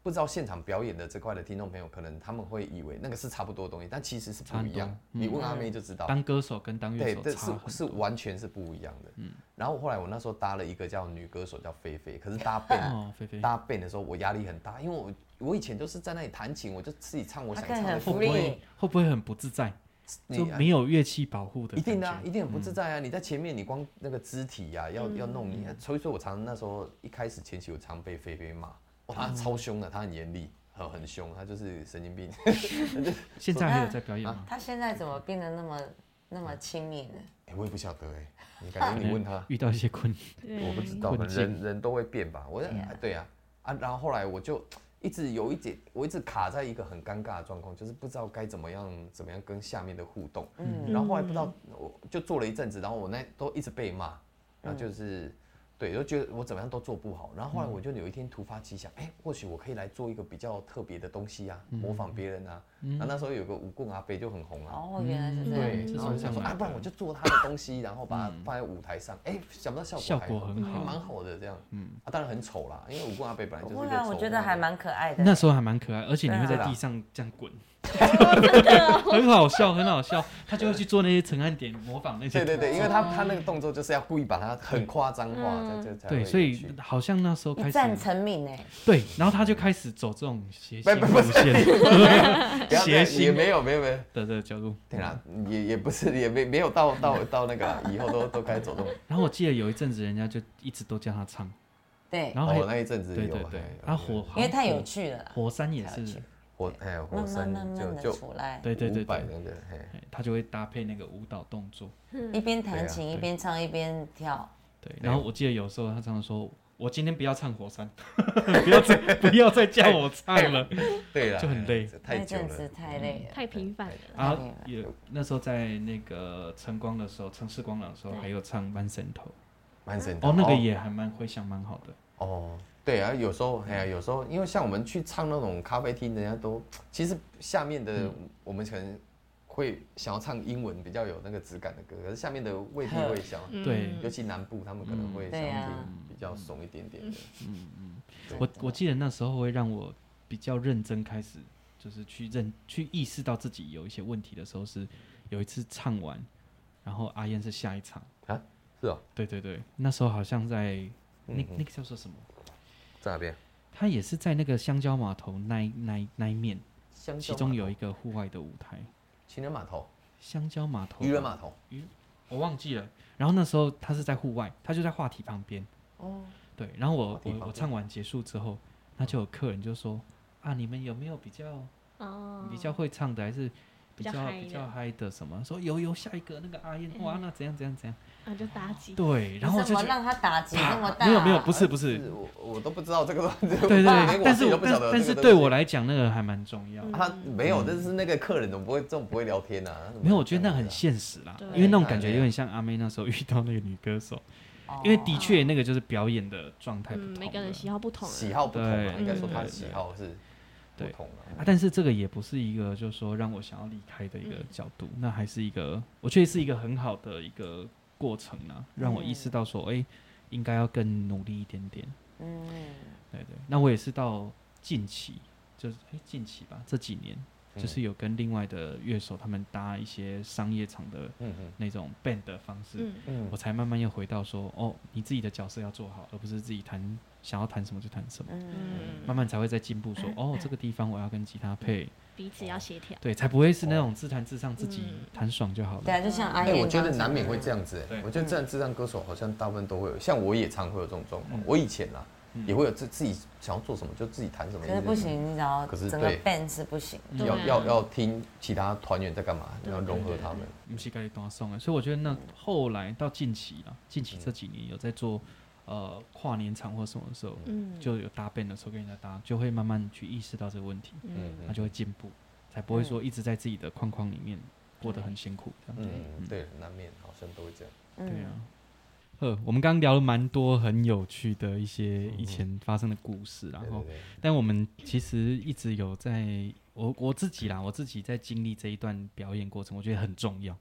Speaker 3: 不知道现场表演的这块的听众朋友，可能他们会以为那个是差不多的东西，但其实是不一样
Speaker 1: 差。嗯
Speaker 3: 你问阿妹就知道，
Speaker 1: 当歌手跟当乐
Speaker 3: 对，
Speaker 1: 手
Speaker 3: 这
Speaker 1: 差
Speaker 3: 是
Speaker 1: 很嗯
Speaker 3: 是完全是不一样的。然后后来我那时候搭了一个叫女歌手叫菲菲，可是搭 band
Speaker 1: 哦，菲菲
Speaker 3: 搭 band 的时候我压力很大，因为我我以前都是在那里弹琴，我就自己唱我想
Speaker 2: 她
Speaker 3: 唱
Speaker 2: 可以
Speaker 3: 的
Speaker 2: 很
Speaker 1: 会
Speaker 3: 歌
Speaker 1: 不
Speaker 2: 福，利
Speaker 1: 会会不会很不自在？就
Speaker 3: 你啊
Speaker 1: 没有乐器保护的
Speaker 3: 一
Speaker 1: 感觉，
Speaker 3: 定的、啊，一定很不自在啊！你在前面，你光那个肢体呀、要要弄你啊，所以说我常那时候一开始前期我常被菲菲骂，哇，她超凶的，她很严厉，哦很很凶，她就是神经病。啊
Speaker 1: 现在还有在表演吗？
Speaker 2: 他现在怎么变得那么那么亲密呢？
Speaker 3: 哎，我也不晓得哎，你 感觉你问她。
Speaker 1: 遇到一些困难，
Speaker 3: 我不知道，
Speaker 1: 困
Speaker 3: 人
Speaker 1: 境嗯
Speaker 3: 人人都会变吧。我
Speaker 2: 对啊
Speaker 3: 对啊，啊，然后后来我就一直有一点，我一直卡在一个很尴尬的状况，就是不知道该怎么样怎么样跟下面的互动。
Speaker 2: 嗯
Speaker 3: 然后后来不知道，我就做了一阵子，然后我那都一直被
Speaker 1: 嗯
Speaker 3: 骂，然后就是。对，就觉得我怎么样都做不好，然
Speaker 1: 嗯
Speaker 3: 后后来我就有一天突发奇想，哎、或许我可以来做一个比较特别的东西啊，
Speaker 1: 嗯
Speaker 3: 模仿别人啊。那、那时候有个舞棍阿伯就很红啊，
Speaker 2: 哦，原来是这
Speaker 3: 对
Speaker 2: 样。，
Speaker 1: 嗯
Speaker 3: 然后我就
Speaker 1: 这是我想
Speaker 3: 想说，
Speaker 1: 买
Speaker 3: 啊，
Speaker 1: 的
Speaker 3: 不然我就做他的东西，然后把它放在舞台上，哎，想不到效果
Speaker 1: 效
Speaker 3: 还
Speaker 1: 果很好
Speaker 3: 还蛮好的这样。嗯，啊，当然很丑啦，因为武功阿北本来就是一
Speaker 2: 不会
Speaker 3: 个
Speaker 2: 啊，
Speaker 3: 丑
Speaker 2: 我觉
Speaker 3: 化
Speaker 2: 得
Speaker 3: 的
Speaker 2: 还 蛮可爱的。
Speaker 1: 那时候还蛮可爱，而且你会
Speaker 2: 对啊
Speaker 1: 在地上这样滚，
Speaker 2: 哦
Speaker 1: 很好笑，很好笑。他就会去做那些陈汉典，模仿那些
Speaker 3: 对。对对，因为他
Speaker 2: 嗯
Speaker 3: 他那个动作就是要故意把它很夸张化，这这才
Speaker 1: 对，
Speaker 3: 会
Speaker 1: 所
Speaker 3: 有
Speaker 1: 以
Speaker 3: 趣。
Speaker 1: 好像那时候开
Speaker 2: 一战
Speaker 1: 始，
Speaker 2: 成名哎，
Speaker 1: 对，然后他就开始走这种斜
Speaker 3: 不
Speaker 1: 线
Speaker 3: 不
Speaker 1: 路线
Speaker 3: 不要这
Speaker 1: 谐
Speaker 3: 样
Speaker 1: 星嗯
Speaker 3: 也没有没有没有，
Speaker 1: 的的角度。
Speaker 3: 对啦，也也不是也没没有到到到那个啊以后都都该走动。
Speaker 1: 然后我记得有一阵子，人家就一直都叫他唱，
Speaker 2: 对，
Speaker 1: 然后还
Speaker 3: 哦，
Speaker 1: 有
Speaker 3: 那一阵子
Speaker 1: 对
Speaker 3: 有
Speaker 1: 对对
Speaker 3: 还，
Speaker 1: 啊火，
Speaker 2: 因为太有
Speaker 1: 火
Speaker 2: 趣了啦，
Speaker 1: 火山也
Speaker 2: 太有
Speaker 1: 是
Speaker 2: 趣，
Speaker 3: 火还有火
Speaker 2: 慢慢
Speaker 3: 山
Speaker 2: 慢慢
Speaker 3: 就
Speaker 2: 的
Speaker 3: 就
Speaker 2: 出来，
Speaker 1: 对对对
Speaker 3: 五百
Speaker 1: 对，
Speaker 3: 那个，嘿
Speaker 1: 哎他就会搭配那个舞蹈动作。
Speaker 2: 一边弹
Speaker 3: 对
Speaker 2: 琴
Speaker 1: 对
Speaker 2: 一边唱一边跳，
Speaker 1: 对，
Speaker 3: 对
Speaker 1: 然后我记得有时候他常常说：“我今天不要唱火山， 不要再不要再叫我唱了。
Speaker 3: 对啦，
Speaker 1: 就很累
Speaker 3: 这太
Speaker 2: 那
Speaker 3: 久
Speaker 2: 阵
Speaker 3: 了
Speaker 2: 子。太累
Speaker 1: 嗯
Speaker 2: 了。
Speaker 4: 太频繁了”啦。
Speaker 1: 然后啊也那时候在那个晨光的时候，城市光廊的时候，
Speaker 2: 对
Speaker 1: 还有唱《万神头
Speaker 3: 蛮神》
Speaker 1: 哦，那个也还蛮回响蛮好的。
Speaker 3: 哦，对啊，有时候哎呀，有时候因为像我们去唱那种咖啡厅，人家都其实下面的我们可能会想要唱英文比较有那个质感的歌，可是下面的未必会想，
Speaker 4: 嗯
Speaker 1: 对
Speaker 3: 尤其南部他们可能会想
Speaker 2: 对
Speaker 3: 要
Speaker 2: 啊
Speaker 3: 听比较怂一点点的。对
Speaker 1: 我我记得那时候会让我比较认真开始，就是去认去意识到自己有一些问题的时候，是有一次唱完，然后阿燕是下一场。
Speaker 3: 是哦，
Speaker 1: 对对对，那时候好像在那
Speaker 3: 嗯哼
Speaker 1: 那个叫做什么？
Speaker 3: 在哪边？
Speaker 1: 他也是在那个香蕉码头那一那一那一面，
Speaker 2: 熊
Speaker 1: 其
Speaker 2: 熊
Speaker 1: 中有一个户外的舞台，
Speaker 3: 情人码头、
Speaker 1: 香蕉码头，
Speaker 3: 渔人码，头，
Speaker 1: 我忘记了。然后那时候他是在户外，他就在话题旁边。
Speaker 2: 哦，
Speaker 1: 对，然后
Speaker 3: 话
Speaker 1: 我
Speaker 3: 题旁
Speaker 1: 我
Speaker 3: 边
Speaker 1: 我唱完结束之后，那就有客人就说啊，你们有没有比较
Speaker 4: 哦，
Speaker 1: 比较会唱的，还是比
Speaker 4: 比较
Speaker 1: 较
Speaker 4: 嗨的哎
Speaker 1: 比较嗨的什么？说有有下一个那个阿燕哇，那怎样怎样怎样？
Speaker 4: 啊就打击，
Speaker 1: 对，然后我
Speaker 2: 你
Speaker 1: 就
Speaker 2: 怎么
Speaker 1: 觉得
Speaker 2: 让他打击那
Speaker 4: 啊
Speaker 2: 么大？
Speaker 1: 没有没有不是不是，
Speaker 3: 是我我都不知道这个，对
Speaker 1: 对对对，但是
Speaker 3: 呃
Speaker 1: 我
Speaker 3: 我都不
Speaker 1: 但
Speaker 3: 晓得
Speaker 1: 但
Speaker 3: 这
Speaker 1: 是
Speaker 3: 个东西
Speaker 1: 对我来讲那个还蛮重要。
Speaker 4: 嗯
Speaker 3: 啊他没有，但是那个客人怎么不会这种不会聊天呢？他怎么
Speaker 1: 没有，我觉得那
Speaker 3: 这样
Speaker 1: 很
Speaker 3: 子啊
Speaker 1: 现实啦
Speaker 4: 对，
Speaker 1: 因为那种感觉有点像阿妹那时候遇到那个女歌手，
Speaker 2: 哦，
Speaker 1: 因为的确那个就是表演的状态不
Speaker 4: 嗯，
Speaker 1: 同
Speaker 4: 每个
Speaker 1: 了
Speaker 4: 人喜好不同啊，
Speaker 3: 喜好不同啊，
Speaker 1: 对
Speaker 3: 应该说
Speaker 4: 嗯
Speaker 3: 他的
Speaker 1: 对
Speaker 3: 喜
Speaker 1: 对
Speaker 3: 好是不
Speaker 1: 对
Speaker 3: 同的。
Speaker 1: 啊，但是这个也不是一个就是说让我想要离开的一个角度，那还是一个我觉得是一个很好的一个过程啊，让我意识到说，哎、应该要更努力一点点。
Speaker 2: 嗯，
Speaker 1: 对对，那我也是到近期，就是哎、近期吧，这几年
Speaker 3: 嗯
Speaker 1: 就是有跟另外的乐手他们搭一些商业场的
Speaker 3: 嗯嗯
Speaker 1: 那种 band 的方式，
Speaker 4: 嗯，
Speaker 3: 嗯
Speaker 1: 我才慢慢又回到说，哦，你自己的角色要做好，而不是自己弹想要弹什么就弹什么，
Speaker 2: 嗯，
Speaker 1: 慢慢才会在进步说哦，这个地方我要跟吉他配，
Speaker 4: 彼此要协调，
Speaker 1: 对，才不会是那种自弹自唱，自己
Speaker 4: 哦嗯
Speaker 1: 弹爽就好
Speaker 2: 对
Speaker 1: 了。
Speaker 2: 啊，就像阿
Speaker 3: 哎，
Speaker 2: 燕，
Speaker 3: 我觉得难免会这
Speaker 2: 样，
Speaker 3: 样子哎
Speaker 1: 对，
Speaker 3: 我
Speaker 4: 嗯
Speaker 3: 觉得这样智障歌手好像大部分都会有，像我也常会有这种状况。我以前啊，
Speaker 1: 嗯
Speaker 3: 也会有自自己想要做什么就自己弹什么，
Speaker 2: 可是不行，你只要
Speaker 3: 可是
Speaker 2: 整个
Speaker 3: 对
Speaker 2: band 是不行，
Speaker 3: 要
Speaker 4: 对啊
Speaker 3: 要要听其他团员在干嘛，
Speaker 4: 对
Speaker 3: 要融合他们。
Speaker 1: 不是该多送哎，所以我觉得那后来到近期啊，近期这几年有在做呃跨年场或什么的时候，
Speaker 4: 嗯，
Speaker 1: 就有搭 band 的时候跟人家搭，就会慢慢去意识到这个问题，
Speaker 4: 嗯
Speaker 1: 那就会进步，才不会说一直在自己的框框里面过得很辛苦这样。
Speaker 3: 嗯，对，难免好像都会这样。
Speaker 1: 对
Speaker 2: 嗯
Speaker 1: 啊。呃，我们刚刚聊了蛮多很有趣的一些以前发生的故事，然
Speaker 3: 嗯对
Speaker 1: 后
Speaker 3: 对对，
Speaker 1: 但我们其实一直有在我我自己啦，我自己在经历这一段表演过程，我觉得很重要。
Speaker 3: 嗯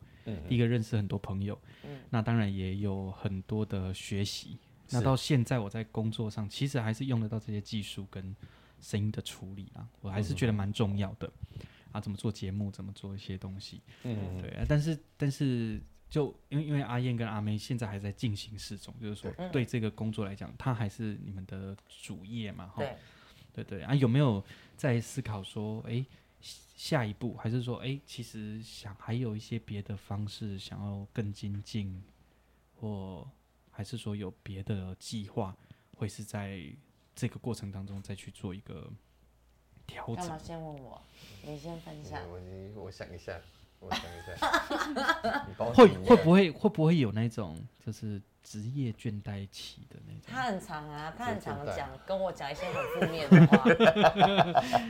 Speaker 1: 第一个认识很多朋友，
Speaker 2: 嗯
Speaker 1: 那当然也有很多的学习。那
Speaker 3: 是
Speaker 1: 到现在我在工作上，其实还是用得到这些技术跟声音的处理啦，我还是觉得蛮重要的。啊，怎么做节目，怎么做一些东西，
Speaker 3: 嗯，
Speaker 1: 对。啊、但是但是就因为因为阿燕跟阿妹现在还在进行适中，就是说对这个工作来讲，它还是你们的主业嘛，哈。
Speaker 2: 对，
Speaker 1: 对对啊，有没有在思考说，哎，下一步还是说，哎，其实想还有一些别的方式，想要更精进，或还是说有别的计划，会是在这个过程当中再去做一个调
Speaker 2: 干嘛
Speaker 1: 整？
Speaker 2: 先问我？你先分享
Speaker 3: 我。我我想 一下，我想一下，你帮我
Speaker 1: 会
Speaker 3: 想一下
Speaker 1: 会不会会不会有那种就是职业倦怠期的那种？
Speaker 2: 他很常啊，他很常
Speaker 3: 有倦怠
Speaker 2: 讲跟我讲一些很负 面的话，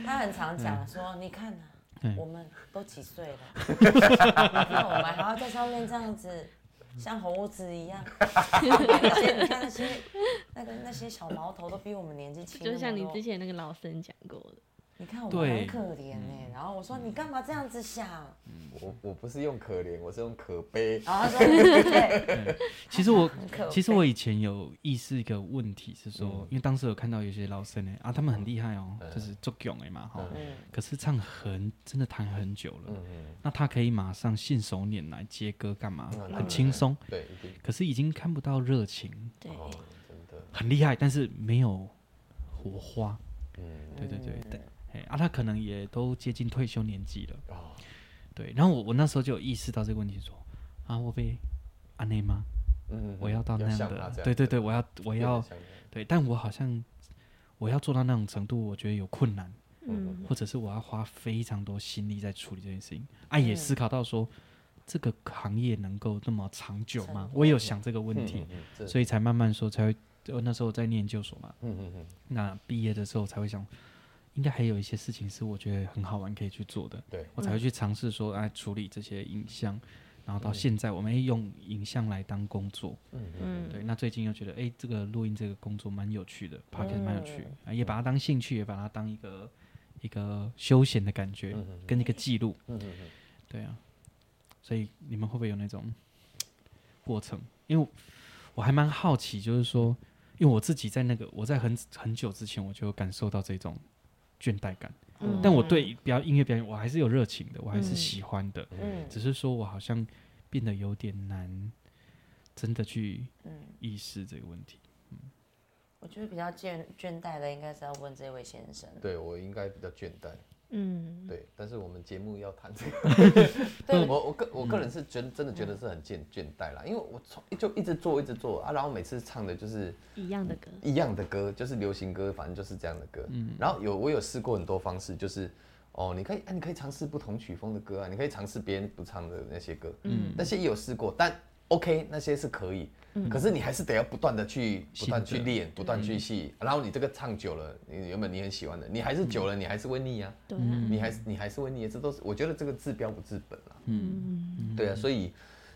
Speaker 2: 他很常讲说，你看啊，
Speaker 1: 嗯
Speaker 2: 我们都几岁了，那我们还要在上面这样子，像猴子一样，那些你看那些那个那些小毛头都比我们年纪轻那么多，
Speaker 4: 就像你之前那个老生讲过的，
Speaker 2: 你看我们
Speaker 1: 对
Speaker 2: 很可怜哎、
Speaker 1: 嗯
Speaker 2: 然后我说你干嘛这样子想？
Speaker 3: 我我不是用可怜，我是用可悲。
Speaker 4: 哦
Speaker 2: 然后他说对，
Speaker 1: 其实我
Speaker 2: 可悲
Speaker 1: 其实我以前有意识一个问题是说，
Speaker 3: 嗯
Speaker 1: 因为当时有看到有些老生呢、啊，他们很厉害哦，就是做囧的嘛哈，
Speaker 2: 嗯
Speaker 1: 可是唱很真的弹很久了，
Speaker 3: 嗯嗯，
Speaker 1: 那他可以马上信手拈来接歌干嘛，
Speaker 3: 嗯
Speaker 1: 很轻松，
Speaker 3: 对，一定
Speaker 1: 可是已经看不到热情，
Speaker 4: 对，
Speaker 3: 哦，真的，
Speaker 1: 很厉害，但是没有火花，
Speaker 3: 嗯
Speaker 1: 对对对，但哎啊，他可能也都接近退休年纪了，
Speaker 3: 哦，
Speaker 1: 对，然后我我那时候就有意识到这个问题说，啊，我被安内吗？
Speaker 3: 嗯
Speaker 1: 我要到那样
Speaker 3: 像他
Speaker 1: 的，
Speaker 3: 这样
Speaker 1: 对对对，我要我
Speaker 3: 有点
Speaker 1: 要
Speaker 3: 像他
Speaker 1: 对，但我好像我要做到那种程度，我觉得有困难，
Speaker 4: 嗯，
Speaker 1: 或者是我要花非常多心力在处理这件事情。啊，也思考到说，这个行业能够那么长久吗
Speaker 2: 长？
Speaker 1: 我也有想这个问题，
Speaker 3: 嗯嗯
Speaker 1: 所以才慢慢说，才会呃那时候在念研究所嘛，
Speaker 3: 嗯嗯嗯
Speaker 1: 那毕业的时候才会想，应该还有一些事情是我觉得很好玩可以去做的，
Speaker 3: 对
Speaker 1: 我才会去尝试说，哎，处理这些影像。然后到现在，我们也用影像来当工作，
Speaker 3: 嗯嗯
Speaker 4: 嗯，
Speaker 1: 对，那最近又觉得，哎、这个录音这个工作蛮有趣
Speaker 3: 嗯
Speaker 1: 的 p o c a s t 蛮有趣、啊，也把它当兴趣，也把它当一个一个休闲的感觉，跟一个记录，
Speaker 3: 嗯嗯嗯，
Speaker 1: 对啊。所以你们会不会有那种过程？因为我还蛮好奇，就是说，因为我自己在那个我在很很久之前我就感受到这种倦怠感，
Speaker 4: 嗯
Speaker 3: 嗯
Speaker 1: 但我对表音乐表演我还是有热情的，我还是喜欢的，
Speaker 2: 嗯
Speaker 1: 只是说我好像变得有点难，真的去
Speaker 2: 嗯，
Speaker 1: 意识这个问题。
Speaker 2: 我觉得比较倦倦怠的，应该是要问这位先生。
Speaker 3: 对我应该比较倦怠，
Speaker 4: 嗯，
Speaker 3: 对，但是我们节目要谈这个。
Speaker 2: 对，
Speaker 3: 我我个我个人是觉得真的觉
Speaker 4: 嗯
Speaker 3: 得是很倦倦怠啦，因为我从就一直做一直做啊，然后每次唱的就是
Speaker 4: 一样的歌，
Speaker 3: 一样的歌，就是流行歌，反正就是这样的歌。
Speaker 1: 嗯
Speaker 3: 然后有我有试过很多方式，就是哦，你可以、啊、你可以尝试不同曲风的歌啊，你可以尝试别人不唱的那些歌，嗯，那些也有试过，但 OK 那些是可以，
Speaker 4: 嗯
Speaker 3: 可是你还是得要不断的去不断去
Speaker 1: 新的
Speaker 3: 练，不断去戏，然后你这个唱久了，你原本你很喜欢的，你还是久了你还是会腻啊，
Speaker 4: 嗯对啊，
Speaker 3: 你还是你还是会腻，这都是我觉得这个治标不治本啦。
Speaker 4: 嗯，
Speaker 3: 对啊，所以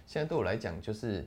Speaker 3: 现在对我来讲就是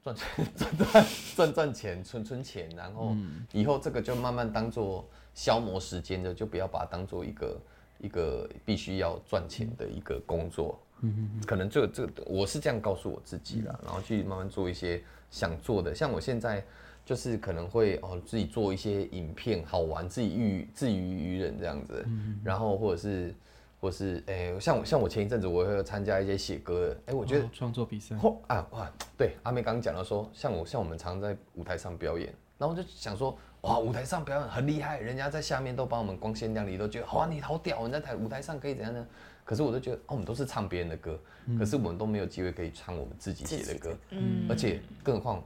Speaker 3: 赚 赚赚赚赚钱，存存钱，然后以后这个就慢慢当做消磨时间的，就不要把它当做一个一个必须要赚钱的一个工作。嗯，可能就这个我是这样告诉我自己啦，然后去慢慢做一些想做的，像我现在。就是可能会哦自己做一些影片，好玩，自己娱自娱于人这样子，然后或者是或是诶、像我像我前一阵子我会参加一些写歌的，诶、我觉得
Speaker 1: 哦创作比赛，
Speaker 3: 后啊哇，对，阿妹刚刚讲到说，像我像我们常在舞台上表演，然后我就想说，哇，舞台上表演很厉害，人家在下面都帮我们光鲜亮丽，都觉得哇你好屌，你在台舞台上可以怎样呢？可是我就觉得，哦，我们都是唱别人的歌，可是我们都没有机会可以唱我们嗯自己写的歌，
Speaker 4: 嗯
Speaker 3: 而且更何况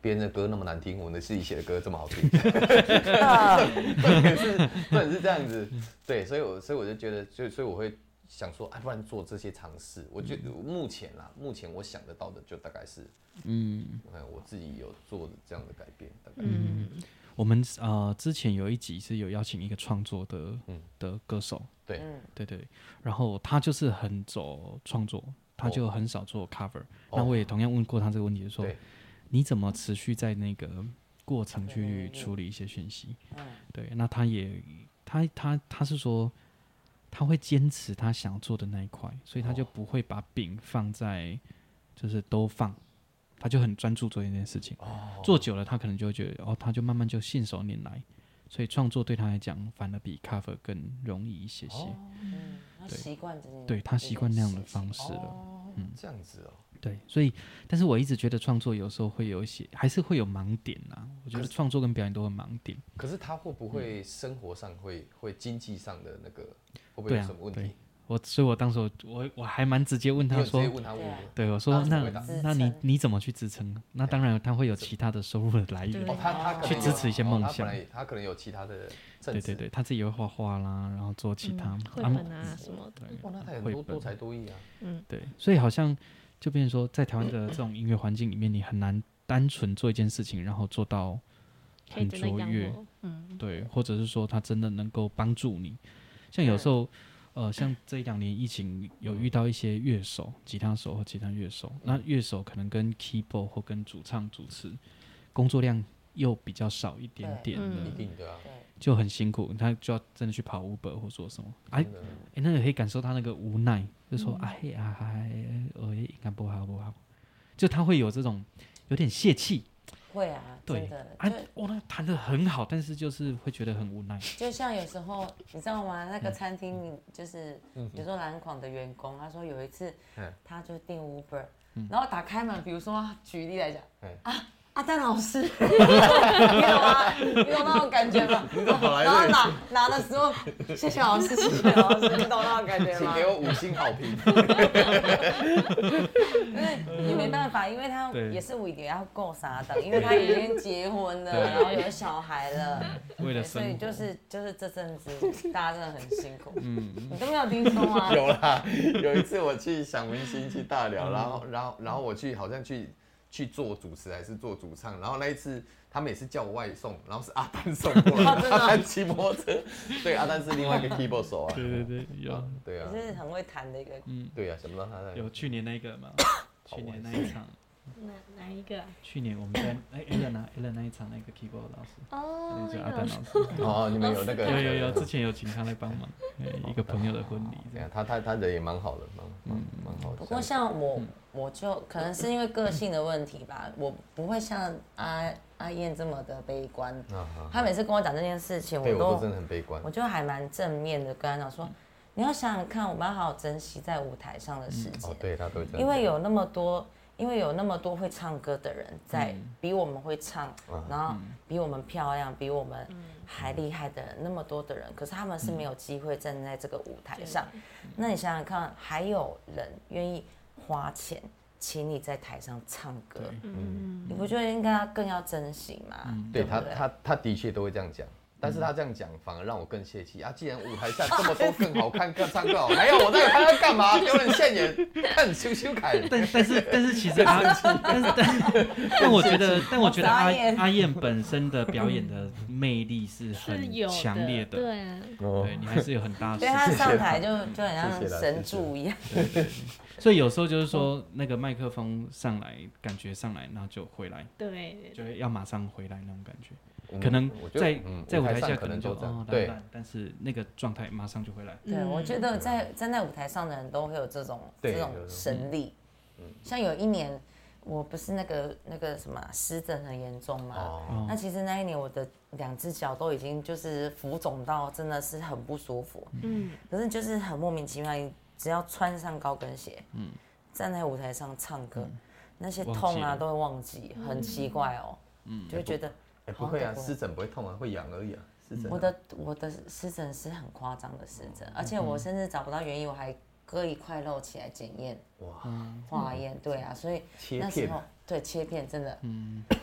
Speaker 3: 别人的歌那么难听，我们自己写的歌这么好 听，重点是重点是这样子，对，所以我所以我就觉得，就所以我会想说，啊，不然做这些尝试，我
Speaker 1: 嗯
Speaker 3: 觉得目前啦，目前我想得到的就大概是，嗯，我看我自己有做的这样的改变，大概
Speaker 4: 嗯
Speaker 1: 我们呃之前有一集是有邀请一个创作的、
Speaker 3: 嗯
Speaker 1: 的歌手，
Speaker 3: 对
Speaker 2: 嗯
Speaker 1: 对对，然后他就是很走创作，他就很少做 cover、那我也同样问过他这个问题，就说
Speaker 3: 哦对
Speaker 1: 你怎么持续在那个过程
Speaker 2: 对
Speaker 1: 去处理一些讯息？
Speaker 2: 嗯
Speaker 1: 对，那他也他他他是说他会坚持他想做的那一块，所以他
Speaker 3: 哦
Speaker 1: 就不会把饼放在就是都放，他就很专注做一件事情。
Speaker 3: 哦
Speaker 1: 做久了，他可能就会觉得哦，他就慢慢就信手拈来，所以创作对他来讲反而比 cover 更容易一些些。
Speaker 3: 哦
Speaker 2: 嗯，他习惯这件，
Speaker 1: 对他习惯那样的方
Speaker 2: 式。
Speaker 1: 式了。
Speaker 3: 哦，这样子哦，
Speaker 1: 对，所以，但是我一直觉得创作有时候会有一些，还是会有盲点啊。我觉得创作跟表演都会盲点。
Speaker 3: 可是他会不
Speaker 1: 嗯
Speaker 3: 会生活上会会经济上的那个会不会
Speaker 1: 对
Speaker 3: 有
Speaker 1: 啊
Speaker 3: 什么问，
Speaker 1: 对
Speaker 3: 题？
Speaker 1: 我，所以我当时我我我还蛮直接问
Speaker 3: 你
Speaker 1: 他
Speaker 3: 有直接
Speaker 1: 说，
Speaker 3: 问他问题吗？
Speaker 1: 对啊我说
Speaker 3: 他怎么
Speaker 1: 那
Speaker 3: 回答
Speaker 1: 那你
Speaker 2: 支撑
Speaker 1: 你怎么去支撑？那当然他会有其他的收入的来源
Speaker 4: 对
Speaker 3: 哦，。他他可能
Speaker 1: 去
Speaker 3: 有
Speaker 1: 支持一些梦
Speaker 3: 哦他
Speaker 1: 想
Speaker 3: 本来他可能有其他的政
Speaker 1: 对
Speaker 3: 治，
Speaker 1: 对对，他自己也会画画啦，然后做其他
Speaker 4: 嗯绘
Speaker 1: 啊
Speaker 4: 本啊什么的，
Speaker 3: 哇，那他很
Speaker 1: 绘
Speaker 3: 多
Speaker 1: 本
Speaker 3: 多才多艺啊，
Speaker 1: 对，所以好像就变成说，在台湾的这种音乐环境里面，你很难单纯做一件事情，然后做到
Speaker 4: 可以
Speaker 1: 很
Speaker 4: 真的
Speaker 1: 卓
Speaker 4: 养
Speaker 1: 越。
Speaker 4: 我，嗯，
Speaker 1: 对，或者是说他真的能够帮助你。像有时候，呃，像这一两年疫情有遇到一些乐手、吉他手或吉他乐
Speaker 4: 嗯
Speaker 1: 手，那乐手可能跟 keyboard 或跟主唱、主持工作量又比较少一点
Speaker 2: 对
Speaker 1: 点的，
Speaker 3: 一定的啊，
Speaker 2: 对，
Speaker 1: 就很辛苦，他就要真的去跑 Uber 或做什么。哎、
Speaker 3: 真的
Speaker 1: 哎、那个可以感受他那个无奈，就说哎呀，哎，我应该不好不好，就他会有这种有点泄气。
Speaker 2: 会啊，真
Speaker 1: 对
Speaker 2: 的，，
Speaker 1: 啊
Speaker 2: 就，
Speaker 1: 我、那弹的很好，但是就是会觉得很无奈。
Speaker 2: 就像有时候，你知道吗？那
Speaker 3: 嗯
Speaker 2: 个餐厅就是，比如说蓝广的员工，他说有一次
Speaker 3: 嗯，
Speaker 2: 他就订 Uber，然后打开门，比如说举例来讲
Speaker 3: 嗯，
Speaker 2: 啊，阿丹老师，你 懂吗？你懂那种感觉吗？
Speaker 3: 你怎么跑来
Speaker 2: 然后
Speaker 3: 这里？
Speaker 2: 拿拿的时候，谢谢老师，谢谢老师，你懂那种感觉
Speaker 3: 请
Speaker 2: 吗？
Speaker 3: 给我五星好 评。
Speaker 2: 因为你没办法，因为他
Speaker 1: 对
Speaker 2: 也是我也要够傻的，因为他已经结婚了，
Speaker 1: 对
Speaker 2: 然后有小孩了，
Speaker 1: 为了
Speaker 2: 所
Speaker 1: 生
Speaker 2: 以
Speaker 1: 活，
Speaker 2: 就是就是这阵子大家真的很辛 苦。嗯， 你都没有听说吗？
Speaker 3: 有啦，有一次我去想明星去大寮，
Speaker 1: 嗯
Speaker 3: 然后然后然后我去好像去去做主持还是做主唱，然后那一次他们也是叫我外送，然后是阿丹送过
Speaker 1: 啊
Speaker 3: 来，
Speaker 2: 真的
Speaker 3: 阿丹骑摩托车，对，阿丹是另外一个 keyboard 手啊，
Speaker 1: 对对对，有嗯
Speaker 3: 啊，对啊
Speaker 2: 你，是很会谈的一个，
Speaker 3: 对啊，想不到他在
Speaker 1: 哦有去年那个嘛，去年那一场，
Speaker 4: 哪哪一个啊？
Speaker 1: 去年我们在哎 Allen 啊 Allen 那一场那个 keyboard 老师，
Speaker 4: 哦，
Speaker 1: 就是阿
Speaker 4: 那
Speaker 1: 丹
Speaker 4: 个
Speaker 1: 老师，
Speaker 3: 哦，你们有那个
Speaker 1: 有有有，之前有请他来帮忙，哎一个朋友的婚礼这
Speaker 3: 对
Speaker 1: 样，
Speaker 3: 啊，他他他人也蛮好的，蛮蛮蛮好的。
Speaker 2: 不过像我，
Speaker 3: 嗯
Speaker 2: 我就可能是因为个性的问题吧，我不会像阿阿燕这么的悲观。
Speaker 3: 啊，啊
Speaker 2: 她每次跟我讲这件事情，
Speaker 3: 对
Speaker 2: 我
Speaker 3: 我都
Speaker 2: 都
Speaker 3: 真的很悲观嗯
Speaker 2: 我，就还蛮正面的跟她讲说，你要想想看，我们要好好珍惜在舞台上的时间
Speaker 3: 哦，，对，他都这样。
Speaker 2: 因为有那么多，因为有那么多会唱歌的人在，
Speaker 3: 嗯
Speaker 2: 比我们会唱，然后比我们漂亮，比我们还厉害的人，那么多的人，可是他们是
Speaker 3: 嗯
Speaker 2: 没有机会站在这个舞台上。那你想想看，还有人愿意花钱请你在台上唱歌，
Speaker 4: 嗯，
Speaker 2: 你不觉得应该更要珍惜吗？
Speaker 1: 嗯
Speaker 3: 对
Speaker 2: 不
Speaker 3: 他，他他的确都会这样讲，但是他这样讲反而让我更泄气啊！既然舞台 上这么多更好看、更唱更好，还要我在台上干嘛？丢人现眼， 看羞羞凯。
Speaker 1: 但但是但是其实阿，但是但但我觉得，但我觉得阿
Speaker 2: 我啊傻眼
Speaker 1: 阿燕本身的表演的魅力是
Speaker 4: 是
Speaker 1: 很
Speaker 4: 有
Speaker 1: 强烈的，
Speaker 4: 对啊，
Speaker 3: 哦
Speaker 1: 对你还是有很大的
Speaker 2: 对他
Speaker 1: 市场。
Speaker 2: 上台就就很
Speaker 3: 谢
Speaker 2: 像
Speaker 3: 谢啦
Speaker 2: 神助一样，
Speaker 1: 所以有时候就是说，那个麦克风上来，感觉上来，然后就回来，
Speaker 4: 对，
Speaker 1: 就会要马上回来那种感觉。
Speaker 3: 嗯
Speaker 1: 可能
Speaker 3: 我觉得
Speaker 1: 在
Speaker 3: 嗯
Speaker 1: 在舞台下
Speaker 3: 上
Speaker 1: 可
Speaker 3: 可
Speaker 1: 能
Speaker 3: 能
Speaker 1: 就
Speaker 3: 都
Speaker 1: 哦
Speaker 3: 这样，
Speaker 1: 懒
Speaker 3: 对，
Speaker 1: 懒，但是那个状态马上就回来。
Speaker 2: 对，我觉
Speaker 4: 得
Speaker 2: 得在站在舞台上的人都会有这种
Speaker 3: 嗯对
Speaker 2: 这种
Speaker 3: 有这种嗯
Speaker 2: 神力。像有一年，我不是那个那个什么啊湿疹很严重嘛，
Speaker 3: 哦，
Speaker 1: 哦
Speaker 2: 那其实那一年我的两只脚都已经就是浮肿到真的是很不舒服，
Speaker 4: 嗯，
Speaker 2: 可是就是很莫名其妙，你只要穿上高跟鞋，站在舞台上唱歌，那些
Speaker 1: 忘记
Speaker 2: 痛啊
Speaker 1: 了
Speaker 2: 都会忘记，很奇怪哦，就会觉得
Speaker 3: 哎不
Speaker 1: 哦
Speaker 3: 会啊，湿疹不会痛啊，会痒而已啊，湿疹啊。
Speaker 2: 我
Speaker 1: 嗯
Speaker 2: 的我的湿疹是很夸张的湿疹，而且我甚至找不到原因，我还割一块肉起来检验
Speaker 3: 啊
Speaker 1: 嗯
Speaker 3: 哇，
Speaker 2: 化验，对啊，所以
Speaker 3: 切
Speaker 2: 那时
Speaker 3: 片
Speaker 2: 候对切片真的，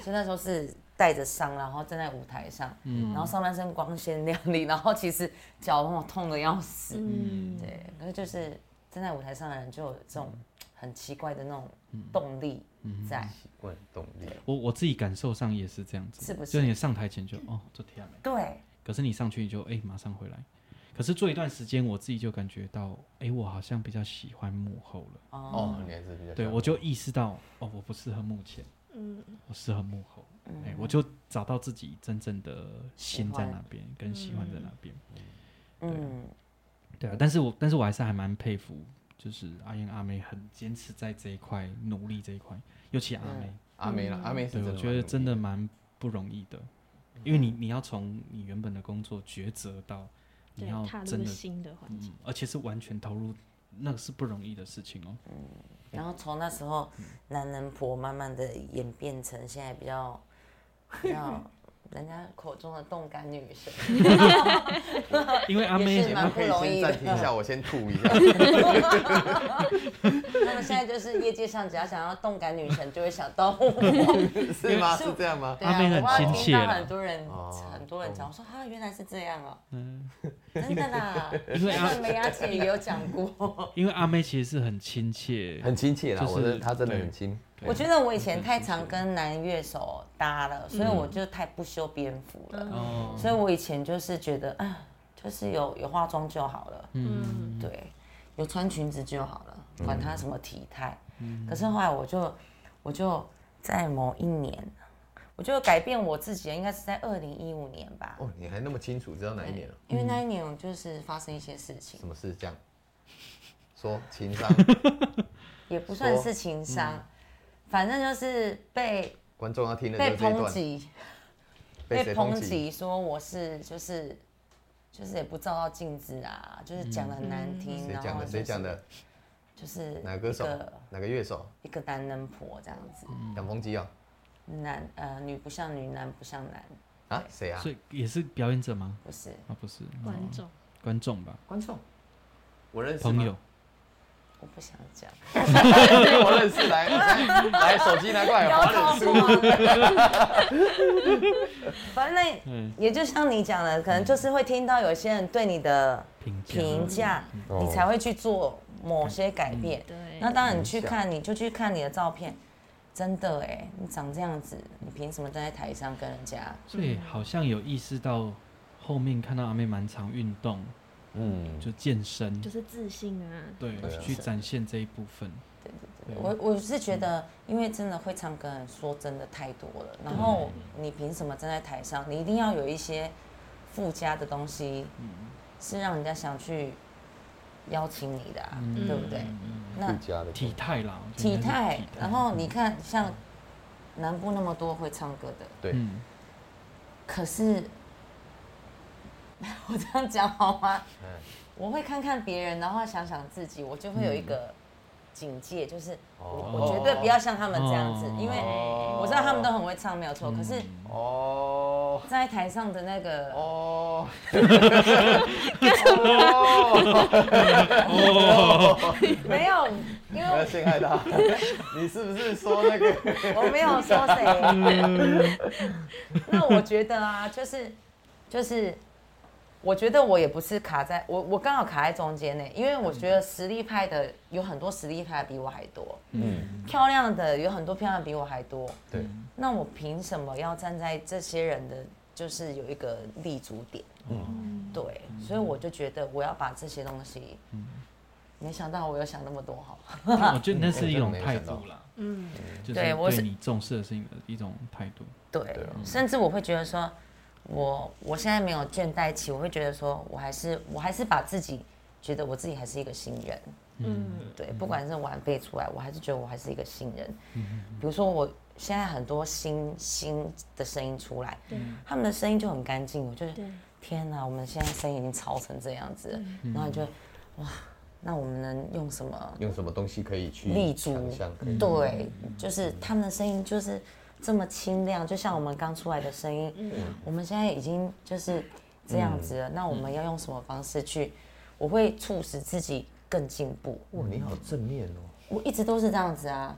Speaker 2: 所以那时候是带着伤，然后站在舞台上，然后上半身光鲜亮丽，然后其实脚让我痛的要死，
Speaker 4: 嗯，
Speaker 2: 对，可是就是站在舞台上的人就有这种很奇怪的那种动力在，
Speaker 3: 奇怪的动力。
Speaker 1: 我我自己感受上也是这样子，
Speaker 2: 是不是
Speaker 1: 就是你上台前就哦，这天啊
Speaker 2: 对，
Speaker 1: 可是你上去你就哎、马上回来。可是做一段时间，我自己就感觉到，哎、我好像比较喜欢幕后了。
Speaker 2: 哦，
Speaker 3: 哦，你还是比较
Speaker 1: 对，我就意识到，哦，我不适合幕前，我适合幕后。哎、我就找到自己真正的心在那边，跟喜欢在那边。
Speaker 2: 嗯，
Speaker 1: 对啊，但是我但是我还是还蛮佩服，就是阿燕阿妹很坚持在这一块努力这一块，尤其阿妹，
Speaker 3: 阿梅啦，阿梅是
Speaker 1: 对
Speaker 3: 真的
Speaker 1: 我
Speaker 3: 蛮
Speaker 1: 觉得真
Speaker 3: 努
Speaker 1: 的
Speaker 3: 力
Speaker 1: 蛮不容易的，因为你你要从你原本的工作抉择到你
Speaker 4: 对
Speaker 1: 要，
Speaker 4: 踏
Speaker 1: 真
Speaker 4: 入
Speaker 1: 的
Speaker 4: 新的环境，
Speaker 1: 嗯，而且是完全投入，那个是不容易的事情哦。
Speaker 2: 然后从那时候，男人婆慢慢的演变成现在比较，比较人家口中的动感女神。
Speaker 1: 因为阿妹
Speaker 2: 也是
Speaker 3: 节
Speaker 2: 蛮
Speaker 3: 目可以先暂停一下，我先吐一 下。
Speaker 2: 那么现在就是业界上只要想要动感女神，就会想到我。
Speaker 3: 是吗？是这样吗？
Speaker 2: 对啊，
Speaker 1: 阿妹很
Speaker 2: 我
Speaker 1: 亲切
Speaker 2: 听到
Speaker 1: 啦
Speaker 2: 很多人
Speaker 3: 哦
Speaker 2: 很多人讲，我说啊，原来是这样哦。真的啦，
Speaker 1: 嗯 因为啊
Speaker 2: 那
Speaker 1: 阿
Speaker 2: 个梅雅姐也有讲过。
Speaker 1: 因为阿妹其实是很亲切，
Speaker 3: 很亲切啦，
Speaker 1: 就是
Speaker 3: 我的他真 的
Speaker 1: 对
Speaker 3: 很亲。
Speaker 2: 我觉得我以前太常跟男乐手搭了，
Speaker 1: 嗯
Speaker 2: 所以我就太不修边幅了。
Speaker 1: 哦，
Speaker 2: 所以我以前就是觉得，啊，就是有有化妆就好了，嗯，对，有穿裙子就好了，管他什么体态。
Speaker 1: 嗯
Speaker 2: 可是后来我就我就在某一年，我就改变我自己，应该是在二零一五年吧，
Speaker 3: 哦，你还那么清楚知道哪一年了？
Speaker 2: 因为那一年我就是发生一些事情
Speaker 3: 什，么事这样？ 说情 商，
Speaker 2: 也不算
Speaker 3: 说嗯
Speaker 2: 是情商，反正就是被
Speaker 3: 观众要听的就
Speaker 2: 被
Speaker 3: 是这一
Speaker 2: 抨
Speaker 3: 段。
Speaker 2: 击。
Speaker 3: 被
Speaker 2: 被
Speaker 3: 谁
Speaker 2: 抨
Speaker 3: 抨
Speaker 2: 击
Speaker 3: 击？
Speaker 2: 说我是就是就是也不照照镜子啊，就是讲的难听，
Speaker 3: 嗯谁
Speaker 2: 然
Speaker 3: 讲
Speaker 2: 后
Speaker 3: 的？
Speaker 2: 就是
Speaker 3: 谁讲的？
Speaker 2: 就是
Speaker 3: 哪个歌手
Speaker 2: 一个？
Speaker 3: 哪个乐手？
Speaker 2: 一个男人婆这样子，
Speaker 1: 嗯
Speaker 3: 讲抨击啊？
Speaker 2: 男呃女不像女，男不像男，
Speaker 3: 啊，谁啊
Speaker 1: 所？以也是表演者吗？
Speaker 2: 不是
Speaker 1: 啊，不是，哦
Speaker 4: 观众，
Speaker 1: 观众吧，
Speaker 3: 观众，我认识吗
Speaker 1: 朋友，，
Speaker 2: 我不想讲，
Speaker 3: 我认识。来来，来手机拿过来，我要认 识。
Speaker 2: 我。反正
Speaker 1: 嗯，
Speaker 2: 也就像你讲的，可
Speaker 3: 嗯
Speaker 2: 能就是会听到有些人对你的
Speaker 1: 评价
Speaker 2: 评价，
Speaker 3: 嗯
Speaker 1: 哦
Speaker 2: 你才会去做某些改变。
Speaker 4: 对，
Speaker 2: 那当然，你去看，你就去看你的照片，真的哎，你长这样子，你凭什么站在台上跟人家？
Speaker 1: 所以好像有意识到后面看到阿妹蛮常运动，
Speaker 3: 嗯，
Speaker 1: 就健身，
Speaker 4: 就是自信啊，
Speaker 1: 对
Speaker 3: 对啊，
Speaker 1: 去展现这一部分。
Speaker 2: 对对对，我我是觉得，因为真的会唱歌的人说真的太多了，然后你凭什么站在台上？你一定要有一些附加的东西，是让人家想去邀请你的、啊，对不对？那
Speaker 3: 家的
Speaker 1: 嗯体态啦，我觉得
Speaker 2: 体
Speaker 1: 应该是
Speaker 2: 态，然后你看像南部那么多会唱歌的，
Speaker 3: 对
Speaker 1: 嗯，
Speaker 3: 嗯
Speaker 2: 可是我这样讲好吗？我会看看别人，然后想想自己，我就会有一个警戒，就是
Speaker 3: 嗯哦
Speaker 2: 我绝对不要像他们这样子
Speaker 1: 哦，
Speaker 2: 因为
Speaker 3: 哦嗯
Speaker 2: 我知道他们都很会唱，没有错。可是，
Speaker 3: 哦
Speaker 2: 在台上的那个，
Speaker 3: 哦，哦，
Speaker 1: 哦
Speaker 2: 没有，因
Speaker 3: 不要
Speaker 2: 为
Speaker 3: 陷害他， 你是不是说那个？
Speaker 2: 我没有说
Speaker 1: 嗯
Speaker 2: 谁。那我觉得啊，就是就是，我觉得我也不是卡在我我刚好卡在中间呢，因为我觉得实力派的有很多实力派比我还多，
Speaker 3: 嗯，
Speaker 2: 漂亮的有很多漂亮比我还多，
Speaker 3: 对，
Speaker 1: 嗯
Speaker 2: 那我凭什么要站在这些人的就是有一个立足点？嗯
Speaker 4: 嗯
Speaker 2: 对，所以我就觉得我要把这些东西，
Speaker 1: 嗯
Speaker 2: 没想到我有想那么多哈。
Speaker 1: 我 觉得哦那是一种态度啦，
Speaker 4: 嗯，
Speaker 1: 就是
Speaker 2: 对我是
Speaker 1: 对你重视的事情的一种态度。
Speaker 2: 对，
Speaker 3: 对
Speaker 1: 嗯
Speaker 3: 啊
Speaker 2: 甚至我会觉得说，我我现在没有倦怠期，我会觉得说我还是我还是把自己觉得我自己还是一个新人。
Speaker 4: 嗯，
Speaker 2: 对，不管是晚辈出来，我还是觉得我还是一个新人。比如说我现在很多新新的声音出来，
Speaker 4: 对
Speaker 2: 他们的声音就很干净，我就是
Speaker 4: 对，
Speaker 2: 天哪，我们现在声音已经吵成这样子了，然后你就哇，那我们能用什么？
Speaker 3: 用什么东西可以去
Speaker 2: 立足
Speaker 3: 想象可以
Speaker 2: 对，就是他们的声音就是这么清亮，就像我们刚出来的声音。
Speaker 4: 嗯
Speaker 2: 我们现在已经就是这样子了，那我们要用什么方式去？我会促使自己更进步。
Speaker 3: 哇，你好正面哦。
Speaker 2: 我一直都是这样子啊，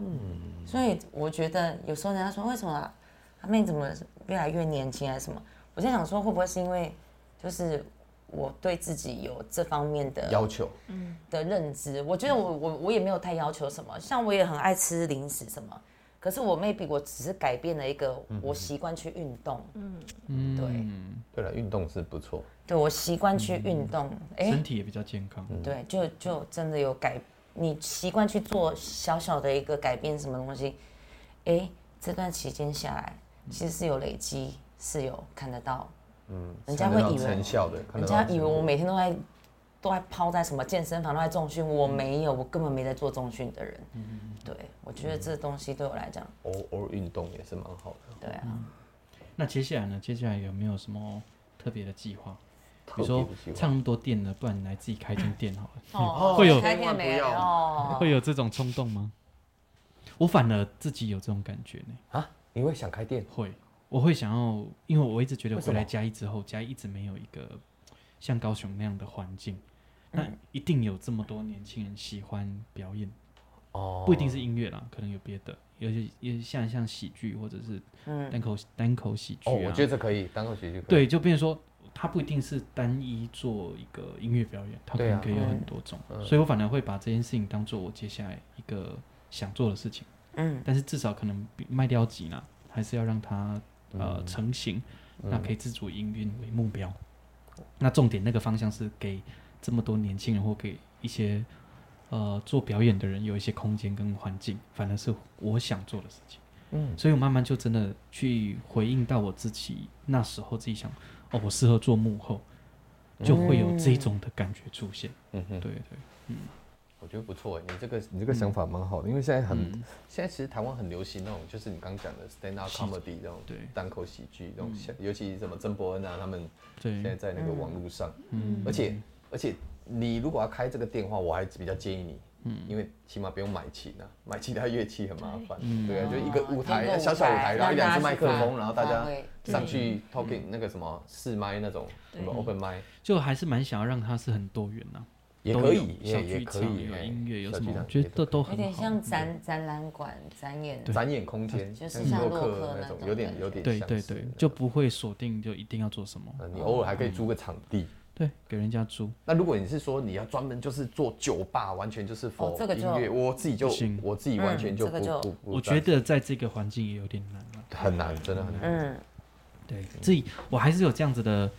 Speaker 2: 所以我觉得有时候人家说为什么啊阿妹怎么越来越年轻还是什么，我在想说会不会是因为就是我对自己有这方面的
Speaker 3: 要求，
Speaker 2: 的认知，我觉得我我我也没有太要求什么，像我也很爱吃零食什么，可是我 maybe 我只是改变了一个
Speaker 3: 嗯
Speaker 2: 我习惯去运动，
Speaker 1: 嗯，
Speaker 3: 对了，运动是不错，
Speaker 2: 对我习惯去运动，
Speaker 3: 嗯
Speaker 2: 哎、
Speaker 1: 身体也比较健康。
Speaker 2: 对，就就真的有改，你习惯去做小小的一个改变什么东西，哎，这段期间下来其实是有累积，是有看得到，嗯，人家
Speaker 3: 看得
Speaker 2: 会
Speaker 3: 到
Speaker 2: 以为
Speaker 3: 成效的，看
Speaker 2: 人
Speaker 3: 得到
Speaker 2: 家以为我
Speaker 3: 成
Speaker 2: 每天都在都在泡在什么健身房，都在重训，我没有，我根本没在做重训的人。对，我觉得这东西对我来讲，
Speaker 3: 果偶偶尔运动也是蛮好的。
Speaker 2: 对啊，
Speaker 1: 那接下来呢？接下来有没有什么特别的计划？比如
Speaker 3: 特
Speaker 1: 说
Speaker 3: 别的计划
Speaker 1: 唱那么多店了，不然你来自己开间店好了。
Speaker 2: 哦
Speaker 1: 会有
Speaker 2: 开店没
Speaker 3: 千万不要
Speaker 2: 哦，
Speaker 1: 会有这种冲动吗？我反而自己有这种感觉呢，
Speaker 3: 啊，你会想开店？
Speaker 1: 会，我会想要，因为我一直觉得
Speaker 3: 为什
Speaker 1: 回
Speaker 3: 么
Speaker 1: 来嘉义之后，嘉义一直没有一个像高雄那样的环境，
Speaker 2: 嗯
Speaker 1: 那一定有这么多年轻人喜欢表演，
Speaker 3: 哦
Speaker 1: 不一定是音乐啦，可能有别的，有些也像像喜剧或者是
Speaker 2: 嗯
Speaker 1: 单口单口喜剧
Speaker 3: 哦，我
Speaker 1: 啊，
Speaker 3: 觉得这可以，单口喜剧可以。
Speaker 1: 对，就变成说。它不一定是单一做一个音乐表演，它可
Speaker 3: 对啊
Speaker 1: 能可以有很多种，
Speaker 3: 嗯
Speaker 1: 所以我反而会把这件事情当做我接下来一个想做的事情。
Speaker 2: 嗯，
Speaker 1: 但是至少可能比卖掉几呢，还是要让它呃、
Speaker 3: 嗯
Speaker 1: 成型，那可以自主营运为目标。那重点那个方向是给这么多年轻人或给一些呃做表演的人有一些空间跟环境，反而是我想做的事情。
Speaker 3: 嗯，
Speaker 1: 所以我慢慢就真的去回应到我自己那时候自己想，哦，我适合做幕后，就会有这种的感觉出现。
Speaker 3: 嗯哼，
Speaker 1: 对对，
Speaker 3: 我觉得不错哎，你这个你这个想法蛮好的，因为现在很
Speaker 1: 嗯
Speaker 3: 现在其实台湾很流行那种，就是你刚讲的 stand up comedy 那种
Speaker 1: 对嗯
Speaker 3: 单口喜剧那种，像尤其什么曾伯恩啊，他们
Speaker 1: 对嗯
Speaker 3: 现在在那个网络上，而且而且你如果要开这个店的话，我还比较建议你。嗯因为起码不用买琴啊，买其他乐器很麻烦。
Speaker 1: 嗯
Speaker 3: 对啊，就一个舞
Speaker 2: 哦一个
Speaker 3: 台，
Speaker 2: 舞
Speaker 3: 小小舞台，
Speaker 2: 台
Speaker 3: 然后
Speaker 2: 让
Speaker 3: 两
Speaker 2: 大
Speaker 3: 只
Speaker 2: 家
Speaker 3: 麦克
Speaker 2: 去发
Speaker 3: 风，然后大
Speaker 2: 发
Speaker 3: 家
Speaker 2: 挥
Speaker 3: 上
Speaker 2: 嗯
Speaker 3: 去 talking 那个什么试麦那种，什么 open 麦
Speaker 1: 就还是蛮想要让它是很多元呐、啊
Speaker 3: 也
Speaker 1: 都
Speaker 3: 可
Speaker 1: 有
Speaker 3: 以，
Speaker 1: 小
Speaker 3: 也也
Speaker 1: 剧
Speaker 3: 可
Speaker 1: 场
Speaker 3: 以，
Speaker 1: 有
Speaker 3: 哎
Speaker 1: 音乐有
Speaker 3: 小
Speaker 1: 什
Speaker 3: 剧
Speaker 1: 么，我
Speaker 3: 场
Speaker 1: 觉
Speaker 3: 也
Speaker 1: 得都都
Speaker 2: 有
Speaker 1: 很
Speaker 2: 点
Speaker 1: 好
Speaker 2: 像展展览馆展演，
Speaker 3: 展演空间，
Speaker 2: 就是
Speaker 3: 娱
Speaker 2: 像
Speaker 3: 乐
Speaker 2: 洛
Speaker 3: 课
Speaker 2: 克
Speaker 3: 那
Speaker 2: 那
Speaker 3: 种，
Speaker 2: 种
Speaker 3: 有点
Speaker 2: 感
Speaker 3: 有点
Speaker 1: 对
Speaker 3: 像
Speaker 1: 对
Speaker 3: 是嗯
Speaker 1: 对
Speaker 3: 那，
Speaker 1: 就
Speaker 3: 种
Speaker 1: 不会锁定就一定要做什么，
Speaker 3: 呃你偶尔还可以租个场地。
Speaker 1: 对，给人家租，
Speaker 3: 那如果你是说你要专门就是做酒吧，完全就是否
Speaker 2: 哦这个
Speaker 3: 音
Speaker 2: 就
Speaker 3: 乐，我自己就
Speaker 1: 不行
Speaker 3: 我自己完全
Speaker 2: 嗯
Speaker 3: 就
Speaker 2: 这个
Speaker 3: 不
Speaker 2: 就
Speaker 3: 不不，
Speaker 1: 我觉得在这个环境也有点难了。
Speaker 3: 很难，真的很难。
Speaker 2: 嗯，
Speaker 1: 对，自己我还是有这样子的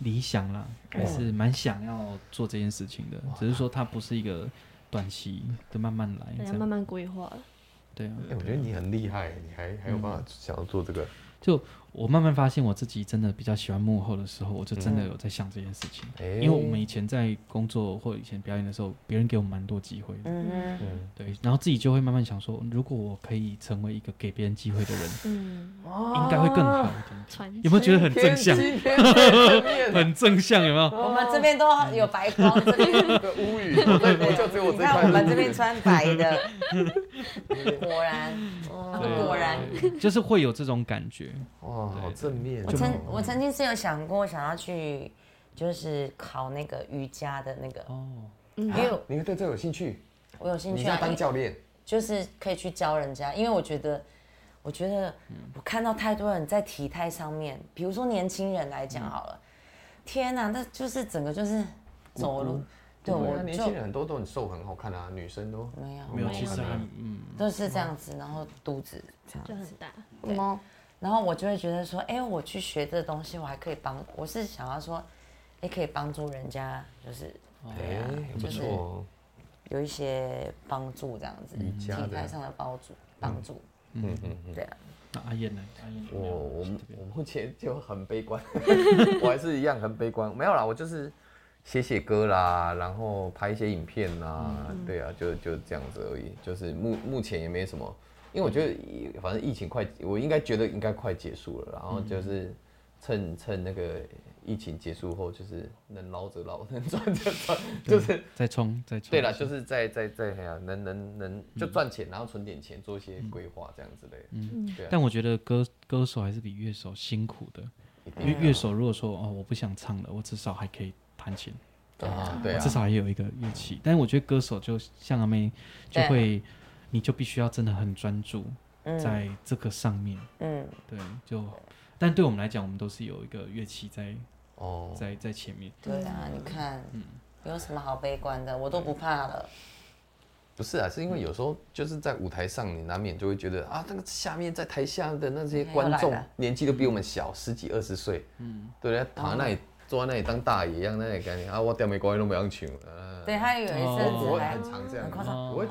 Speaker 1: 理想啦，
Speaker 2: 嗯
Speaker 1: 还是蛮想要做这件事情的，只是说它不是一个短期的，慢慢来
Speaker 4: 大
Speaker 2: 啊
Speaker 1: 这
Speaker 4: 家慢
Speaker 1: 样。
Speaker 4: 慢规划了，
Speaker 1: 对啊，嗯
Speaker 3: 哎，我觉得你很厉害，你还还有办法想要做这个，
Speaker 1: 就我慢慢发现我自己真的比较喜欢幕后的时候，我就
Speaker 3: 嗯
Speaker 1: 真的有在想这件事情。
Speaker 3: 哎
Speaker 1: 因为我们以前在工作或以前表演的时候，别人给我们蛮多机会的，
Speaker 2: 嗯
Speaker 3: 哎嗯
Speaker 1: 对，然后自己就会慢慢想说，如果我可以成为一个给别人机会的人，
Speaker 4: 嗯，
Speaker 1: 应该会更好一点。
Speaker 4: 传
Speaker 1: 有没有觉得很正向？
Speaker 3: 哦天机天机正 面
Speaker 1: 很正向，有没有？
Speaker 2: 我们这边都有白光，这边
Speaker 3: 这个乌云，我在我就只有我
Speaker 2: 你
Speaker 3: 这
Speaker 2: 看
Speaker 3: 块。
Speaker 2: 我们这边穿白的，果然，
Speaker 1: 对
Speaker 2: 果然。
Speaker 1: 对就是会有这种感觉。
Speaker 3: 哇，好正面。哦
Speaker 2: 我曾我曾经是有想过想要去，就是考那个瑜伽的那个，
Speaker 1: 哦，
Speaker 4: 嗯
Speaker 2: 因为
Speaker 3: 你会对这有兴趣？
Speaker 2: 我有兴
Speaker 3: 你
Speaker 2: 趣
Speaker 3: 要
Speaker 2: 啊，
Speaker 3: 当
Speaker 2: 因
Speaker 3: 教练？
Speaker 2: 就是可以去教人家，因为我觉得。我觉得我看到太多人在体态上面，比如说年轻人来讲好了，天哪，那就是整个就是走路，对我
Speaker 3: 啊年
Speaker 2: 就
Speaker 3: 轻人很多都很瘦，很好看啊，女生都
Speaker 2: 没有
Speaker 1: 没有，
Speaker 4: 没有
Speaker 1: 其实还嗯，
Speaker 2: 都是这样子，然后肚子这样
Speaker 4: 就很大，
Speaker 2: 对，然后我就会觉得说，哎、我去学这东西，我还可以帮，我是想要说，也可以帮助人家，就是对啊，
Speaker 3: 哎，不
Speaker 2: 就是
Speaker 3: 错哦。
Speaker 2: 有一些帮助这样子，
Speaker 3: 瑜伽的
Speaker 2: 体态上的帮助，帮助，
Speaker 3: 嗯嗯嗯。
Speaker 2: 对啊，
Speaker 1: 那阿燕呢？阿燕有
Speaker 3: 我
Speaker 1: 没有
Speaker 3: 我
Speaker 1: 这边
Speaker 3: 我目前就很悲观， 我还是一样很悲观。没有啦，我就是写写歌啦，然后拍一些影片啦，
Speaker 1: 嗯
Speaker 3: 对啊，就就这样子而已。就是目目前也没什么，因为我
Speaker 1: 嗯
Speaker 3: 觉得反正疫情快，我应该觉得应该快结束了，然后
Speaker 1: 嗯
Speaker 3: 就是趁趁那个疫情结束后，就是能捞着捞，能赚就赚，
Speaker 1: 嗯
Speaker 3: 就是
Speaker 1: 再冲再冲。
Speaker 3: 对了，就是在在在哎呀，能能能就
Speaker 1: 嗯
Speaker 3: 赚钱，然后存点钱，做一些规划这样之类的。嗯，对啊
Speaker 1: 但我觉得歌歌手还是比乐手辛苦的。
Speaker 3: 一定啊
Speaker 1: 因为乐手如果说哦我不想唱了，我至少还可以弹琴，
Speaker 3: 啊，对
Speaker 1: 我
Speaker 3: 啊，
Speaker 1: 哦至少也有一个乐器。但是我觉得歌手就像阿妹，就
Speaker 2: 对
Speaker 1: 会你就必须要真的很专注在这个上面。
Speaker 2: 嗯，
Speaker 1: 对，就但对我们来讲，我们都是有一个乐器在
Speaker 3: 哦，
Speaker 1: 在在前面。
Speaker 2: 对啊，你看，
Speaker 3: 嗯
Speaker 2: 有什么好悲观的？我都不怕了，
Speaker 3: 不是啊，是因为有时候就是在舞台上，你难免就会觉得啊，那个下面在台下的那些观
Speaker 2: 又
Speaker 3: 众
Speaker 2: 哎来了
Speaker 3: 年纪都比我们小十几二十岁，嗯，对不对？躺在那里坐在那里当大爷一样，那里感觉啊，我掉玫瑰都没人唱，啊
Speaker 2: 对，他有一阵
Speaker 1: 哦
Speaker 2: 子
Speaker 3: 我
Speaker 2: 还
Speaker 3: 很常这样
Speaker 2: 很，夸张
Speaker 3: 我会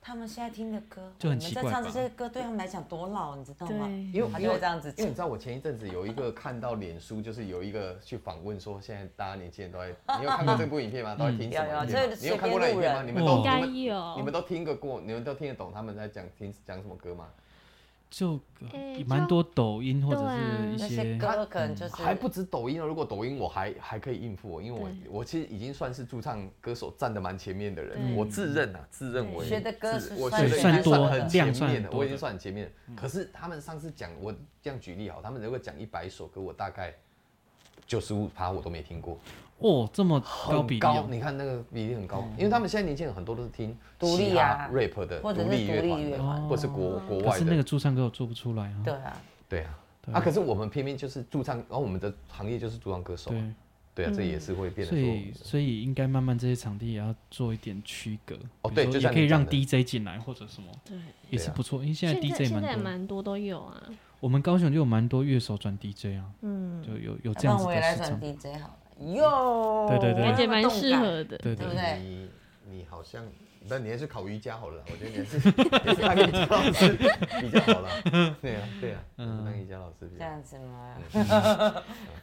Speaker 2: 他们现在听的歌，
Speaker 1: 就很
Speaker 2: 我们
Speaker 1: 奇
Speaker 2: 在
Speaker 1: 怪
Speaker 2: 唱
Speaker 1: 吧
Speaker 2: 这些歌，对他们来讲多老，你知道吗？
Speaker 4: 对，
Speaker 3: 因为
Speaker 2: 他
Speaker 3: 因
Speaker 2: 就会
Speaker 3: 为
Speaker 2: 这样子
Speaker 3: 因为你
Speaker 2: 讲，
Speaker 3: 知道，我前一阵子有一个看到脸书，就是有一个去访问说，现在大家年轻人都在，你有看过这部影片吗？都在听什
Speaker 2: 嗯有有
Speaker 3: 么影
Speaker 2: 这
Speaker 3: 片吗？
Speaker 2: 个是
Speaker 3: 你有看过那影片吗？你
Speaker 1: 边
Speaker 3: 们
Speaker 1: 路人
Speaker 4: 应
Speaker 3: 都哦你
Speaker 4: 该
Speaker 3: 们
Speaker 4: 有，
Speaker 3: 你们都听得过，你们都听得懂他们在讲听讲什么歌吗？
Speaker 1: 就呃
Speaker 4: 哎
Speaker 1: 也蛮
Speaker 4: 就
Speaker 1: 多抖音或者是一
Speaker 2: 啊那
Speaker 1: 些
Speaker 2: 些歌可能就是
Speaker 3: 还不止抖音哦，如果抖音我还还可以应付，哦因为我我其实已经算是驻唱歌手站的蛮前面的人，
Speaker 4: 对
Speaker 3: 我自认啊，自认为
Speaker 2: 对学的歌是
Speaker 3: 自我学
Speaker 2: 算
Speaker 3: 的
Speaker 2: 是
Speaker 3: 已经
Speaker 2: 多
Speaker 3: 很
Speaker 2: 的
Speaker 3: 前
Speaker 1: 量算
Speaker 3: 面
Speaker 1: 很
Speaker 3: 了，
Speaker 1: 多
Speaker 3: 我已经
Speaker 1: 的嗯
Speaker 3: 算很前面了。可是他们上次讲，我这样举例好，他们如果讲一百首歌，我大概九十五趴我都没听过，
Speaker 1: 哦这么高比
Speaker 3: 很
Speaker 1: 例哦、嗯
Speaker 3: 高，你看那个比例很高，因为他们现在年轻人很多都是听
Speaker 2: 独立
Speaker 3: 嘻哈
Speaker 2: 啊
Speaker 3: rap 的
Speaker 2: 或者
Speaker 3: 独
Speaker 2: 是
Speaker 3: 立乐
Speaker 2: 独立
Speaker 3: 团
Speaker 2: 乐
Speaker 3: 的，
Speaker 2: 团哦
Speaker 3: 或是国国
Speaker 1: 可
Speaker 3: 外
Speaker 1: 是那
Speaker 3: 的
Speaker 1: 个驻唱歌我做不出来啊。
Speaker 2: 对啊，
Speaker 3: 对啊，啊，可是我们偏偏就是驻唱，然后我们的行业就是驻唱歌手啊，
Speaker 1: 对
Speaker 3: 对啊，这
Speaker 2: 嗯
Speaker 3: 也是会变得
Speaker 1: 所
Speaker 3: 说我们
Speaker 1: 以
Speaker 3: 的，
Speaker 1: 所以应该慢慢这些场地也要做一点区隔。比
Speaker 3: 哦
Speaker 1: 如
Speaker 3: 对
Speaker 1: 说
Speaker 3: 就
Speaker 1: 也
Speaker 3: 像
Speaker 1: 可以
Speaker 3: 你
Speaker 1: 让
Speaker 3: 讲的
Speaker 1: DJ 进来或者什么，
Speaker 4: 对，
Speaker 1: 也是
Speaker 3: 对啊
Speaker 1: 不错。因为现在
Speaker 4: 现在
Speaker 1: DJ
Speaker 4: 现在也
Speaker 1: 蛮多，
Speaker 4: 蛮多都有啊，
Speaker 1: 我们高雄就有蛮多乐手转 DJ 啊，
Speaker 4: 嗯，
Speaker 1: 就有有
Speaker 2: 要
Speaker 1: 这
Speaker 2: 不
Speaker 1: 样
Speaker 2: 然
Speaker 1: 子
Speaker 2: 我也来
Speaker 1: 的市
Speaker 2: 转
Speaker 1: 场。
Speaker 2: DJ 好了，哟，
Speaker 1: 对对对
Speaker 4: 感
Speaker 1: 而
Speaker 4: 觉
Speaker 2: 那么
Speaker 4: 蛮
Speaker 2: 嗯动
Speaker 4: 适
Speaker 2: 感
Speaker 4: 合的，
Speaker 1: 对
Speaker 2: 对
Speaker 1: 对
Speaker 2: 不，对？
Speaker 3: 你你好像，但你还是考瑜伽好了啦，我觉得你还是 还是当瑜伽老师比较好啦。对啊，对啊，
Speaker 1: 嗯
Speaker 3: 还是当瑜伽老师比
Speaker 2: 这
Speaker 3: 较好。
Speaker 2: 样子吗？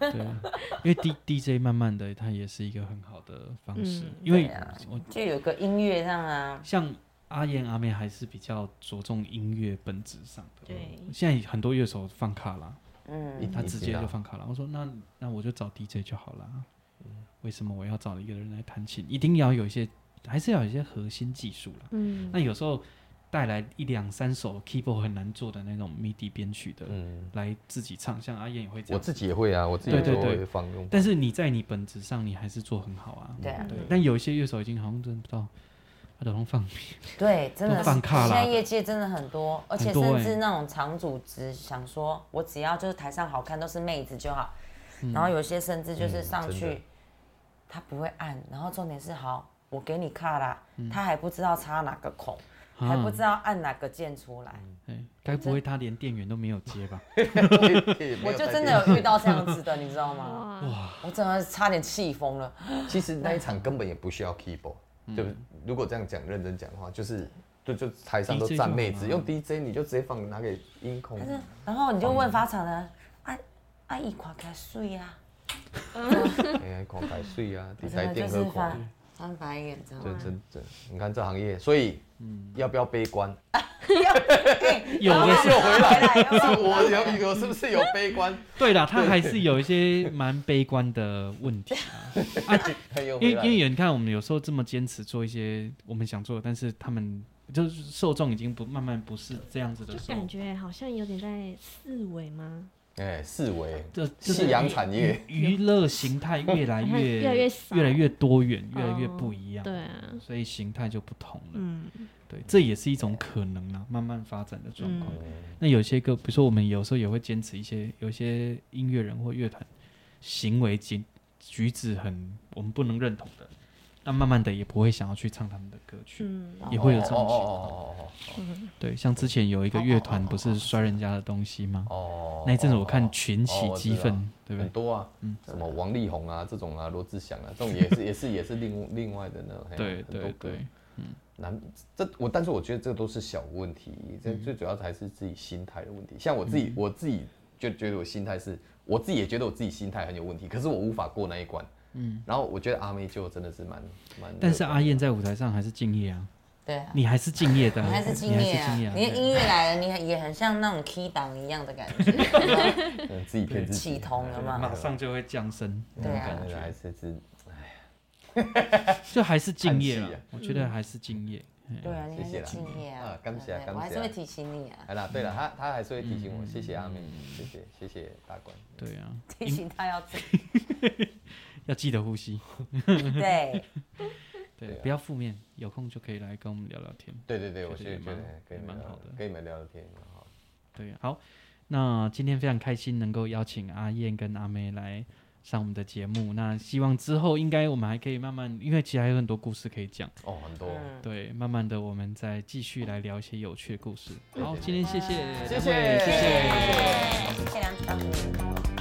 Speaker 1: 对啊，因为 D DJ 慢慢的它也是一个很好的方式，
Speaker 4: 嗯
Speaker 1: 因为
Speaker 2: 对啊
Speaker 1: 我
Speaker 2: 就有个音乐上啊，
Speaker 1: 像阿燕阿妹还是比较着重音乐本质上的。
Speaker 4: 对，
Speaker 1: 现在很多乐手放卡拉，
Speaker 2: 嗯，
Speaker 1: 他直接就放卡拉。我说那那我就找 DJ 就好啦。为什么我要找一个人来弹琴？一定要有一些，还是要有一些核心技术啦。
Speaker 4: 嗯，
Speaker 1: 那有时候带来一两三首 keyboard 很难做的那种 MIDI 编曲的，
Speaker 3: 嗯，
Speaker 1: 来自己唱，像阿燕也会这
Speaker 3: 我
Speaker 1: 样。
Speaker 3: 自己也会啊，我自己
Speaker 1: 对
Speaker 3: 有时
Speaker 1: 对
Speaker 3: 候
Speaker 1: 对
Speaker 3: 会放用。
Speaker 1: 但是你在你本质上，你还是做很好啊。
Speaker 2: 对啊，
Speaker 1: 对，
Speaker 3: 嗯
Speaker 1: 但有一些乐手已经好像真的不知道，他都能放
Speaker 2: 对，真的
Speaker 1: 都
Speaker 2: 是
Speaker 1: 放卡啦
Speaker 2: 现在业界真的很多，而且
Speaker 1: 很多欸
Speaker 2: 甚至那种场主只想说，我只要就是台上好看都是妹子就好，
Speaker 1: 嗯
Speaker 2: 然后有些甚至就是上
Speaker 3: 嗯真的
Speaker 2: 去，他不会按，然后重点是好，我给你卡啦，
Speaker 1: 嗯
Speaker 2: 他还不知道插哪个孔，
Speaker 1: 啊
Speaker 2: 还不知道按哪个键出来，
Speaker 1: 哎，该不会他连电源都没有接 吧？
Speaker 2: 我
Speaker 3: 我
Speaker 2: 就真的有遇到这样子的，你知道 吗？
Speaker 4: 哇，
Speaker 2: 我真的差点气疯了。
Speaker 3: 其实那一场根本也不需要 keyboard，对
Speaker 1: 嗯
Speaker 3: 不对？如果这样讲，认真讲的话，就是就就台上都
Speaker 1: DJ
Speaker 3: 站
Speaker 1: 就好
Speaker 3: 妹
Speaker 1: 了
Speaker 3: 嗯子，用 DJ 你就直接放拿给音控。
Speaker 2: 然后你就问发厂的，啊，啊，伊看起来水啊，
Speaker 3: 哎呀，狂百岁啊，
Speaker 2: 我
Speaker 3: 第
Speaker 2: 真
Speaker 3: 三
Speaker 2: 的
Speaker 3: 电
Speaker 2: 就
Speaker 3: 喝
Speaker 2: 是
Speaker 3: 狂，
Speaker 2: 翻翻白眼，知道
Speaker 3: 这
Speaker 2: 吗？
Speaker 3: 这这，你看这行业，所以
Speaker 1: 嗯
Speaker 3: 要不要悲观？
Speaker 1: 有
Speaker 2: 又
Speaker 1: 的是
Speaker 2: 回来，
Speaker 3: 是
Speaker 2: 又回来
Speaker 3: 我有有是不是有悲观？
Speaker 1: 对啦，他还是有一些蛮悲观的问题 啊。啊，
Speaker 3: 很有
Speaker 1: 因为
Speaker 3: 回来
Speaker 1: 因为你看，我们有时候这么坚持做一些我们想做的，但是他们就是受众已经不慢慢不是这样子的
Speaker 4: 就
Speaker 1: 时候
Speaker 4: 感，觉好像有点在四维吗？
Speaker 3: 哎，四维
Speaker 1: 这这
Speaker 3: 夕阳产业，
Speaker 1: 娱乐形态越来越
Speaker 4: 嗯越来越少
Speaker 1: 越来越多元，越来越
Speaker 4: 哦
Speaker 1: 不一样，
Speaker 4: 对啊，
Speaker 1: 所以形态就不同了。
Speaker 4: 嗯，
Speaker 1: 对，这也是一种可能啊，慢慢发展的状况。
Speaker 4: 嗯
Speaker 1: 那有些歌，比如说我们有时候也会坚持一些，有些音乐人或乐团行为举举止很我们不能认同的，那慢慢的也不会想要去唱他们的歌曲，
Speaker 4: 嗯，
Speaker 1: 也会有这
Speaker 3: 哦
Speaker 1: 种情况。
Speaker 3: 哦
Speaker 1: 对，像之前
Speaker 4: 哦
Speaker 1: 有一个乐团不是摔人家的东西吗
Speaker 3: 哦？哦
Speaker 1: 那一阵子我看群起激愤，对不嗯
Speaker 3: 很
Speaker 1: 对？
Speaker 3: 多啊，什么王力宏啊这种啊，罗志祥啊，这种也是也是也是另 另外的那种，
Speaker 1: 对对对，
Speaker 3: 难这我，但是我觉得这都是小问题，这
Speaker 1: 嗯
Speaker 3: 最主要还是自己心态的问题。像我自己，我自己就觉得我心态是，我自己也觉得我自己心态很有问题，可是我无法过那一关。嗯，然后我觉得阿妹就真的是蛮蛮，
Speaker 1: 但是阿燕在舞台上还是敬业啊，
Speaker 2: 对啊。
Speaker 1: 你还是敬业的啊、
Speaker 2: 你还是敬业啊！
Speaker 1: 你还是敬
Speaker 2: 你的音乐来了，你也很像那种 key 档一样的感 觉，你知道吗
Speaker 3: 嗯自己嗯骗自己，
Speaker 2: 起头了嘛
Speaker 1: 马上就会降生那种
Speaker 2: 对啊
Speaker 1: 感
Speaker 3: 真的
Speaker 1: 觉。
Speaker 3: 还是是
Speaker 1: 就还是敬业
Speaker 3: 叹气
Speaker 1: 了
Speaker 3: 啊，
Speaker 1: 我觉
Speaker 2: 嗯
Speaker 1: 得还是敬业。
Speaker 2: 对啊，你还
Speaker 3: 谢谢
Speaker 2: 是
Speaker 3: 啦
Speaker 2: 敬业啊
Speaker 3: 啊！感谢
Speaker 2: 对
Speaker 3: 感
Speaker 2: 不对
Speaker 3: 谢
Speaker 2: 我还是会提醒 你啊，
Speaker 3: 哎啦，
Speaker 1: 嗯
Speaker 3: 对了，他他还是会提醒我，谢谢阿妹，谢谢谢谢大官。
Speaker 1: 对啊，
Speaker 2: 提醒他要自
Speaker 1: 要记得呼吸，
Speaker 3: 嗯
Speaker 2: 对，
Speaker 1: 对，
Speaker 3: 对啊
Speaker 1: 不要负面，有空就可以来跟我们聊聊天。
Speaker 3: 对对对，我
Speaker 1: 觉
Speaker 3: 是
Speaker 1: 得也
Speaker 3: 觉得
Speaker 1: 蛮
Speaker 3: 跟你
Speaker 1: 也
Speaker 3: 们
Speaker 1: 蛮
Speaker 3: 聊
Speaker 1: 好的
Speaker 3: 跟你们聊聊天，蛮好的。
Speaker 1: 对啊，好，那今天非常开心能够邀请阿燕跟阿妹来上我们的节目，那希望之后应该我们还可以慢慢，因为其实还有很多故事可以讲，
Speaker 3: 哦，很多，
Speaker 2: 嗯，
Speaker 1: 对，慢慢的我们再继续来聊一些有趣的故事。
Speaker 3: 对
Speaker 1: 好，
Speaker 3: 对
Speaker 1: 今天谢谢，
Speaker 3: 谢
Speaker 1: 两位
Speaker 3: 谢
Speaker 1: 谢谢。
Speaker 2: 谢谢梁导。
Speaker 3: 好